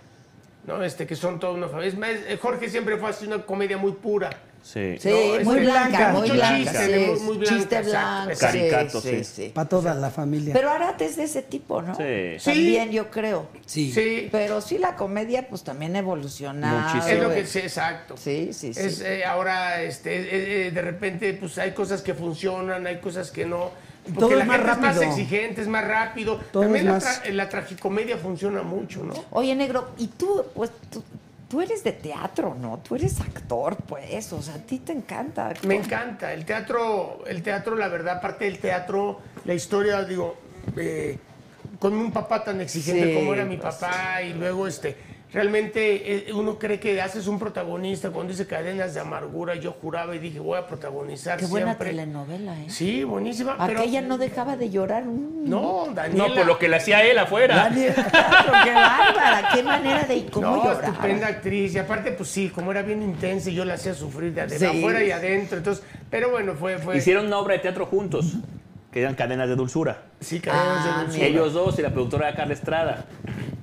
S6: ¿no? Este, que son toda una familia. Es más, eh, Jorge siempre fue así una comedia muy pura.
S7: Sí.
S1: Sí,
S6: No,
S1: muy
S6: es
S1: blanca,
S6: blanca,
S1: muy
S6: mucho
S1: blanca.
S6: chiste,
S1: sí,
S6: muy- muy blanca,
S1: chiste
S6: exacto,
S1: blanco.
S6: exacto.
S1: sí,
S7: Caricato,
S1: sí,
S7: sí.
S1: sí.
S8: Para toda la familia.
S1: Pero Arate es de ese tipo, ¿no?
S7: Sí.
S6: Sí.
S1: También yo creo.
S8: sí.
S6: Sí.
S1: Pero sí la comedia pues también evoluciona.
S7: Muchísimo.
S6: Es lo que sí, exacto.
S1: Sí, sí, sí.
S6: Es, eh, ahora, este, eh, eh, de repente, pues hay cosas que funcionan, hay cosas que no. Porque
S8: Todo es
S6: la
S8: más
S6: gente es
S8: rápido.
S6: más exigente, es más rápido.
S8: Todo
S6: También
S8: es
S6: la,
S8: más-
S6: tra- la tragicomedia funciona mucho, ¿no?
S1: Oye, negro, y tú, pues tú, tú eres de teatro, ¿no? Tú eres actor, pues. O sea, a ti te encanta. actuar.
S6: Me encanta. El teatro, el teatro, la verdad, parte del teatro, la historia, digo, eh, con un papá tan exigente
S1: Sí,
S6: como era mi
S1: pues,
S6: papá, y luego este. Realmente eh, uno cree que haces un protagonista cuando dice cadenas de amargura. Yo juraba y dije, voy a protagonizar
S1: Qué buena
S6: siempre.
S1: telenovela, ¿eh?
S6: Sí, buenísima. pero-
S1: Aquella no dejaba de llorar. un-
S6: No,
S7: No,
S6: Daniela.
S7: por lo que le hacía él afuera.
S1: Daniel, (laughs) claro, qué bárbara, qué manera de y cómo
S6: No,
S1: llorar.
S6: estupenda actriz. Y aparte, pues sí, como era bien intensa, y yo la hacía sufrir de ade-
S1: Sí.
S6: afuera y adentro. Entonces, pero bueno, fue. fue
S7: Hicieron una obra de teatro juntos, que eran cadenas de dulzura.
S6: Sí, cadenas de
S1: Ah,
S6: dulzura.
S1: mira.
S7: Ellos dos y la productora Carla Estrada.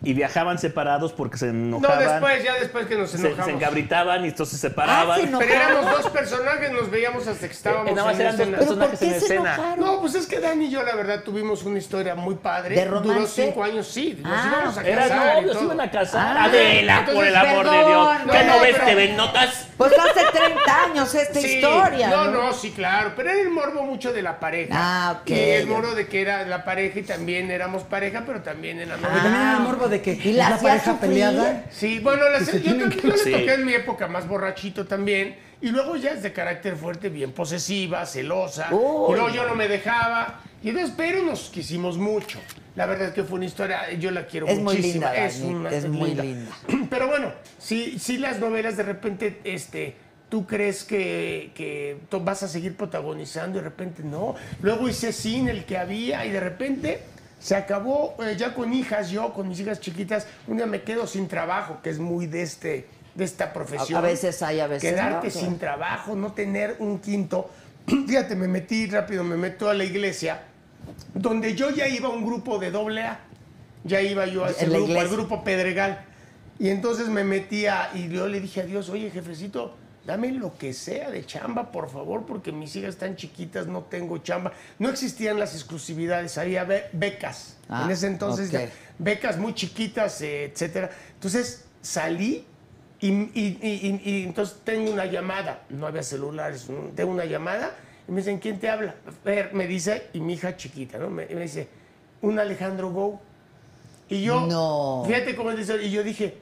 S7: Y viajaban separados porque se
S6: No,
S7: enojaban.
S6: después, ya después que nos
S7: se, se
S6: enojamos.
S7: encabritaban y entonces se
S1: Ah,
S7: separaban.
S1: se
S6: pero éramos
S1: enojaron.
S6: dos personajes, nos veíamos hasta que estábamos.
S7: Eh, nada más
S6: en
S7: eran dos
S6: escena.
S1: ¿Pero por
S7: personajes
S1: qué
S7: en
S1: se
S7: escena.
S1: enojaron?
S6: No, pues es que Dani y yo, la verdad, tuvimos una historia muy padre.
S1: ¿De romance?
S6: Duró cinco años, sí. Nos
S1: Ah,
S6: íbamos a
S7: Eran
S6: casar. y
S7: novios, se
S6: todo.
S7: iban a casar.
S1: Ah,
S7: Adela, por el
S1: entonces,
S7: amor de
S1: perdón,
S7: Dios. ¿Qué
S6: no,
S7: no ves?
S6: pero-
S7: ¿Te ven notas?
S1: Pues hace 30 años esta
S6: Sí,
S1: historia.
S6: No, no, sí, claro. Pero era el morbo mucho de la pareja.
S1: Ah, ok.
S6: Y el morbo de que era la pareja y también éramos pareja, pero también
S1: Ah.
S6: era novia.
S8: También era el morbo de que
S1: Y la
S8: es la
S1: hacía
S8: pareja
S1: sufrir.
S8: peleada.
S6: Sí, bueno, las- yo, también, yo les
S7: Sí.
S6: toqué en mi época más borrachito también. Y luego ya es de carácter fuerte, bien posesiva, celosa.
S1: Uy.
S6: Y luego yo no me dejaba. Y entonces, pero nos quisimos mucho. La verdad es que fue una historia, yo la quiero
S1: Es muy
S6: muchísimo.
S1: linda, Dani, es muy
S6: (clears throat) Pero bueno, sí, sí las novelas de repente, este, tú crees que, que tú vas a seguir protagonizando y de repente no. Luego hice cine, el que había, y de repente se acabó eh, ya con hijas, yo con mis hijas chiquitas, un día me quedo sin trabajo, que es muy de este de esta profesión.
S1: A- a veces hay, a veces
S6: Quedarte
S1: no, claro.
S6: sin trabajo, no tener un quinto. (clears throat) Fíjate, me metí rápido, me meto a la iglesia, donde yo ya iba a un grupo de doble A. Ya iba yo a ese
S1: En la
S6: grupo, al
S1: iglesia.
S6: grupo Pedregal. Y entonces me metía y yo le dije a Dios, oye jefecito, dame lo que sea de chamba, por favor, porque mis hijas están chiquitas, no tengo chamba. No existían las exclusividades, había be- becas.
S1: Ah,
S6: en ese entonces,
S1: ok.
S6: becas muy chiquitas, eh, etcétera. Entonces salí y, y- y- y- y entonces tengo una llamada. No había celulares, ¿no? tengo una llamada y me dicen, ¿quién te habla? Fer, me dice, y mi hija chiquita, ¿no? Me, me dice, un Alejandro Gou. Y yo,
S1: No.
S6: fíjate cómo dice, y yo dije,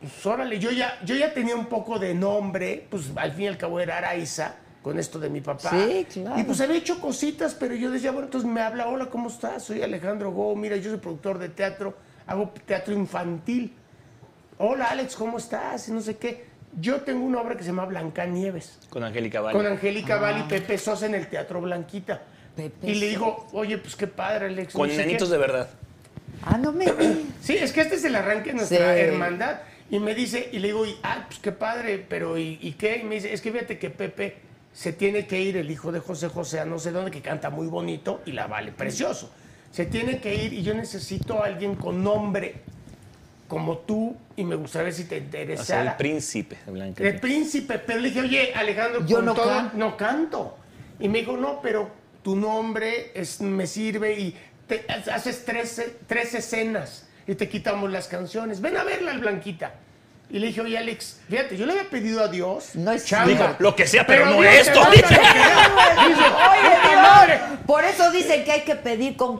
S6: pues órale, yo ya, yo ya tenía un poco de nombre, pues al fin y al cabo era Araiza, con esto de mi papá.
S1: Sí, claro.
S6: Y pues había hecho cositas, pero yo decía, bueno, entonces me habla, hola, ¿cómo estás? Soy Alejandro Go, mira, yo soy productor de teatro, hago teatro infantil. Hola, Alex, ¿cómo estás? Y no sé qué. Yo tengo una obra que se llama Blancanieves,
S7: Con Angélica Vale.
S6: con Angélica Val y Pepe Sosa en el Teatro Blanquita.
S1: Ah. Pepe
S6: y le digo, oye, pues qué padre, Alex. no
S7: Con
S6: sé qué.
S7: nenitos de verdad.
S1: Ah, no me
S6: (laughs)
S1: digas.
S6: Sí, es que este es el arranque de nuestra
S1: Sí.
S6: hermandad. Y me dice, y le digo, y, ah, pues qué padre, pero ¿y, y qué? Y me dice, es que fíjate que Pepe se tiene que ir, el hijo de José José, a no sé dónde, que canta muy bonito y la vale precioso. Se tiene que ir y yo necesito a alguien con nombre como tú y me gustaría ver si te
S7: O
S6: interesa.
S7: sea, el príncipe de Blanca.
S6: El príncipe, pero le dije, oye, Alejandro,
S1: Yo
S6: con
S1: no
S6: todo,
S1: canto.
S6: no canto. Y me dijo, no, pero tu nombre es, me sirve y te- haces tres, tres escenas y te quitamos las canciones. Ven a verla al Blanquita. Y le dije, oye, Alex, fíjate, yo le había pedido a Dios.
S1: No es
S6: chamba.
S1: cierto.
S7: Dijo, lo que sea, pero, no
S6: Dios te
S7: esto.
S6: manda
S7: dice.
S6: lo que sea. Dice,
S1: Oye,
S6: "Puta madre".
S1: Dios, por eso dicen que hay que pedir con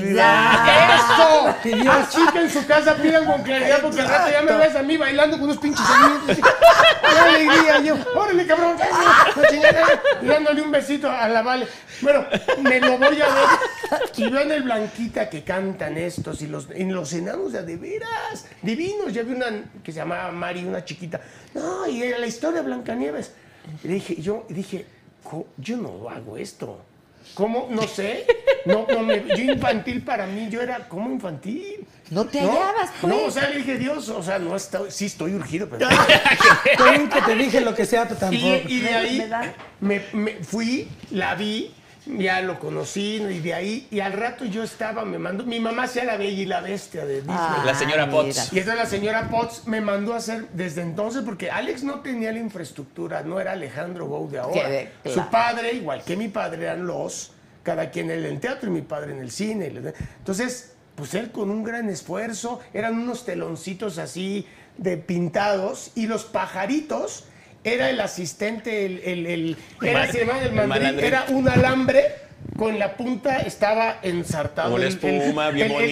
S6: ¿Eh?
S1: claridad.
S6: ¡Eso! Que Dios chica en su casa pidan con claridad porque al rato ya me ves a mí bailando con unos pinches amigos. ¡Qué alegría! Yo, ¡Órale, cabrón! La chingada, y Dándole un besito a la Vale. Bueno, me lo voy a ver. Y vean el Blanquita que cantan estos y los, en los enanos de a de veras. Divinos. Ya vi una que se llamaba Mari, una chiquita. No, y era la historia de Blancanieves. Y dije, yo dije, "Co- yo no hago esto. ¿Cómo? No sé. No, no me- yo infantil para mí, yo era como infantil.
S1: No te hallabas, pues.
S6: No, o sea, le dije, Dios, o sea, no estoy, sí estoy urgido, (laughs) pero...
S8: Está bien que te dije lo que sea, pero tampoco.
S6: Y, y
S1: Me-
S6: de
S1: me
S6: ahí
S1: da-
S6: me, me fui, la vi, ya lo conocí, y de ahí, y al rato yo estaba, me mandó, mi mamá sea la bella y la bestia de Disney.
S1: Ah,
S7: La señora
S1: mira.
S7: Potts.
S6: Y entonces la señora Potts me mandó a hacer desde entonces, porque Alex no tenía la infraestructura, no era Alejandro Gou de ahora.
S1: Que- claro.
S6: Su padre, igual que mi padre, eran los, cada quien él en el teatro y mi padre en el cine. Entonces, pues él con un gran esfuerzo, eran unos teloncitos así de pintados y los pajaritos. Era el asistente, el, el, el- era,
S7: mal-
S6: se llamaba el
S7: el
S6: mandril,
S7: malandrín.
S6: era un alambre con la punta estaba ensartado.
S7: Una
S6: el- el-
S7: espuma bien bonito.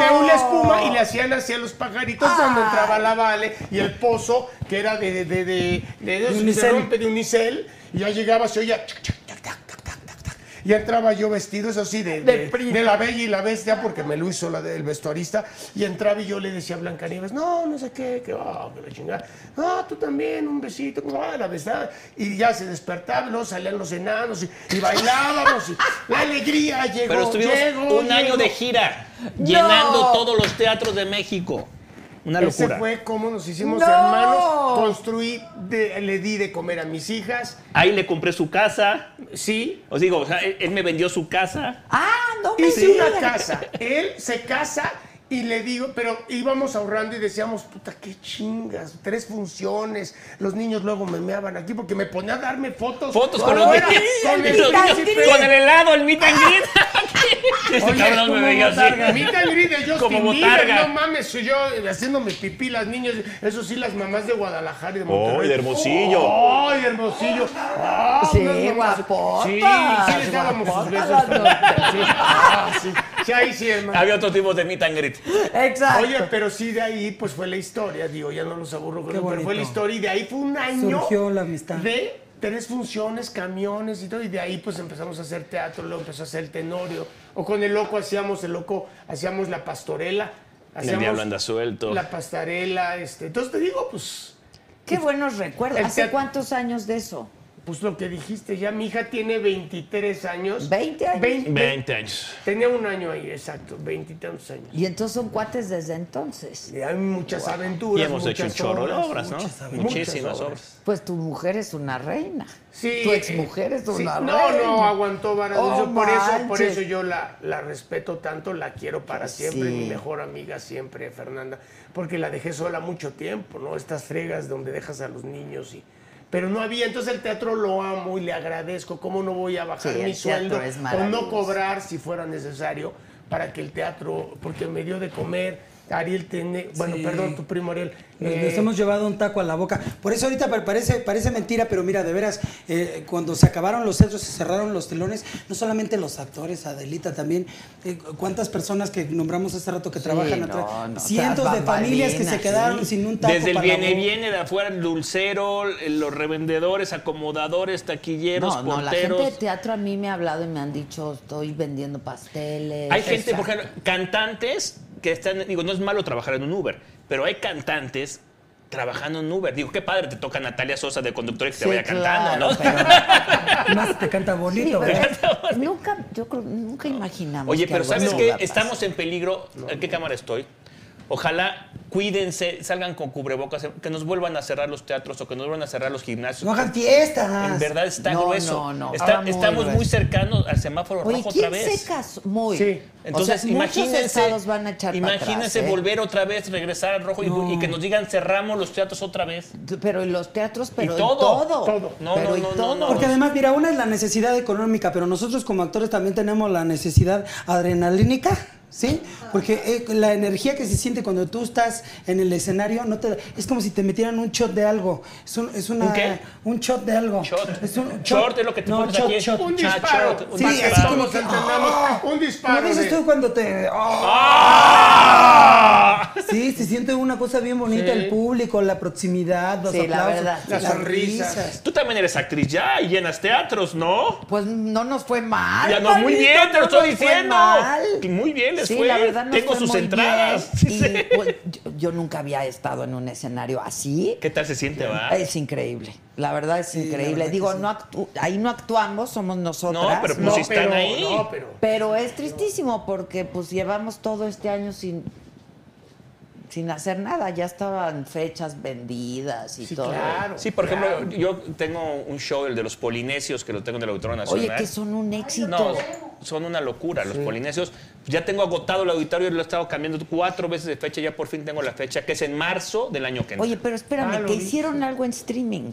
S6: de una espuma y le hacían así a los pajaritos cuando entraba la Vale y el pozo que era de, de, de, de, de- de-
S8: unicel.
S6: se rompe de unicel y ya llegaba, se oía chuc, chuc, tac, tac, tac, tac, tac, tac. y entraba yo vestido, eso sí, de, de, de la bella y la bestia, porque me lo hizo la, del vestuarista, y entraba y yo le decía a Blancanieves, no, no sé qué, que, ah, que la chingada, ah, tú también, un besito, ah, la besada, y ya se despertaba, luego salían los enanos y, y bailábamos, y la alegría llegó,
S7: Pero estuvimos
S6: llegó,
S7: un año
S6: llegó.
S7: de gira, llenando todos los teatros de México. Una
S6: Ese
S7: locura.
S6: fue como nos hicimos
S1: ¡No!
S6: hermanos. Construí, de- le di de comer a mis hijas.
S7: Ahí le compré su casa.
S6: Sí.
S7: Os digo, o sea, él, él me vendió su casa.
S1: Ah, no me
S6: Hice una
S1: digas.
S6: casa. Él se casa y le digo, pero íbamos ahorrando y decíamos, puta, qué chingas. Tres funciones. Los niños luego me meaban aquí porque me ponía a darme fotos.
S7: Fotos
S6: por
S7: con, los
S6: fuera,
S7: niños,
S6: con
S7: y
S6: el
S7: (laughs) los niños,
S6: príncipe.
S7: con el helado, el meet and greet. (laughs) Ese
S6: Oye,
S7: este cabrón me
S6: como
S7: veía
S6: botarga.
S7: así.
S6: Meet and greet
S7: (laughs)
S6: de Justin
S7: Como
S6: Bieber,
S7: botarga.
S6: no mames, soy yo eh, haciéndome pipí las niñas, eso sí, las mamás de Guadalajara y de Monterrey.
S7: de Hermosillo.
S6: ¡Ay, de Hermosillo! Ah,
S1: Sí,
S6: unas mamás-
S1: guapotas,
S6: Sí, sí les dábamos sus
S1: guapotas
S6: besos.
S1: las dos.
S6: Sí, ah, sí. Sí, ahí sí, hermano.
S7: Había otro tipo de meet and greet.
S1: Exacto.
S6: Oye, pero sí de ahí pues fue la historia, digo, ya no los aburro con
S8: Qué
S6: eso, pero fue la
S8: bonito.
S6: historia y de ahí fue un año
S8: Surgió la amistad.
S6: de tres funciones, camiones y todo, y de ahí pues empezamos a hacer teatro, luego empezó a hacer el Tenorio, o con el loco hacíamos el loco, hacíamos la pastorela, hacíamos
S7: diablo anda suelto.
S6: La pastarela, este, entonces te digo, pues
S1: Qué buenos recuerdos.
S6: El
S1: ¿Hace
S6: teat-
S1: cuántos años de eso?
S6: pues lo que dijiste, ya mi hija tiene 23 años.
S1: 20 años.
S6: 20,
S7: 20 años.
S6: Tenía un año ahí, exacto, 20 y tantos años.
S1: Y entonces son cuates desde entonces.
S6: Y hay muchas aventuras.
S7: Y hemos hecho un
S6: muchas
S7: chorro de obras, ¿no?
S6: muchas aventuras.
S7: Muchísimas
S6: Muchas
S7: obras.
S1: Pues tu mujer es una reina.
S6: Sí.
S1: Tu exmujer es una
S6: sí.
S1: reina.
S6: No, no, aguantó varas.
S1: Oh,
S6: Yo por eso, por
S1: manches.
S6: eso yo la, la respeto tanto, la quiero para siempre,
S1: Sí.
S6: mi mejor amiga siempre, Fernanda, porque la dejé sola mucho tiempo, ¿no? Estas fregas donde dejas a los niños y pero no había, entonces el teatro lo amo y le agradezco, cómo no voy a bajar
S1: Sí, el
S6: mi
S1: teatro
S6: sueldo
S1: es
S6: o
S1: maravilloso.
S6: no cobrar si fuera necesario para que el teatro, porque me dio de comer. Ariel tiene, bueno,
S8: Sí.
S6: perdón, tu primo Ariel.
S8: Nos,
S6: eh,
S8: nos hemos llevado un taco a la boca. Por eso ahorita pa- parece, parece mentira, pero mira, de veras, eh, cuando se acabaron los centros, se cerraron los telones, no solamente los actores, Adelita también, eh, cuántas personas que nombramos hace rato que trabajan
S1: no,
S8: atrás,
S1: no,
S8: cientos
S1: tras
S8: de familias que se
S1: bambalinas,
S8: quedaron
S1: sí.
S8: sin un taco
S7: Desde el
S8: para la
S7: viene
S8: boca.
S7: viene de afuera, el dulcero, el- los revendedores, acomodadores, taquilleros,
S1: No, no, la gente
S7: porteros.
S1: de teatro a mí me ha hablado y me han dicho, estoy vendiendo pasteles. Este,
S7: Hay gente, por
S1: Exacto.
S7: ejemplo, cantantes que están, digo, no es malo trabajar en un Uber, pero hay cantantes trabajando en Uber. Digo, qué padre, te toca Natalia Sosa de conductor y que
S1: Sí,
S7: te vaya
S1: claro,
S7: cantando, (laughs) ¿no?
S8: Más te canta
S1: Sí,
S8: bonito, ¿verdad?
S1: ¿verdad? nunca, yo creo, nunca imaginamos.
S7: Oye,
S1: que
S7: pero
S1: algo
S7: ¿sabes
S1: así
S7: qué?
S1: iba a pasar.
S7: Estamos en peligro. ¿En qué cámara estoy? Ojalá cuídense, salgan con cubrebocas, que nos vuelvan a cerrar los teatros o que nos vuelvan a cerrar los gimnasios.
S8: No hagan fiestas.
S7: En verdad está
S1: No, no,
S7: grueso.
S1: no,
S7: Está-
S1: está muy
S7: estamos
S1: grueso.
S7: muy cercanos al semáforo
S1: Oye,
S7: rojo
S1: ¿quién
S7: otra vez.
S1: se casó? Muy.
S6: Sí.
S7: Entonces,
S1: o sea,
S7: imagínense,
S1: Muchos estados van a echar para atrás,
S7: imagínense
S1: ¿eh?
S7: volver otra vez, regresar al rojo y- y, que nos digan cerramos los teatros otra vez.
S1: Pero en los teatros, pero en
S7: todo,
S1: todo.
S7: todo. No,
S1: Pero
S7: no,
S1: en
S7: no, no,
S1: todo.
S7: no.
S8: Porque además, mira, una es la necesidad económica, pero nosotros como actores también tenemos la necesidad adrenalínica ¿Sí? Porque eh, la energía que se siente cuando tú estás en el escenario no te, es como si te metieran un shot de algo. Es un, es una,
S7: ¿Un qué?
S8: un shot de algo.
S7: Shot.
S8: Es un
S7: Short es lo que tú
S8: no,
S7: pones
S8: shot,
S7: aquí.
S8: shot.
S6: Un
S7: Ah,
S6: disparo.
S7: shot, un
S8: Sí,
S7: disparo.
S8: así como
S6: Nos
S8: que,
S6: entendamos.
S1: ¡Oh!
S8: ¡ah!
S6: Un disparo
S8: Lo
S6: de-
S8: dices tú cuando te.
S7: (laughs)
S8: ¡ah!
S7: ¡Ah!
S8: Sí, se siente una cosa bien bonita, el público, la proximidad, los
S1: Sí, la
S8: aplausos,
S1: verdad.
S6: Las sonrisas.
S7: Tú también eres actriz ya y llenas teatros, ¿no?
S1: Pues no nos fue mal.
S7: Ya no, muy
S1: Pablito,
S7: bien, te lo
S1: no
S7: estoy
S1: nos fue
S7: diciendo.
S1: mal.
S7: Muy bien les
S1: sí,
S7: fue.
S1: La verdad nos
S7: Tengo
S1: fue
S7: sus
S1: muy
S7: entradas.
S1: bien.
S7: (laughs)
S1: Y, pues, yo, yo nunca había estado en un escenario así.
S7: ¿Qué tal se siente, va?
S1: Es increíble. La verdad es
S8: la
S1: increíble.
S8: verdad que
S1: Digo,
S8: sí.
S1: no actu- ahí no actuamos, somos nosotras.
S7: No, pero pues
S6: No,
S7: si están
S6: pero-
S7: ahí.
S6: No, pero.
S1: Pero es tristísimo porque pues llevamos todo este año sin sin hacer nada, ya estaban fechas vendidas y
S6: Sí,
S1: todo.
S6: claro.
S7: Sí, por ejemplo, yo tengo un show, el de los polinesios, que lo tengo en el Auditorio Nacional.
S1: Oye, que son un éxito.
S7: No, son una locura los polinesios. Ya tengo agotado el auditorio, lo he estado cambiando cuatro veces de fecha, ya por fin tengo la fecha, que es en marzo del año que entra.
S1: Oye, pero espérame,
S6: Ah, lo
S1: que
S6: vi.
S1: hicieron algo en streaming.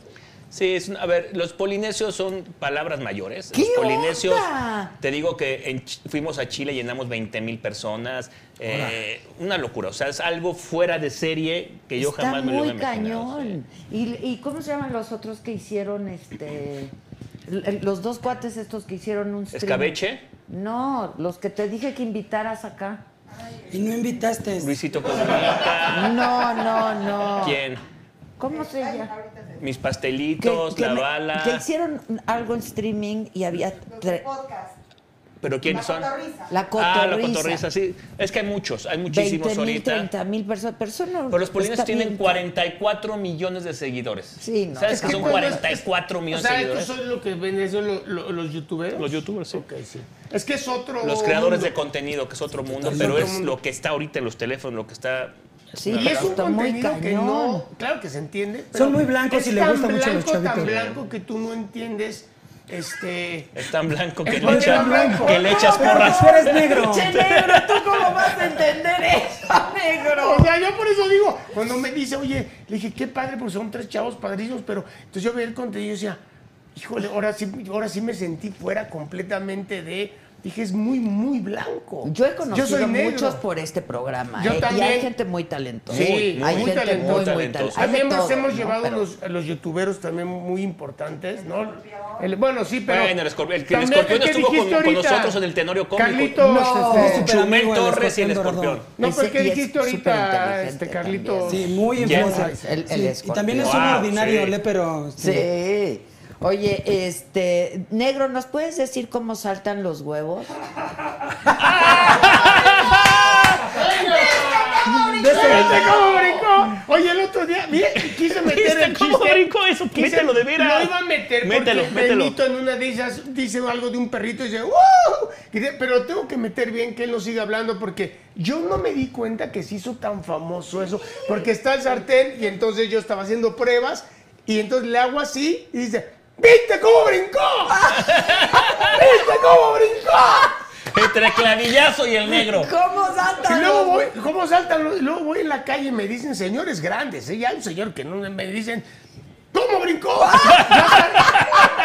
S7: Sí, es un- a ver, los polinesios son palabras mayores.
S1: ¿Qué
S7: los polinesios,
S1: onda?
S7: te digo que en Ch- fuimos a Chile, llenamos 20 mil personas. eh, una locura, o sea, es algo fuera de serie que yo
S1: Está
S7: jamás me lo
S1: muy
S7: hubiera imaginado.
S1: cañón. ¿Y, y cómo se llaman los otros que hicieron este l- los dos cuates estos que hicieron un streaming?
S7: ¿Escabeche?
S1: No, los que te dije que invitaras acá.
S8: Y no invitaste.
S7: Luisito Comunica,
S1: No, no, no.
S7: Ah. ¿quién?
S1: ¿Cómo se llama?
S7: Mis pastelitos, la
S1: me-
S7: bala.
S1: que hicieron algo en streaming y había
S5: Los de
S1: tre-
S5: podcast.
S7: ¿Pero quiénes son?
S5: Cotorrisa.
S1: la
S7: Ah, la
S1: cotorrisa.
S7: cotorriza, sí. Es que hay muchos, hay muchísimos
S1: 20 mil,
S7: ahorita.
S1: 30 mil personas. Pero eso no
S7: Pero los
S1: está
S7: polinesios tienen
S1: bien.
S7: 44 millones de seguidores.
S1: Sí, no.
S7: ¿Sabes
S1: Es
S7: que,
S1: que
S7: son
S6: cuando es-
S7: 44
S6: O
S7: millones de
S6: sea, estos
S7: seguidores?
S6: son lo que ven eso, lo- lo- los youtubers.
S7: Los youtubers, sí.
S6: Ok, sí. Es que es otro.
S7: Los creadores de
S6: mundo.
S7: contenido, que es otro mundo, pero es lo que está ahorita en los teléfonos, lo que está...
S1: Sí,
S7: Una
S6: Y es
S7: verdad.
S6: un
S1: Está muy
S6: contenido que
S1: cañón.
S6: no. Claro que se entiende.
S8: Son muy blancos
S6: es
S8: y le
S6: tan
S8: gusta mucho a los
S6: blanco,
S8: chavitos.
S6: tan blanco que tú no entiendes. Este.
S7: Es tan blanco que
S6: Es
S7: le,
S6: tan
S7: echa-
S6: blanco.
S7: que le echas
S8: Pero
S7: porras.
S8: tú
S6: (laughs)
S8: eres negro.
S1: Che, negro, ¿tú cómo vas a entender eso, negro?
S6: O sea, yo por eso digo, cuando me dice, oye, le dije, qué padre, porque son tres chavos padrísimos, pero entonces yo veía el contenido y decía, híjole, ahora sí, ahora sí me sentí fuera completamente de. Dije, es muy, muy blanco.
S1: Yo he conocido
S6: soy negro.
S1: muchos por este programa.
S6: Yo
S1: ¿eh? Y hay
S6: también.
S1: gente muy talentosa.
S6: Sí,
S7: Muy,
S6: muy
S1: hay gente
S6: talentosa.
S1: muy, muy
S7: Talentosa.
S1: talentosa. Hay de
S6: También nos
S1: todo,
S6: hemos
S1: ¿no?
S6: llevado
S1: Pero-
S6: los, los youtuberos también muy importantes, ¿no? El- bueno, sí, pero.
S7: Bueno, el escorpión, el,
S6: también
S7: escorpión
S6: que
S7: estuvo con,
S6: dijiste
S7: con
S6: ahorita.
S7: nosotros en el Tenorio Cómico.
S6: Carlitos,
S8: No,
S6: este,
S8: súper
S7: Chumel
S8: amigo del
S7: Torres y el
S8: Escorpión
S7: escorpión.
S8: Dorado.
S6: No,
S1: Ese-
S6: pero ¿qué
S1: y es
S6: dijiste ahorita,
S1: superinteligente
S6: este
S1: también.
S6: Carlitos?
S8: Sí, muy
S7: Ya.
S8: influencer.
S1: El- el
S8: Sí, Y
S1: escorpión.
S8: también es un
S7: Wow,
S8: ordinario,
S7: sí.
S8: le, pero.
S1: Sí. Oye, este, negro, ¿nos puedes decir cómo saltan los huevos?
S8: De ese-
S6: ¿Viste cómo brincó? Oye, el otro día, mire, quise meter
S7: ¿Viste
S6: el
S7: Este, cómo
S6: chiste.
S7: brincó eso?
S6: Quise-
S7: Mételo de veras.
S6: Lo iba a meter
S7: Mételo,
S6: porque
S7: mételo.
S6: Benito en una de ellas dice algo de un perrito y dice, ¡Wow! Y dice, Pero tengo que meter bien que él no siga hablando porque yo no me di cuenta que se hizo tan famoso eso. Porque está el sartén y entonces yo estaba haciendo pruebas y entonces le hago así y dice, ¿viste cómo brincó? (laughs) ¿Viste cómo brincó?
S7: Entre el clavillazo y el negro.
S1: ¿Cómo
S6: Y
S1: saltan
S6: luego
S1: los
S6: voy, ¿cómo saltan? los- Luego voy en la calle y me dicen señores grandes, ¿eh? ya un señor que no me dicen, ¿cómo brincó?
S1: (laughs)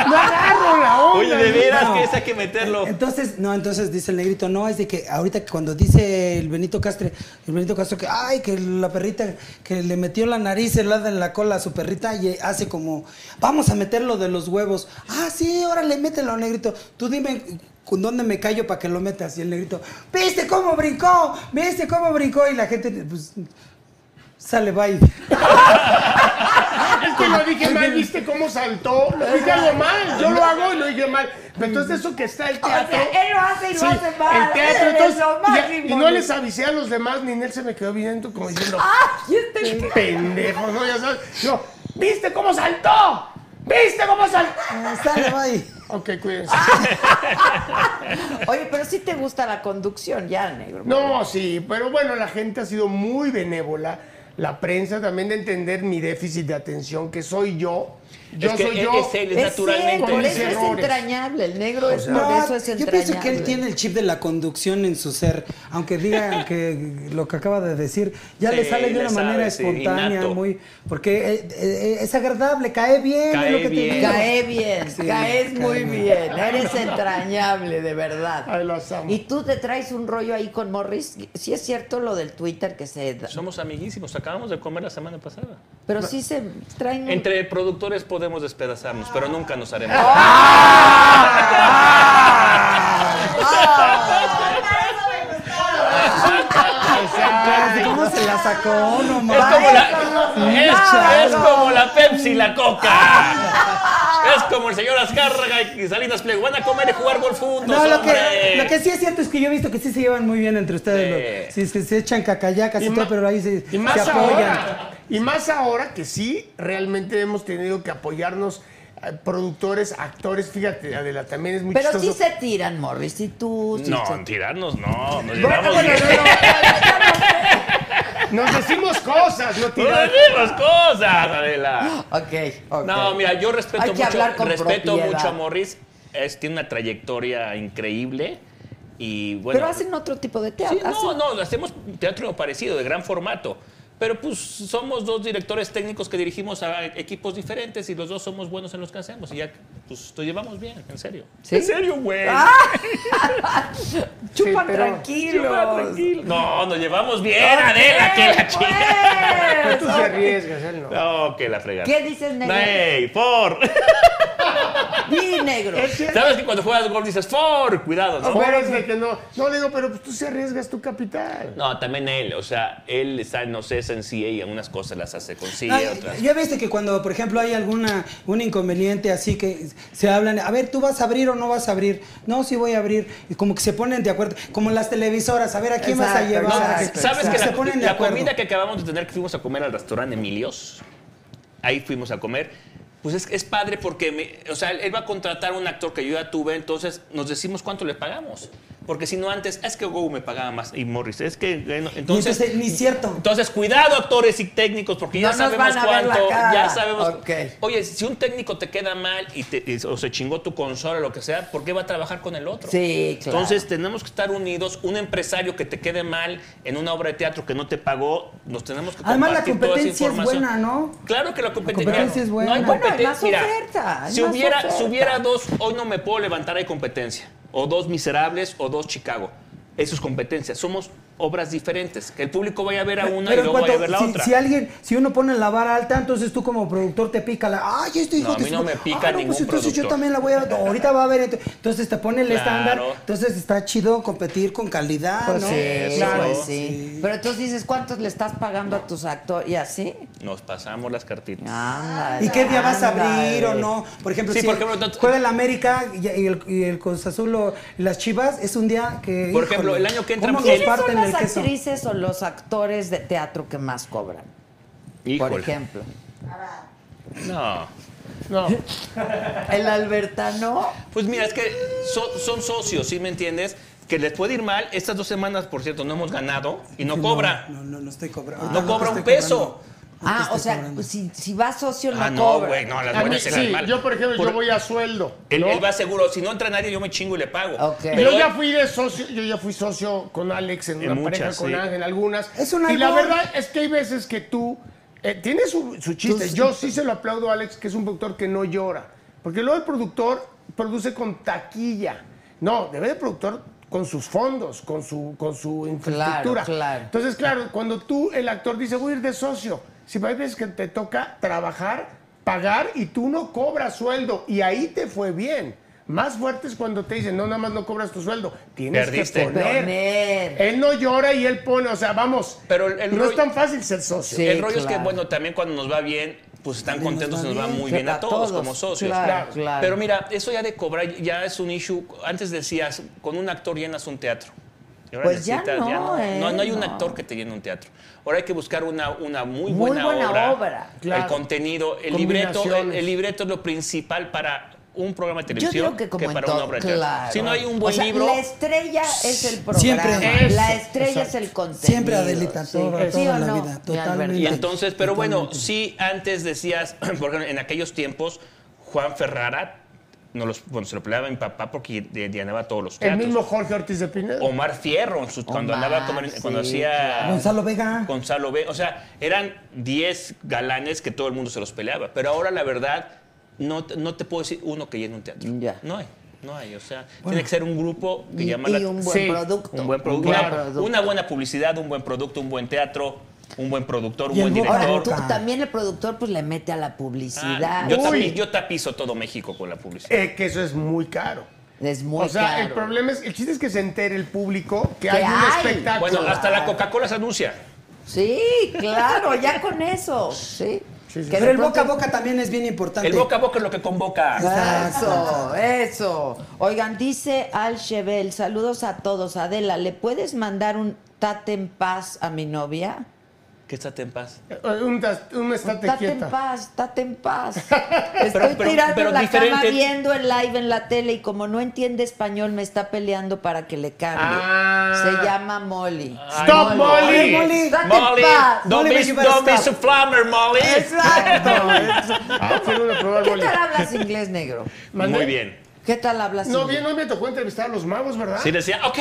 S6: No agarro la onda.
S7: Oye, de
S6: ¿no?
S7: veras
S8: No. Eh,
S7: que esa hay que meterlo.
S8: Entonces, no, entonces dice el negrito, no, es de que ahorita que cuando dice el Benito Castre, el Benito Castro que, ay, que la perrita, que le metió la nariz helada en la cola a su perrita y hace como, vamos a meterlo de los huevos. Ah, sí, órale, mételo, negrito. Tú dime con dónde me callo para que lo metas. Y el negrito, ¿viste cómo brincó? ¿Viste cómo brincó? Y la gente, pues, sale, bye.
S6: Es que lo dije mal, ¿viste cómo saltó? Lo dije algo mal, yo lo hago y lo dije mal. Pero entonces eso que está el
S1: O sea,
S6: teatro.
S1: él lo hace y lo
S6: Sí,
S1: hace mal.
S6: El teatro,
S1: Es
S6: entonces,
S1: lo
S6: ya-
S1: máximo.
S6: y no les avisé a los demás, ni en él se me quedó viendo como diciendo,
S1: ¿Y este
S6: Un pendejo, ¿no? Ya sabes. Yo, ¿viste cómo saltó? ¿Viste cómo saltó?
S1: Ah,
S8: Sale, (laughs) bye.
S6: Ok, cuídense.
S1: Oye, pero sí te gusta la conducción ya, negro.
S6: No, sí, pero bueno, la gente ha sido muy benévola. la prensa también de entender mi déficit de atención, que soy yo. Yo
S7: Es que
S6: soy
S7: él
S6: yo.
S7: es él, es
S1: Es
S7: naturalmente.
S1: él, por
S6: Mis
S1: eso es
S6: errores.
S1: entrañable, el negro es, por
S8: No,
S1: eso es entrañable.
S8: yo pienso que él tiene el chip de la conducción en su ser, aunque
S1: (laughs)
S8: diga que lo que acaba de decir ya
S7: Sí,
S8: le sale de
S7: le
S8: una
S7: sabe,
S8: manera
S7: sí,
S8: espontánea,
S7: innato.
S8: muy porque eh, eh, es agradable, cae bien,
S7: Cae
S8: es lo que te
S7: bien.
S8: digo.
S1: Cae bien,
S8: Sí,
S1: caes
S8: cae
S1: muy
S8: bien.
S1: bien, eres entrañable, de verdad.
S6: Ay, los amo.
S1: Y tú te traes un rollo ahí con Morris. Sí es cierto lo del Twitter que se... da-
S7: Somos amiguísimos, acabamos de comer la semana pasada.
S1: Pero sí se traen... un-
S7: Entre productores podemos despedazarnos, pero nunca nos haremos.
S1: Ah.
S8: Claro, ¿Cómo se la sacó? No
S7: Es como
S8: mames.
S7: la, es- es como la Pepsi y la Coca. Es como el señor Azcárraga y Salinas Pliego. Van a comer y jugar golf juntos,
S8: No, lo
S7: hombre.
S8: que, lo que sí es cierto es que yo he visto que sí se llevan muy bien entre ustedes.
S7: Sí.
S8: los- sí, se, se echan cacayacas y,
S6: Y
S8: todo,
S6: ma-
S8: pero ahí se,
S6: Eh, Y más
S8: se apoyan.
S6: ahora. Y más ahora que sí, realmente hemos tenido que apoyarnos eh, productores, actores, fíjate, Adela, también es muy
S1: Pero sí
S6: chistoso.
S1: se tiran, Morris, y tú... sí se-
S7: No, tirarnos no. Nos
S1: Bueno,
S7: llevamos
S1: bueno,
S7: bien.
S1: no, no, no,
S6: Nos decimos cosas, no
S7: Nos
S6: tirar.
S7: decimos cosas, Adela.
S1: no, no. Ok, ok.
S7: (gasps) No, mira, yo respeto
S1: Hay que
S7: mucho,
S1: hablar con
S7: respeto
S1: propiedad.
S7: mucho a Morris. Es- tiene una trayectoria increíble y bueno.
S1: Pero hacen otro tipo de
S7: Sí,
S1: teatro.
S7: no,
S1: hacen-
S7: no, hacemos teatro parecido, de gran formato. Pero pues somos dos directores técnicos que dirigimos a equipos diferentes y los dos somos buenos en los que hacemos. Y ya pues lo llevamos bien, en serio.
S1: ¿Sí? Ah.
S7: En serio, güey.
S1: Chupan
S6: pero-
S1: tranquilos. Pues,
S7: Lleva tranquilo. No, nos llevamos bien, Adela, que la chica.
S6: Tú te arriesgas, él no.
S7: No, que la fregada.
S1: ¿Qué dices, negro?
S7: Ey, por.
S1: Di negro.
S7: Sabes que cuando juegas golf dices, for, cuidado, ¿no?
S6: Pero es de que no. No le digo, pero pues, tú se arriesgas tu capital.
S7: No, también él, o sea, él está, no sé, es en CA y algunas cosas las hace con CA,
S8: Ah,
S7: otras.
S8: ya viste que cuando, por ejemplo, hay alguna un inconveniente así que se hablan, a ver, ¿tú vas a abrir o no vas a abrir? No, sí voy a abrir. Y como que se ponen de acuerdo, como las televisoras, a ver, ¿a quién vas a
S1: Exacto,
S8: llevar?
S7: No,
S1: Ah,
S8: Exacto.
S7: ¿Sabes que
S8: se
S7: la,
S8: ponen de
S7: la
S8: acuerdo.
S7: comida que acabamos de tener, que fuimos a comer al restaurante Emilios, ahí fuimos a comer, pues es, es padre porque, me- o sea, él va a contratar a un actor que yo ya tuve, entonces nos decimos cuánto le pagamos. Porque si no antes, es que Go me pagaba más y Morris, es que... eh, no,
S8: Y entonces,
S7: entonces,
S8: ni cierto.
S7: entonces, cuidado actores y técnicos, porque ya
S1: No nos
S7: sabemos
S1: van a ver la
S7: cuánto,
S1: cara.
S7: ya sabemos.
S1: Ok.
S7: Oye, si un técnico te queda mal y, te, y- o se chingó tu consola o lo que sea, ¿por qué va a trabajar con el otro?
S1: Sí, claro.
S7: Entonces tenemos que estar unidos. Un empresario que te quede mal en una obra de teatro que no te pagó, nos tenemos que
S8: Además, la
S7: compartir toda esa
S8: competencia es
S7: información.
S8: buena, ¿no?
S7: Claro que la competencia,
S8: competencia es buena.
S7: No hay
S8: Bueno,
S1: hay
S7: competen-
S1: más
S7: Mira,
S1: oferta, hay
S7: si,
S1: más
S7: hubiera,
S1: oferta.
S7: si hubiera dos, hoy no me puedo levantar, hay competencia. O dos Miserables o dos Chicago. Eso es competencia. Somos obras diferentes. Que el público vaya a ver a una y
S8: Pero en
S7: luego
S8: cuanto-
S7: vaya a ver la
S8: si,
S7: otra.
S8: si alguien, si uno pone la vara alta, entonces tú como productor te pica la. Ay, este hijo
S7: No, a
S8: de
S7: mí
S8: su-
S7: no me pica
S8: Ah,
S7: ningún
S8: pues entonces yo
S7: productor.
S8: también la voy a. Ahorita va a haber. ento- Entonces te pone el
S7: Claro.
S8: estándar. Entonces está chido competir con calidad,
S1: Pues
S8: Ah, ¿no?
S1: sí,
S7: Claro.
S1: pues sí. Pero entonces dices, ¿cuántos le estás pagando a tus actores? ¿Y así?
S7: Nos pasamos las cartitas.
S1: Ah, Ándale,
S8: ¿Y qué día vas a abrir
S1: ándale.
S8: o no? Por ejemplo,
S7: Sí,
S8: si
S7: por ejemplo, tanto-
S8: juega el América y y el, y el Cruz Azul o las Chivas, es un día que...
S7: Por ejemplo, el año que entra-
S8: ¿cómo nos
S7: ¿Quiénes
S1: ¿Quiénes
S8: parten
S1: son las
S8: el queso?
S1: actrices o los actores de teatro que más cobran? Por
S7: Híjole.
S1: ejemplo,
S7: No.
S1: el Albertano.
S7: Pues mira, es que so- son socios, ¿sí me entiendes? Que les puede ir mal. Estas dos semanas, por cierto, no hemos ganado y no cobra.
S8: No, no, no estoy cobrando.
S7: No
S8: Ahorita
S7: cobra
S8: estoy
S7: un peso.
S8: cobrando. Ahorita
S1: Ah, o
S8: estoy
S1: sea,
S8: cobrando.
S1: si, si va socio no
S7: Ah, no,
S1: cobra.
S7: güey, no, las
S6: A mí,
S7: buenas se las
S6: sí,
S7: malas.
S6: yo por ejemplo, yo
S7: Por-
S6: voy a sueldo.
S7: Él,
S6: ¿no?
S7: él va seguro, si no entra nadie, yo me chingo y le pago.
S1: Ok.
S7: Pero
S6: Yo
S7: él-
S6: ya fui de socio, yo ya fui socio con Alex en
S7: En
S6: una pareja
S7: muchas,
S6: con
S7: sí.
S6: Ángel, algunas.
S8: Es un
S6: y la
S8: albur.
S6: verdad es que hay veces que tú eh, tiene su, su chiste.
S8: Tú-
S6: yo sí se lo aplaudo a Alex, que es un productor que no llora. Porque luego el productor produce con taquilla. No, debe de productor con sus fondos, con su, con su infraestructura.
S1: claro.
S6: Entonces, claro, cuando tú, el actor dice, voy a ir de socio, si hay veces que te toca trabajar, pagar y tú no cobras sueldo y ahí te fue bien. Más fuerte es cuando te dicen, no, nada más no cobras tu sueldo, tienes
S7: Perdiste.
S6: que poner.
S1: Poner.
S6: Él no llora y él pone, o sea, vamos,
S7: Pero el- el
S6: no
S7: rollo-
S6: es tan fácil ser socio.
S1: Sí,
S7: el rollo es
S1: claro.
S7: que, bueno, también cuando nos va bien, pues están
S8: También nos
S7: contentos
S8: va
S7: y nos va
S8: bien.
S7: muy bien a
S1: A
S7: todos,
S1: todos,
S7: como socios.
S1: claro, claro.
S7: Pero mira, eso ya de cobrar ya es un issue. Antes decías, con un actor llenas un teatro. Y ahora
S1: Pues ya no, ¿eh?
S7: no, no hay un
S1: No.
S7: actor que te llene un teatro. Ahora hay que buscar una, una muy,
S1: Muy
S7: buena,
S1: buena
S7: obra.
S1: obra.
S6: Claro.
S7: El contenido, el libreto. El,
S6: Combinaciones.
S7: el libreto es lo principal para un programa de
S1: Yo
S7: televisión
S1: digo que como en
S7: para
S1: todo,
S7: una obra de teatro.
S1: claro.
S7: Si no hay un buen
S1: O sea,
S7: libro,
S1: La estrella es el programa.
S8: Siempre.
S1: la
S6: Eso,
S1: estrella es
S6: exacto.
S1: el contenido.
S8: Siempre, Adelita,
S1: sí.
S8: toda,
S1: ¿Sí
S8: toda
S1: o
S8: la
S1: no,
S8: vida,
S1: mi Alberto?
S8: totalmente.
S7: Y entonces, pero bueno,
S8: Totalmente.
S7: sí, antes decías, (clears throat) por ejemplo, en aquellos tiempos, Juan Ferrara nos los- bueno, se lo peleaba mi papá porque de- llenaba todos los
S6: El
S7: teatros.
S6: mismo Jorge Ortiz de Pineda.
S7: Omar Fierro, en su- cuando
S1: Omar,
S7: andaba con- cuando
S1: sí,
S7: hacía
S8: Gonzalo Vega.
S7: Gonzalo B. O sea, eran 10 galanes que todo el mundo se los peleaba. Pero ahora, la verdad, no, te- no te puedo decir uno que llene un teatro.
S1: Ya.
S7: No hay, no hay. O sea, tiene que ser un grupo que
S1: Y,
S7: llama
S1: y
S7: la
S1: un buen
S6: Sí,
S1: producto.
S7: un buen producto.
S1: Claro.
S7: Una- Una buena publicidad, un buen producto, un buen teatro, un buen productor, un
S8: Y el
S7: buen
S8: boca a
S7: director.
S1: Ahora, tú
S8: Productor.
S1: también el productor pues le mete a la
S7: Ah,
S1: publicidad.
S7: yo,
S6: Uy.
S7: también, yo tapizo todo México con la publicidad.
S6: Eh, que eso es muy caro.
S1: es muy
S6: o sea,
S1: caro.
S6: el problema es, el chiste es que se entere el público que,
S1: Que
S6: hay, un
S1: hay.
S6: espectáculo.
S7: bueno, hasta la Coca-Cola se anuncia.
S1: Sí, claro, ya con eso. Sí.
S6: Sí, sí.
S1: Que
S8: Pero
S1: de
S8: el boca a
S1: pronto-
S8: boca también es bien importante.
S7: El boca a boca es lo que convoca.
S1: Eso, eso. Oigan, dice Al Shebel, saludos a todos. Adela, ¿le puedes mandar un tate en paz a mi novia?
S7: Que estate en paz.
S6: Eh, Un, tas- un estate
S1: tate en
S6: quieta.
S1: paz, tate en paz.
S6: (laughs)
S1: Estoy
S7: Pero- pero-
S1: tirando
S7: pero
S1: en la cama
S7: diferente.
S1: viendo el live en la tele y como no entiende español me está peleando para que le cambie.
S6: Ah.
S1: Se llama Molly.
S7: Ah.
S6: ¡Stop, Molly!
S8: Molly.
S1: Tate
S7: Molly,
S1: en paz.
S7: don't
S8: Molly,
S7: be,
S8: you better
S7: don't be
S8: stop.
S7: so flummer, Molly.
S1: Exacto.
S6: Ah, quiero una prueba,
S1: ¿Qué
S6: Molly.
S1: tal hablas inglés, negro?
S6: Mandé-
S7: Muy bien.
S1: ¿Qué tal hablas
S6: No,
S1: inglés?
S6: bien, hoy me tocó entrevistar a los magos,
S1: Ah.
S6: ¿verdad?
S7: Sí decía, ok,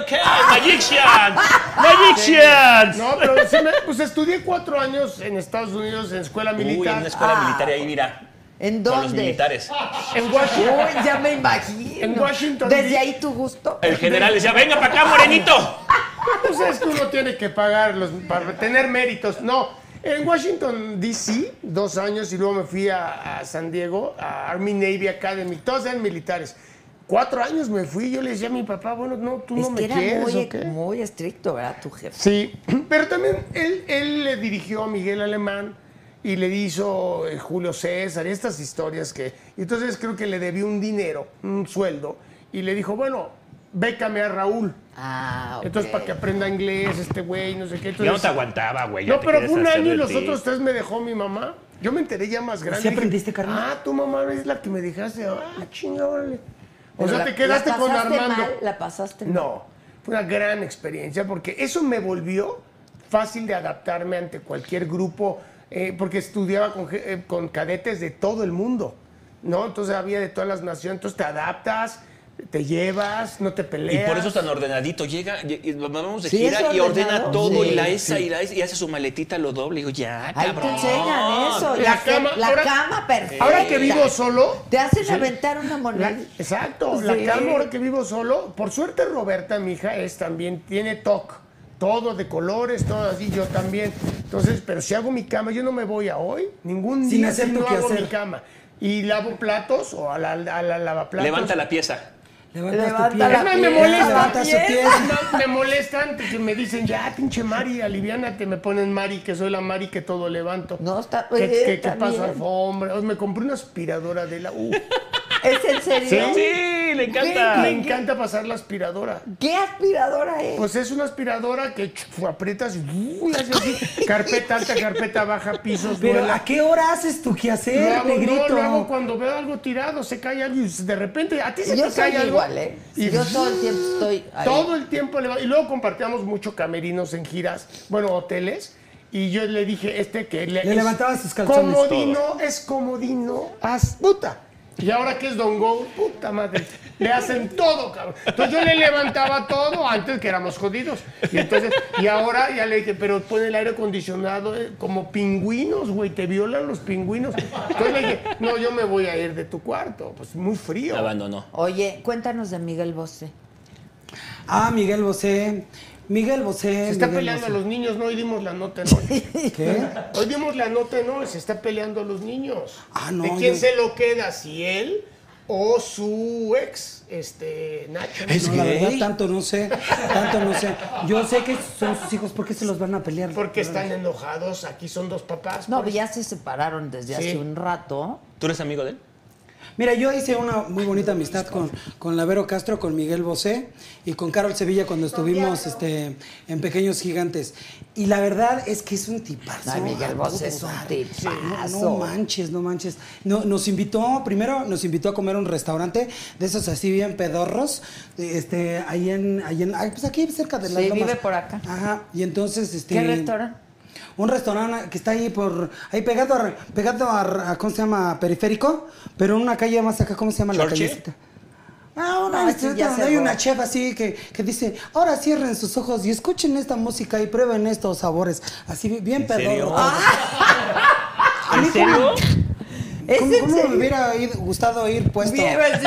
S7: ok, magician, magician.
S6: No, pero sí me, pues estudié cuatro años en Estados Unidos en escuela
S7: Uy, en
S6: militar.
S7: una escuela
S1: Ah.
S7: militar y ahí mira,
S1: ¿En
S7: con los
S1: dónde? Ah,
S7: militares.
S6: en Washington.
S1: Uy, ya me imagino.
S6: En Washington,
S1: Desde
S6: D.C.
S1: ahí tu gusto.
S7: El general decía, venga para acá, morenito.
S6: Pues es que uno tiene que pagar los- para tener méritos. No, en Washington, D.C., dos años y luego me fui a, a San Diego, a Army Navy Academy. Todos eran militares. Cuatro años me fui, yo le decía a mi papá, bueno, no, tú
S1: es
S6: no
S1: que
S6: me
S1: era
S6: quieres,
S1: muy,
S6: ¿o qué?
S1: muy estricto, ¿verdad? Tu jefe.
S6: Sí, pero también él, él le dirigió a Miguel Alemán y le hizo eh, Julio César y estas historias que... y Entonces creo que le debió un dinero, un sueldo, y le dijo, bueno, bécame a Raúl.
S1: Ah, ok.
S6: Entonces, para que aprenda inglés este güey, no sé qué.
S7: Yo no
S6: Entonces,
S7: te aguantaba, güey. ya
S6: no,
S7: te
S6: pero
S7: querías
S6: fue un
S7: hacer
S6: año y
S7: de
S6: los
S7: ti.
S6: otros tres me dejó mi mamá. Yo me enteré ya más grande.
S8: ¿Sí
S6: Dije,
S8: aprendiste, carnal?
S6: Ah, tu mamá es la que me dejaste. Ah, chinga, órale. O
S1: Pero
S6: sea,
S1: la-
S6: te quedaste
S1: la
S6: con
S1: pasaste
S6: Armando.
S1: mal, la pasaste mal.
S6: No, fue una gran experiencia porque eso me volvió fácil de adaptarme ante cualquier grupo, eh, porque estudiaba con, ge- eh, con cadetes de todo el mundo, ¿no? Entonces había de todas las naciones, entonces te adaptas, te llevas, no te
S7: Y
S6: peleas.
S7: por eso es tan ordenadito. Llega, y- y nos vamos de
S1: Sí,
S7: gira
S1: es
S7: y ordena
S1: ordenado.
S7: todo
S1: Sí,
S7: y la esa y la esa y hace su maletita, lo doble. Y digo, ya,
S1: Ahí
S7: cabrón.
S1: te enseñan eso.
S6: La
S1: La, fe-
S6: cama-
S1: la
S6: ahora-
S1: cama perfecta.
S6: Ahora que vivo solo,
S1: Te hacen aventar una moneda.
S6: La- exacto,
S1: Sí.
S6: la calma ahora que vivo solo. Por suerte Roberta, mi hija, es también, tiene TOC. Todo de colores, todo así, yo también. Entonces, pero si hago mi cama, yo no me voy a hoy, ningún
S8: Sin
S6: día
S8: hacer
S6: si
S8: tu
S6: no hago
S8: quehacer.
S6: mi cama. Y lavo platos o a la, a la lavaplatos.
S7: Levanta la pieza.
S8: Levantas
S1: Levanta
S8: tu pie.
S1: la
S6: Es más, me
S1: pieza,
S6: molesta.
S8: Levanta su pie.
S6: No, me molestan que me dicen, ya, pinche Mari, aliviánate. Me ponen Mari, que soy la Mari que todo levanto.
S1: No, está-
S6: ¿Qué,
S1: eh,
S6: qué, qué
S1: también.
S6: pasa, alfombra? Hoy Me compré una aspiradora de la U.
S1: ¿Es en serio?
S7: Sí, le
S6: Me
S7: encanta.
S6: encanta pasar la aspiradora.
S1: ¿Qué aspiradora es?
S6: Pues es una aspiradora que ch- aprietas y uh, hace así. Carpeta alta, carpeta baja, pisos,
S8: Pero
S6: duela.
S8: ¿a qué hora haces tu
S6: Lo
S8: quehacer,
S6: hago, no,
S8: negrito?
S6: lo hago cuando veo algo tirado, se cae algo y de repente a ti se
S1: yo
S6: te cae
S1: soy
S6: algo.
S1: igual, ¿eh?
S6: Y
S1: Yo todo el tiempo estoy ahí.
S6: todo el tiempo le va. Y luego compartíamos mucho camerinos en giras, bueno, hoteles. Y yo le dije, este que le,
S8: Le
S6: es
S8: levantaba sus calzones,
S6: Comodino, es comodino, haz puta. Y ahora que es Don Go, puta madre, le hacen todo, cabrón. Entonces yo le levantaba todo antes que éramos jodidos. Y entonces, y ahora ya le dije, pero pon el aire acondicionado eh, como pingüinos, güey, te violan los pingüinos. Entonces le dije, no, yo me voy a ir de tu cuarto, pues muy frío.
S7: Me abandonó.
S1: Oye, cuéntanos de Miguel Bosé.
S8: Ah, Miguel Bosé. Miguel Bosé.
S6: Se está
S8: Miguel
S6: peleando a
S8: Bosé.
S6: los niños, no, hoy dimos la nota, no.
S8: ¿Qué?
S6: Hoy dimos la nota, no, se está peleando a los niños.
S8: Ah, no,
S6: ¿De quién
S8: yo-
S6: se lo queda? ¿Si él o su ex, este, Nacho?
S8: No, la verdad, tanto no sé. Tanto no sé. Yo sé que son sus hijos. ¿Por qué se los van a pelear?
S6: Porque están enojados, aquí son dos papás.
S1: No,
S6: pues.
S1: ya se separaron desde
S6: Sí.
S1: hace un rato.
S7: ¿Tú eres amigo de él?
S8: Mira, yo hice una muy bonita amistad con, con la Vero Castro, con Miguel Bosé y con Carol Sevilla cuando estuvimos este, en Pequeños Gigantes. Y la verdad es que es un tipazo.
S1: Ay, Miguel Bosé es un
S8: Ah,
S1: tipazo.
S8: No, no manches, no manches. No, nos invitó, primero nos invitó a comer a un restaurante de esos así bien pedorros, este, ahí en, ahí en, ah, pues aquí cerca de las
S1: Sí,
S8: lomas.
S1: vive por acá.
S8: Ajá, y entonces, este...
S1: ¿Qué restaurante?
S8: Un restaurante que está ahí por. Ahí pegado, a, pegado a, a- ¿Cómo se llama? Periférico. Pero en una calle más acá, ¿cómo se llama la
S7: ¿Churchill?
S8: callecita? Ah, una
S1: No, ese
S8: restaurante
S1: ya
S8: donde
S1: cerró.
S8: hay una chef así que, que dice: Ahora cierren sus ojos y escuchen esta música y prueben estos sabores. Así bi- bien
S7: ¿En serio? Ah,
S8: pedorro.
S7: ¿En serio?
S1: ¿Es
S8: ¿Cómo,
S1: en
S8: cómo
S1: serio?
S8: me hubiera ido- gustado ir puesto?
S1: Vive,
S8: (laughs)
S1: sí. O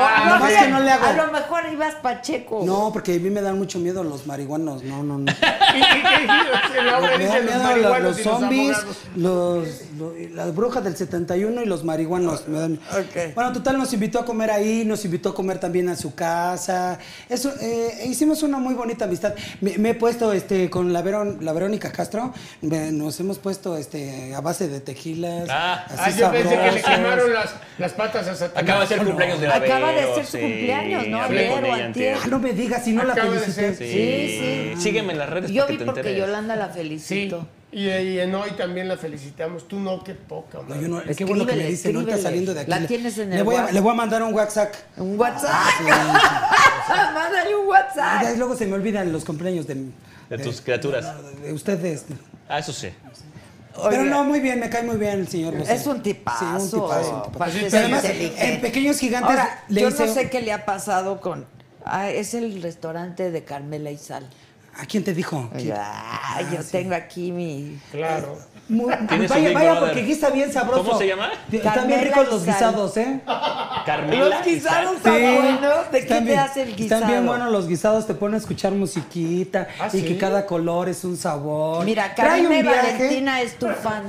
S8: Ah, Nomás
S1: Ah, mira,
S8: que no le hago.
S1: A lo mejor ibas Pacheco.
S8: No, porque a mí me dan mucho miedo los marihuanos. No, no, no.
S6: Y- y- y- el hombre
S8: Me
S6: dice los
S8: dan miedo los,
S6: marihuanos
S8: los
S6: y los
S8: zombies,
S6: zamoranos.
S8: los- lo- las brujas del 71 y los marihuanos. me dan-
S1: Ok.
S8: Bueno, total, nos invitó a comer ahí, nos invitó a comer también a su casa. Eso, eh, hicimos una muy bonita amistad. Me, me he puesto este, con la, Verón- la Verónica Castro, me- nos hemos puesto este, a base de tequilas.
S7: Ah.
S6: Ah,
S8: así
S6: yo pensé que le
S8: sabrosos.
S6: quemaron las, las patas a Satanás.
S7: Acaba de ser el cumpleaños de la
S1: Acaba de
S7: Vero,
S1: ser su
S7: sí.
S1: cumpleaños, ¿no?
S7: Hablé con
S1: Vero,
S7: ella
S1: antier.
S8: Ah,
S7: antier.
S8: no me digas, si no la
S6: Acaba de
S8: felicité.
S6: ser.
S1: Sí, sí.
S7: Sígueme en las redes
S1: Yo
S7: para
S1: vi
S7: que te
S1: porque
S7: enteres.
S1: Yolanda la
S6: Sí.
S1: felicito.
S6: Y, y en hoy también la felicitamos. Tú no, qué poca,
S8: No,
S6: madre.
S8: yo no- qué bueno que me
S1: Escríbele,
S8: dicen, ahorita
S1: escríbele.
S8: saliendo de aquí.
S1: La tienes en
S8: le
S1: el
S8: voy a,
S1: WhatsApp.
S8: le voy a mandar un WhatsApp.
S1: Un WhatsApp.
S8: Ah,
S1: (laughs) Mándale un
S8: Ya,
S1: WhatsApp.
S8: Luego se me olvidan los cumpleaños de,
S7: De tus criaturas.
S8: de ustedes.
S7: Ah, eso sí.
S8: Pero
S1: Oiga.
S8: no, muy bien, me cae muy bien el señor. José.
S1: Es un tipazo.
S8: Sí, un tipazo. un tipazo.
S1: Aparte
S8: Y
S1: es
S8: además,
S1: inteligente.
S8: en Pequeños Gigantes
S1: Ahora,
S8: le
S1: yo
S8: hice-
S1: no sé qué le ha pasado con. Ah, es el restaurante de Carmela y Sal.
S8: ¿A quién te dijo? ¿Quién?
S1: Ah, yo tengo aquí mi.
S6: Claro.
S8: Muy-
S7: Tienes un
S8: vaya,
S7: Big
S8: vaya,
S7: Brother.
S8: porque guisa bien sabroso.
S7: ¿Cómo se llama?
S8: Están bien
S1: Carmela
S8: ricos los
S1: y sal. (laughs)
S8: guisados, ¿eh?
S7: Carmela.
S1: Los guisados están buenos. ¿De qué
S8: están
S1: te
S8: bien-
S1: hace el guisado?
S8: Están bien buenos los guisados, te ponen a escuchar musiquita
S6: Ah,
S8: y
S6: ¿sí?
S8: que cada color es un sabor.
S1: Mira,
S8: Trae un
S1: Carmen
S8: viaje.
S1: Valentina es tu fan.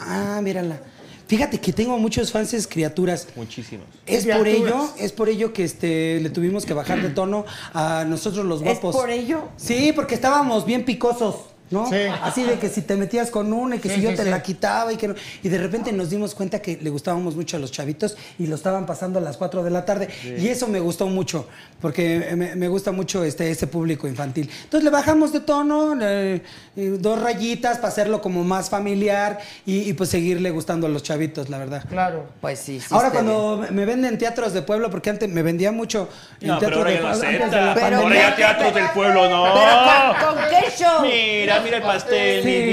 S8: Ah, mírala. Fíjate que tengo muchos fans criaturas.
S7: Muchísimos.
S8: Es por
S6: Criaturas.
S8: ello, es por ello que este le tuvimos que bajar de tono a nosotros los
S1: ¿Es
S8: guapos.
S1: por ello?
S8: Sí, porque estábamos bien picosos, ¿no?
S6: Sí.
S8: Así de que si te metías con una y que
S6: Sí,
S8: si yo
S6: sí,
S8: te
S6: sí.
S8: la quitaba y que no. Y de repente nos dimos cuenta que le gustábamos mucho a los chavitos y lo estaban pasando a las 4 de la tarde. Y eso me gustó mucho, porque me, me gusta mucho este ese público infantil. Entonces le bajamos de tono, eh, eh, dos rayitas para hacerlo como más familiar y, y pues seguirle gustando a los chavitos, la verdad.
S6: Claro.
S1: Pues sí. sí
S8: Ahora
S1: está bien.
S8: cuando me venden teatros de pueblo, porque antes me vendía mucho en
S7: No, pero
S8: teatros
S7: ahora
S8: de
S7: ya no
S8: pueblo, antes de la
S7: acepta.
S1: Pero
S7: Ahora
S8: pandemia.
S7: ya teatros del pueblo, no.
S1: Pero con, ¿con qué show.
S7: Mira, mira el pastel,
S8: Sí,
S7: mi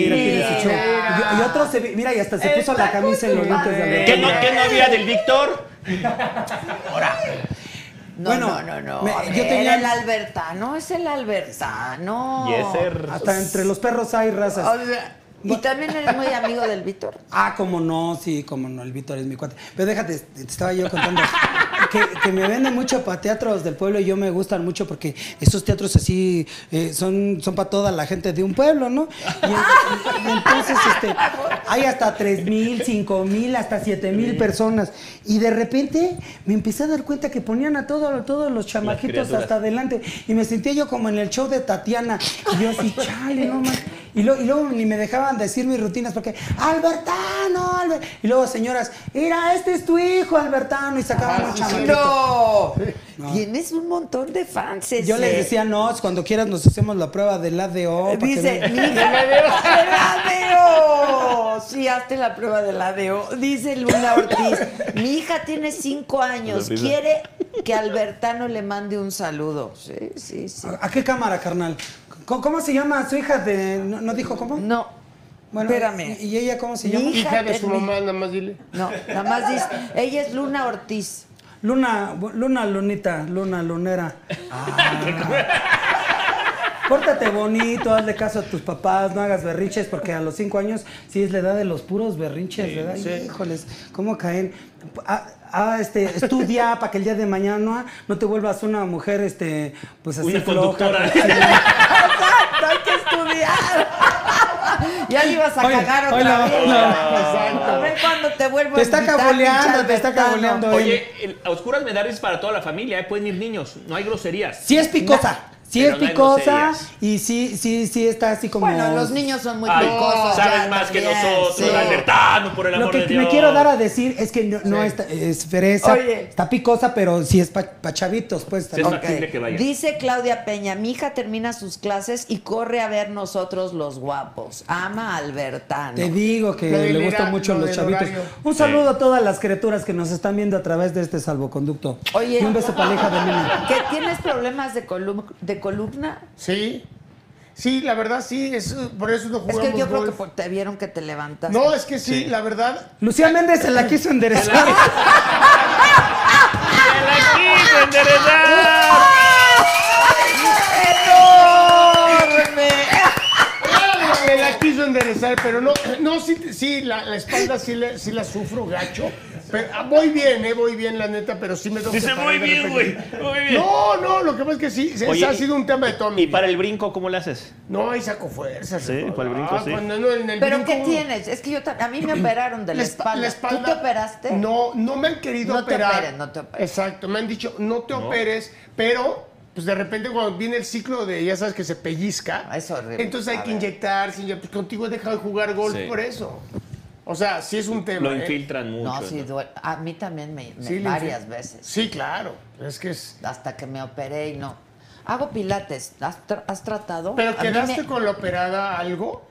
S8: mira,
S7: vida.
S8: tiene su show. Y, y otro se vi- mira, y hasta se puso la camisa en los lentes de
S7: ¿Qué no,
S8: Alberto.
S7: qué no había del Víctor?
S1: No, no,
S8: Bueno,
S1: no, no.
S8: me-
S1: a ver,
S8: yo tenía-
S1: El albertano es el albertano.
S7: Y ese
S8: Hasta entre los perros hay razas.
S1: O sea, y también eres muy amigo del
S8: (laughs)
S1: Víctor.
S8: Ah, como no, sí, como no, el Víctor es mi cuate. Pero déjate, te estaba yo contando que, que me venden mucho para teatros del pueblo y yo me gustan mucho porque estos teatros así eh, son, son para toda la gente de un pueblo, ¿no? Y, en- y entonces este, hay hasta 3 mil, 5 mil, hasta 7 mil personas. Y de repente me empecé a dar cuenta que ponían a todo- todos los chamaquitos
S7: criaturas.
S8: hasta adelante y me sentía yo como en el show de Tatiana. Y yo así, chale, no más. Y, lo- y luego ni me dejaban decir mis rutinas porque, Albertano, Albert. Y luego, señoras, mira, este es tu hijo, Albertano. Y
S1: Ah,
S8: sacaban un chamaquito.
S1: ¡No! Tienes un montón de fans.
S8: Yo les
S1: ese.
S8: decía, no, cuando quieras nos hacemos la prueba del ADO. para que
S1: Dice,
S8: (laughs) vean".
S1: mira, (laughs) el ADO. Sí, hazte la prueba del ADO. Dice Luna Ortiz, mi hija tiene cinco años, quiere que Albertano le mande un saludo. Sí, sí, sí.
S8: ¿A a qué cámara, carnal? ¿Cómo, cómo se llama su hija de.? ¿No, no dijo cómo?
S1: No, espérame.
S8: ¿Y y ella cómo se
S1: Mi
S8: llama?
S1: hija
S6: Hija de su
S1: de mí.
S6: mamá, nada más dile.
S1: No, nada más dice, ella es Luna Ortiz. (laughs)
S8: Luna, bu- Luna, Lunita, Luna, Lunera.
S7: Ah.
S8: Pórtate bonito, hazle caso a tus papás, no hagas berrinches, porque a los cinco años sí es la edad de los puros berrinches, ¿verdad? Híjoles, ¿cómo caen? Ah, ah, este, estudia (laughs) para que el día de mañana no te vuelvas una mujer, este, pues así
S7: Una
S8: floja.
S7: conductora.
S8: pues, sí.
S1: Exacto, hay que estudiar. (laughs) ya le ibas a
S8: Oye,
S1: cagar otra
S8: oye,
S1: vez.
S8: no,
S1: A ver cuándo te vuelvo
S8: Te
S1: a
S8: está
S1: invitar,
S8: cabuleando,
S1: pinche
S8: te está
S1: Albertano.
S8: cabuleando.
S7: Oye, el- a oscuras me da risa para toda la familia, ¿eh? pueden ir niños, no hay groserías.
S8: Sí es picosa. Sí
S7: Pero
S8: es
S7: no hay
S8: picosa
S7: groserías.
S8: y sí, sí, sí está así como.
S1: Bueno, los niños son muy
S7: Ay,
S1: picosos.
S7: saben
S1: ya
S7: más que
S1: también,
S7: nosotros,
S1: sí.
S7: alertando Ah, por el
S8: Lo
S7: amor
S8: que
S7: de Dios.
S8: me quiero dar a decir es que no, no está, es fresa,
S1: Oye.
S8: está picosa, pero sí es para chavitos, pues.
S7: Sí, es
S8: también.
S7: más- factible que vaya.
S1: Dice Claudia Peña, mi hija termina sus clases y corre a ver nosotros los guapos. Ama a Albertano.
S8: Te digo que
S6: Lo del
S8: le gustan
S6: hora-
S8: mucho
S6: lo
S8: los
S6: del
S8: chavitos.
S6: horario.
S8: Un saludo a todas las criaturas que nos están viendo a través de este salvoconducto.
S1: Oye.
S8: Y un beso para la hija de Mina.
S1: ¿Qué, ¿Tienes problemas de, colum- de columna?
S6: Sí. Sí, la verdad sí, es, por eso no
S1: Es
S6: jugamos
S1: que yo creo que
S6: golf.
S1: por- te vieron que te levantaste.
S6: No, es que sí, la verdad.
S8: Lucía Méndez se la quiso enderezar.
S6: Me la quiso enderezar, pero no, no, sí, sí la, la espalda sí, le- sí la sufro gacho. Pero, ah, voy bien, eh, voy bien, la neta, pero sí me tengo que
S7: Dice,
S6: parar
S7: muy
S6: de
S7: bien, güey.
S6: repente".
S7: Muy bien.
S6: No, no, lo que pasa es que sí, se-
S7: Oye,
S6: ha sido un tema de Tommy.
S7: ¿Y para el brinco cómo le haces?
S6: No, ahí saco fuerzas.
S7: Sí,
S6: ¿no?
S7: para el brinco,
S6: Ah,
S7: sí.
S6: cuando no, en
S1: (laughs)
S6: el
S1: ¿Pero
S6: brinco-
S1: qué tienes? Es que yo tam- a mí me operaron de la,
S6: espa-
S1: espalda. ¿Tú te operaste?
S6: No, no me han querido
S1: No te
S6: operar.
S1: operes, no te operes.
S6: Exacto, me han dicho, no te operes, pero pues de repente cuando viene el ciclo de, ya sabes, que se pellizca.
S1: Ah, es horrible.
S6: Entonces hay
S1: A
S6: que
S1: ver.
S6: inyectarse, inyect- pues contigo he dejado de jugar golf
S7: Sí.
S6: por eso. O sea, sí es un tema.
S7: Lo
S6: ¿eh?
S7: infiltran mucho.
S1: No, sí,
S7: ¿no?
S1: duele. A mí también me, me-
S6: Sí, lo
S1: varias
S6: infil-
S1: veces.
S6: Sí, claro. Es que es...
S1: Hasta que me operé y no. Hago pilates. ¿Has, tra- has tratado? A
S6: Pero
S1: mí
S6: quedaste
S1: me-
S6: con la operada algo.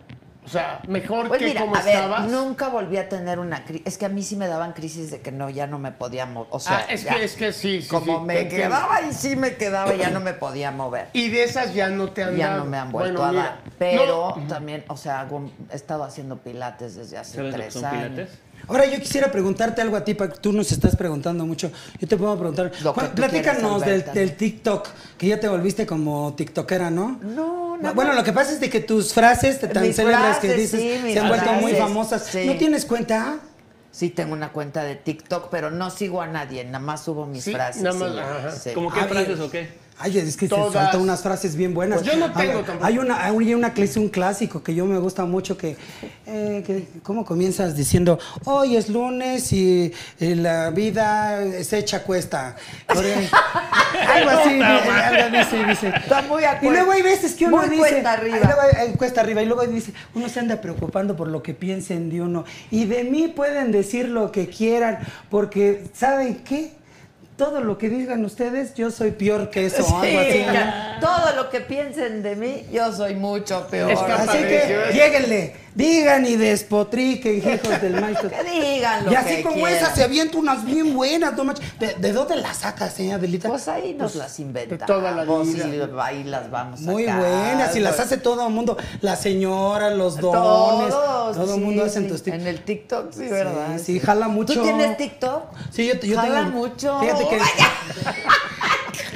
S6: O sea, mejor
S1: Pues
S6: que
S1: mira,
S6: como
S1: a ver,
S6: estabas.
S1: nunca volví a tener una crisis. Es que a mí sí me daban crisis de que no, ya no me podía mover. O sea,
S6: Ah, es
S1: ya.
S6: que, es que sí, sí.
S1: como
S6: sí, te
S1: me
S6: entiendo.
S1: quedaba y sí me quedaba, ya no me podía mover.
S6: Y de esas ya no te han
S1: Ya
S6: dado.
S1: no me han vuelto
S6: Bueno,
S1: a
S6: mira,
S1: dar.
S6: no,
S1: Pero también, o sea, hago- he estado haciendo pilates desde hace
S7: ¿Sabes lo que
S1: tres
S7: son
S1: años.
S7: pilates?
S8: Ahora yo quisiera preguntarte algo a ti, porque tú nos estás preguntando mucho. Yo te puedo preguntar,
S1: Lo que
S8: Juan,
S1: tú
S8: platícanos
S1: quieras,
S8: del,
S1: Alberta.
S8: del TikTok, que ya te volviste como tiktokera, ¿no?
S1: No, nada
S8: Bueno,
S1: más.
S8: lo que pasa es de que tus frases tan
S1: Mis
S8: célebres que
S1: frases,
S8: dices
S1: sí, mis
S8: se han vuelto muy
S1: frases,
S8: famosas.
S1: sí.
S8: ¿No tienes cuenta?
S1: Sí tengo una cuenta de TikTok, pero no sigo a nadie, nada más subo mis
S6: Sí,
S1: frases.
S6: nada más,
S1: sí,
S6: ajá.
S1: sí.
S7: ¿Cómo qué
S8: A ver.
S7: frases o qué?
S8: Ay, es que
S6: Todas.
S8: se saltan unas frases bien buenas.
S6: Pues yo no
S8: A
S6: tengo
S8: ver,
S6: tampoco.
S8: Hay una, hay una que es un clásico que yo me gusta mucho que, eh, que- ¿cómo comienzas diciendo? Hoy es lunes y, eh, la vida es hecha cuesta.
S1: (laughs)
S8: Ahora- algo así, eh, algo dice, dice.
S1: Está muy a
S8: Y
S1: cuesta.
S8: luego hay veces que uno
S1: Muy
S8: dice,
S1: cuesta arriba.
S8: y luego hay- hay cuesta arriba y luego dice, uno se anda preocupando por lo que piensen de uno y de mí pueden decir lo que quieran porque saben qué. Todo lo que digan ustedes, yo soy peor que eso. o
S1: (laughs) Sí,
S8: algo así, ¿no?
S1: ya. Todo lo que piensen de mí, yo soy mucho peor.
S6: Está
S8: Así que
S6: padrísimo.
S8: lléguenle, digan y despotriquen, hijos del maestro.
S1: Que (laughs) digan lo
S8: Y así
S1: que
S8: como
S1: quieran.
S8: esa se avienta unas bien buenas, no manches. ¿De, de dónde las sacas, señora Adelita?
S1: Pues ahí nos las inventamos.
S6: toda la
S1: Y
S6: vida.
S1: ahí las pues. vamos
S8: Muy
S1: sacando.
S8: buenas, y las hace todo el mundo. La señora, los dones.
S1: Todos,
S8: todo el
S1: sí,
S8: mundo hacen
S1: sí.
S8: tus tips.
S1: En el TikTok, sí, ¿verdad?
S8: sí, jala mucho.
S1: ¿Tú tienes TikTok?
S8: Sí, yo, yo
S1: jala
S8: tengo-
S1: mucho. Oh,
S8: Fíjate que, (laughs)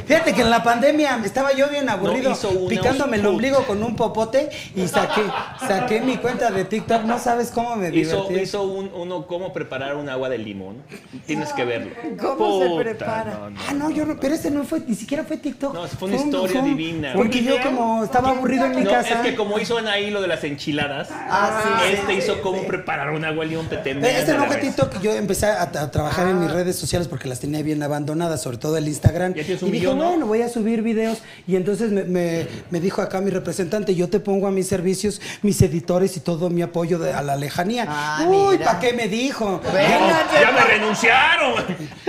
S8: fíjate que en la pandemia estaba yo bien aburrido,
S7: hizo una
S8: picándome el
S7: put.
S8: ombligo con un popote y saqué, saqué mi cuenta de TikTok. No sabes cómo me
S7: Hizo,
S8: divertí.
S7: hizo un- uno cómo preparar un agua de limón. Tienes que verlo.
S1: ¿Cómo se
S7: Puta,
S1: prepara?
S7: no, no.
S8: Ah, no, yo no, pero ese no fue, ni siquiera fue TikTok.
S7: No, fue una historia divina.
S8: Porque
S6: ¿Un
S8: yo
S6: video?
S8: como estaba aburrido en mi
S7: No,
S8: casa.
S7: es que como hizo Anaí lo de las enchiladas,
S1: Ah, sí,
S7: este hizo cómo preparar un agua de limón petemia.
S8: Eh, Este
S7: a la
S8: no fue
S7: vez. Ah.
S8: TikTok, yo empecé a, a trabajar en mis redes sociales porque las tenía bien abandonadas, sobre todo el Instagram.
S7: Ya tienes
S8: y
S7: un
S8: dije,
S7: millón, ¿no?
S8: bueno, voy a subir videos. Y entonces me, me- me dijo acá mi representante, yo te pongo a mis servicios, mis editores y todo mi apoyo de- a la lejanía.
S1: Ah,
S8: Uy,
S1: mira.
S8: ¿para qué me dijo?
S7: No,
S1: Venga,
S7: ya me renunciaron.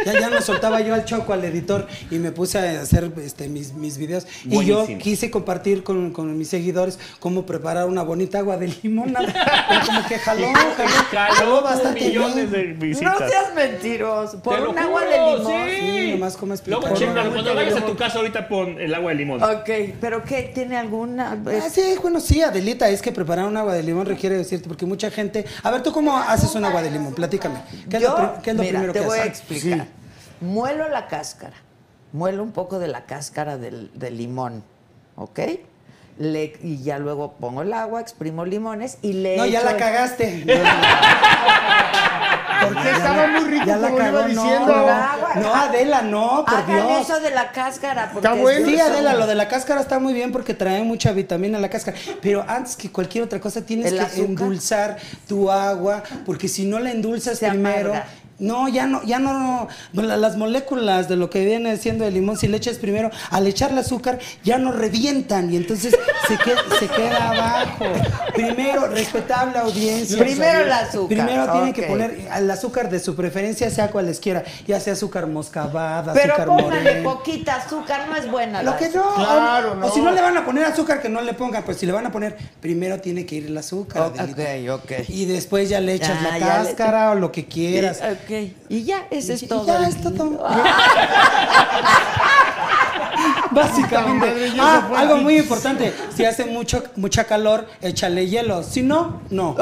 S8: Ya, ya no soltaba yo al choco, al editor, y me puse a hacer este, mis, mis videos. Y yo
S7: Buenísimo.
S8: quise compartir con, con mis seguidores cómo preparar una bonita agua de limón. Pero como que jaló, jaló, jaló
S7: Caló
S8: bastante bien.
S7: millones de
S1: no
S7: visitas.
S1: seas mentiroso. Por
S7: Te lo
S1: un agua de
S7: juro,
S1: limón.
S8: Sí, nomás como explicar.
S7: Luego, checa,
S8: Por un
S7: cuando
S8: agua de
S7: vayas a
S8: limón.
S7: tu casa ahorita pon el agua de limón.
S1: Ok, pero ¿qué? ¿Tiene alguna?
S8: Ah, sí, bueno, sí, Adelita, es que preparar un agua de limón requiere decirte, porque mucha gente. A ver, ¿tú cómo haces un agua de limón? Platícame. ¿Qué es
S1: Yo,
S8: lo, pri- qué es lo
S1: mira,
S8: primero
S1: te
S8: que
S1: voy a
S8: haces?
S1: explicar. Muelo la cáscara. Muelo un poco de la cáscara del, del limón, ¿ok? Le- y ya luego pongo el agua, exprimo limones y le
S8: No, ya
S1: echo
S8: la
S1: el- (laughs)
S8: cagaste.
S6: Porque estaba muy rico
S8: ya la
S6: como le iba
S8: cagó,
S6: diciendo.
S8: No,
S1: Agua.
S8: no, no, Adela, no, por
S1: Hagan
S8: Dios.
S1: eso de la cáscara. Porque
S6: Está
S1: es
S6: bueno.
S8: Sí,
S1: dulce.
S8: Adela, lo de la cáscara está muy bien porque trae mucha vitamina la cáscara. Pero antes que cualquier otra cosa tienes
S1: ¿El
S8: que
S1: azúcar?
S8: endulzar tu agua, porque si no la endulzas
S1: Se
S8: primero,
S1: amarga.
S8: No, ya no, ya no, no, la- las moléculas de lo que viene siendo el limón, si le echas primero, al echarle azúcar, ya no revientan y entonces se, que- se queda abajo. Primero, respetable audiencia.
S1: Primero el azúcar,
S8: Primero tienen
S1: ok.
S8: que poner el azúcar de su preferencia, sea cualesquiera, ya sea azúcar moscabada,
S1: Pero
S8: azúcar
S1: póngale
S8: morena.
S1: poquita azúcar, no es buena.
S8: Lo
S1: la
S8: que no,
S6: Claro,
S8: o,
S6: no.
S8: o si no le van a poner azúcar, que no le pongan, pero si le van a poner, primero tiene que ir el azúcar.
S1: Ok,
S8: Adelita.
S1: ok.
S8: Y después ya le echas
S1: Ah,
S8: la
S1: ya le-
S8: cáscara o lo que quieras.
S1: Ok, y ya, ese es
S8: Y
S1: todo.
S8: Ya
S1: el-
S8: es todo. (laughs) Básicamente.
S6: Puta madre, ya
S8: Ah,
S6: se fue.
S8: algo muy importante. Si hace mucho, mucha calor, échale hielo. Si no, no.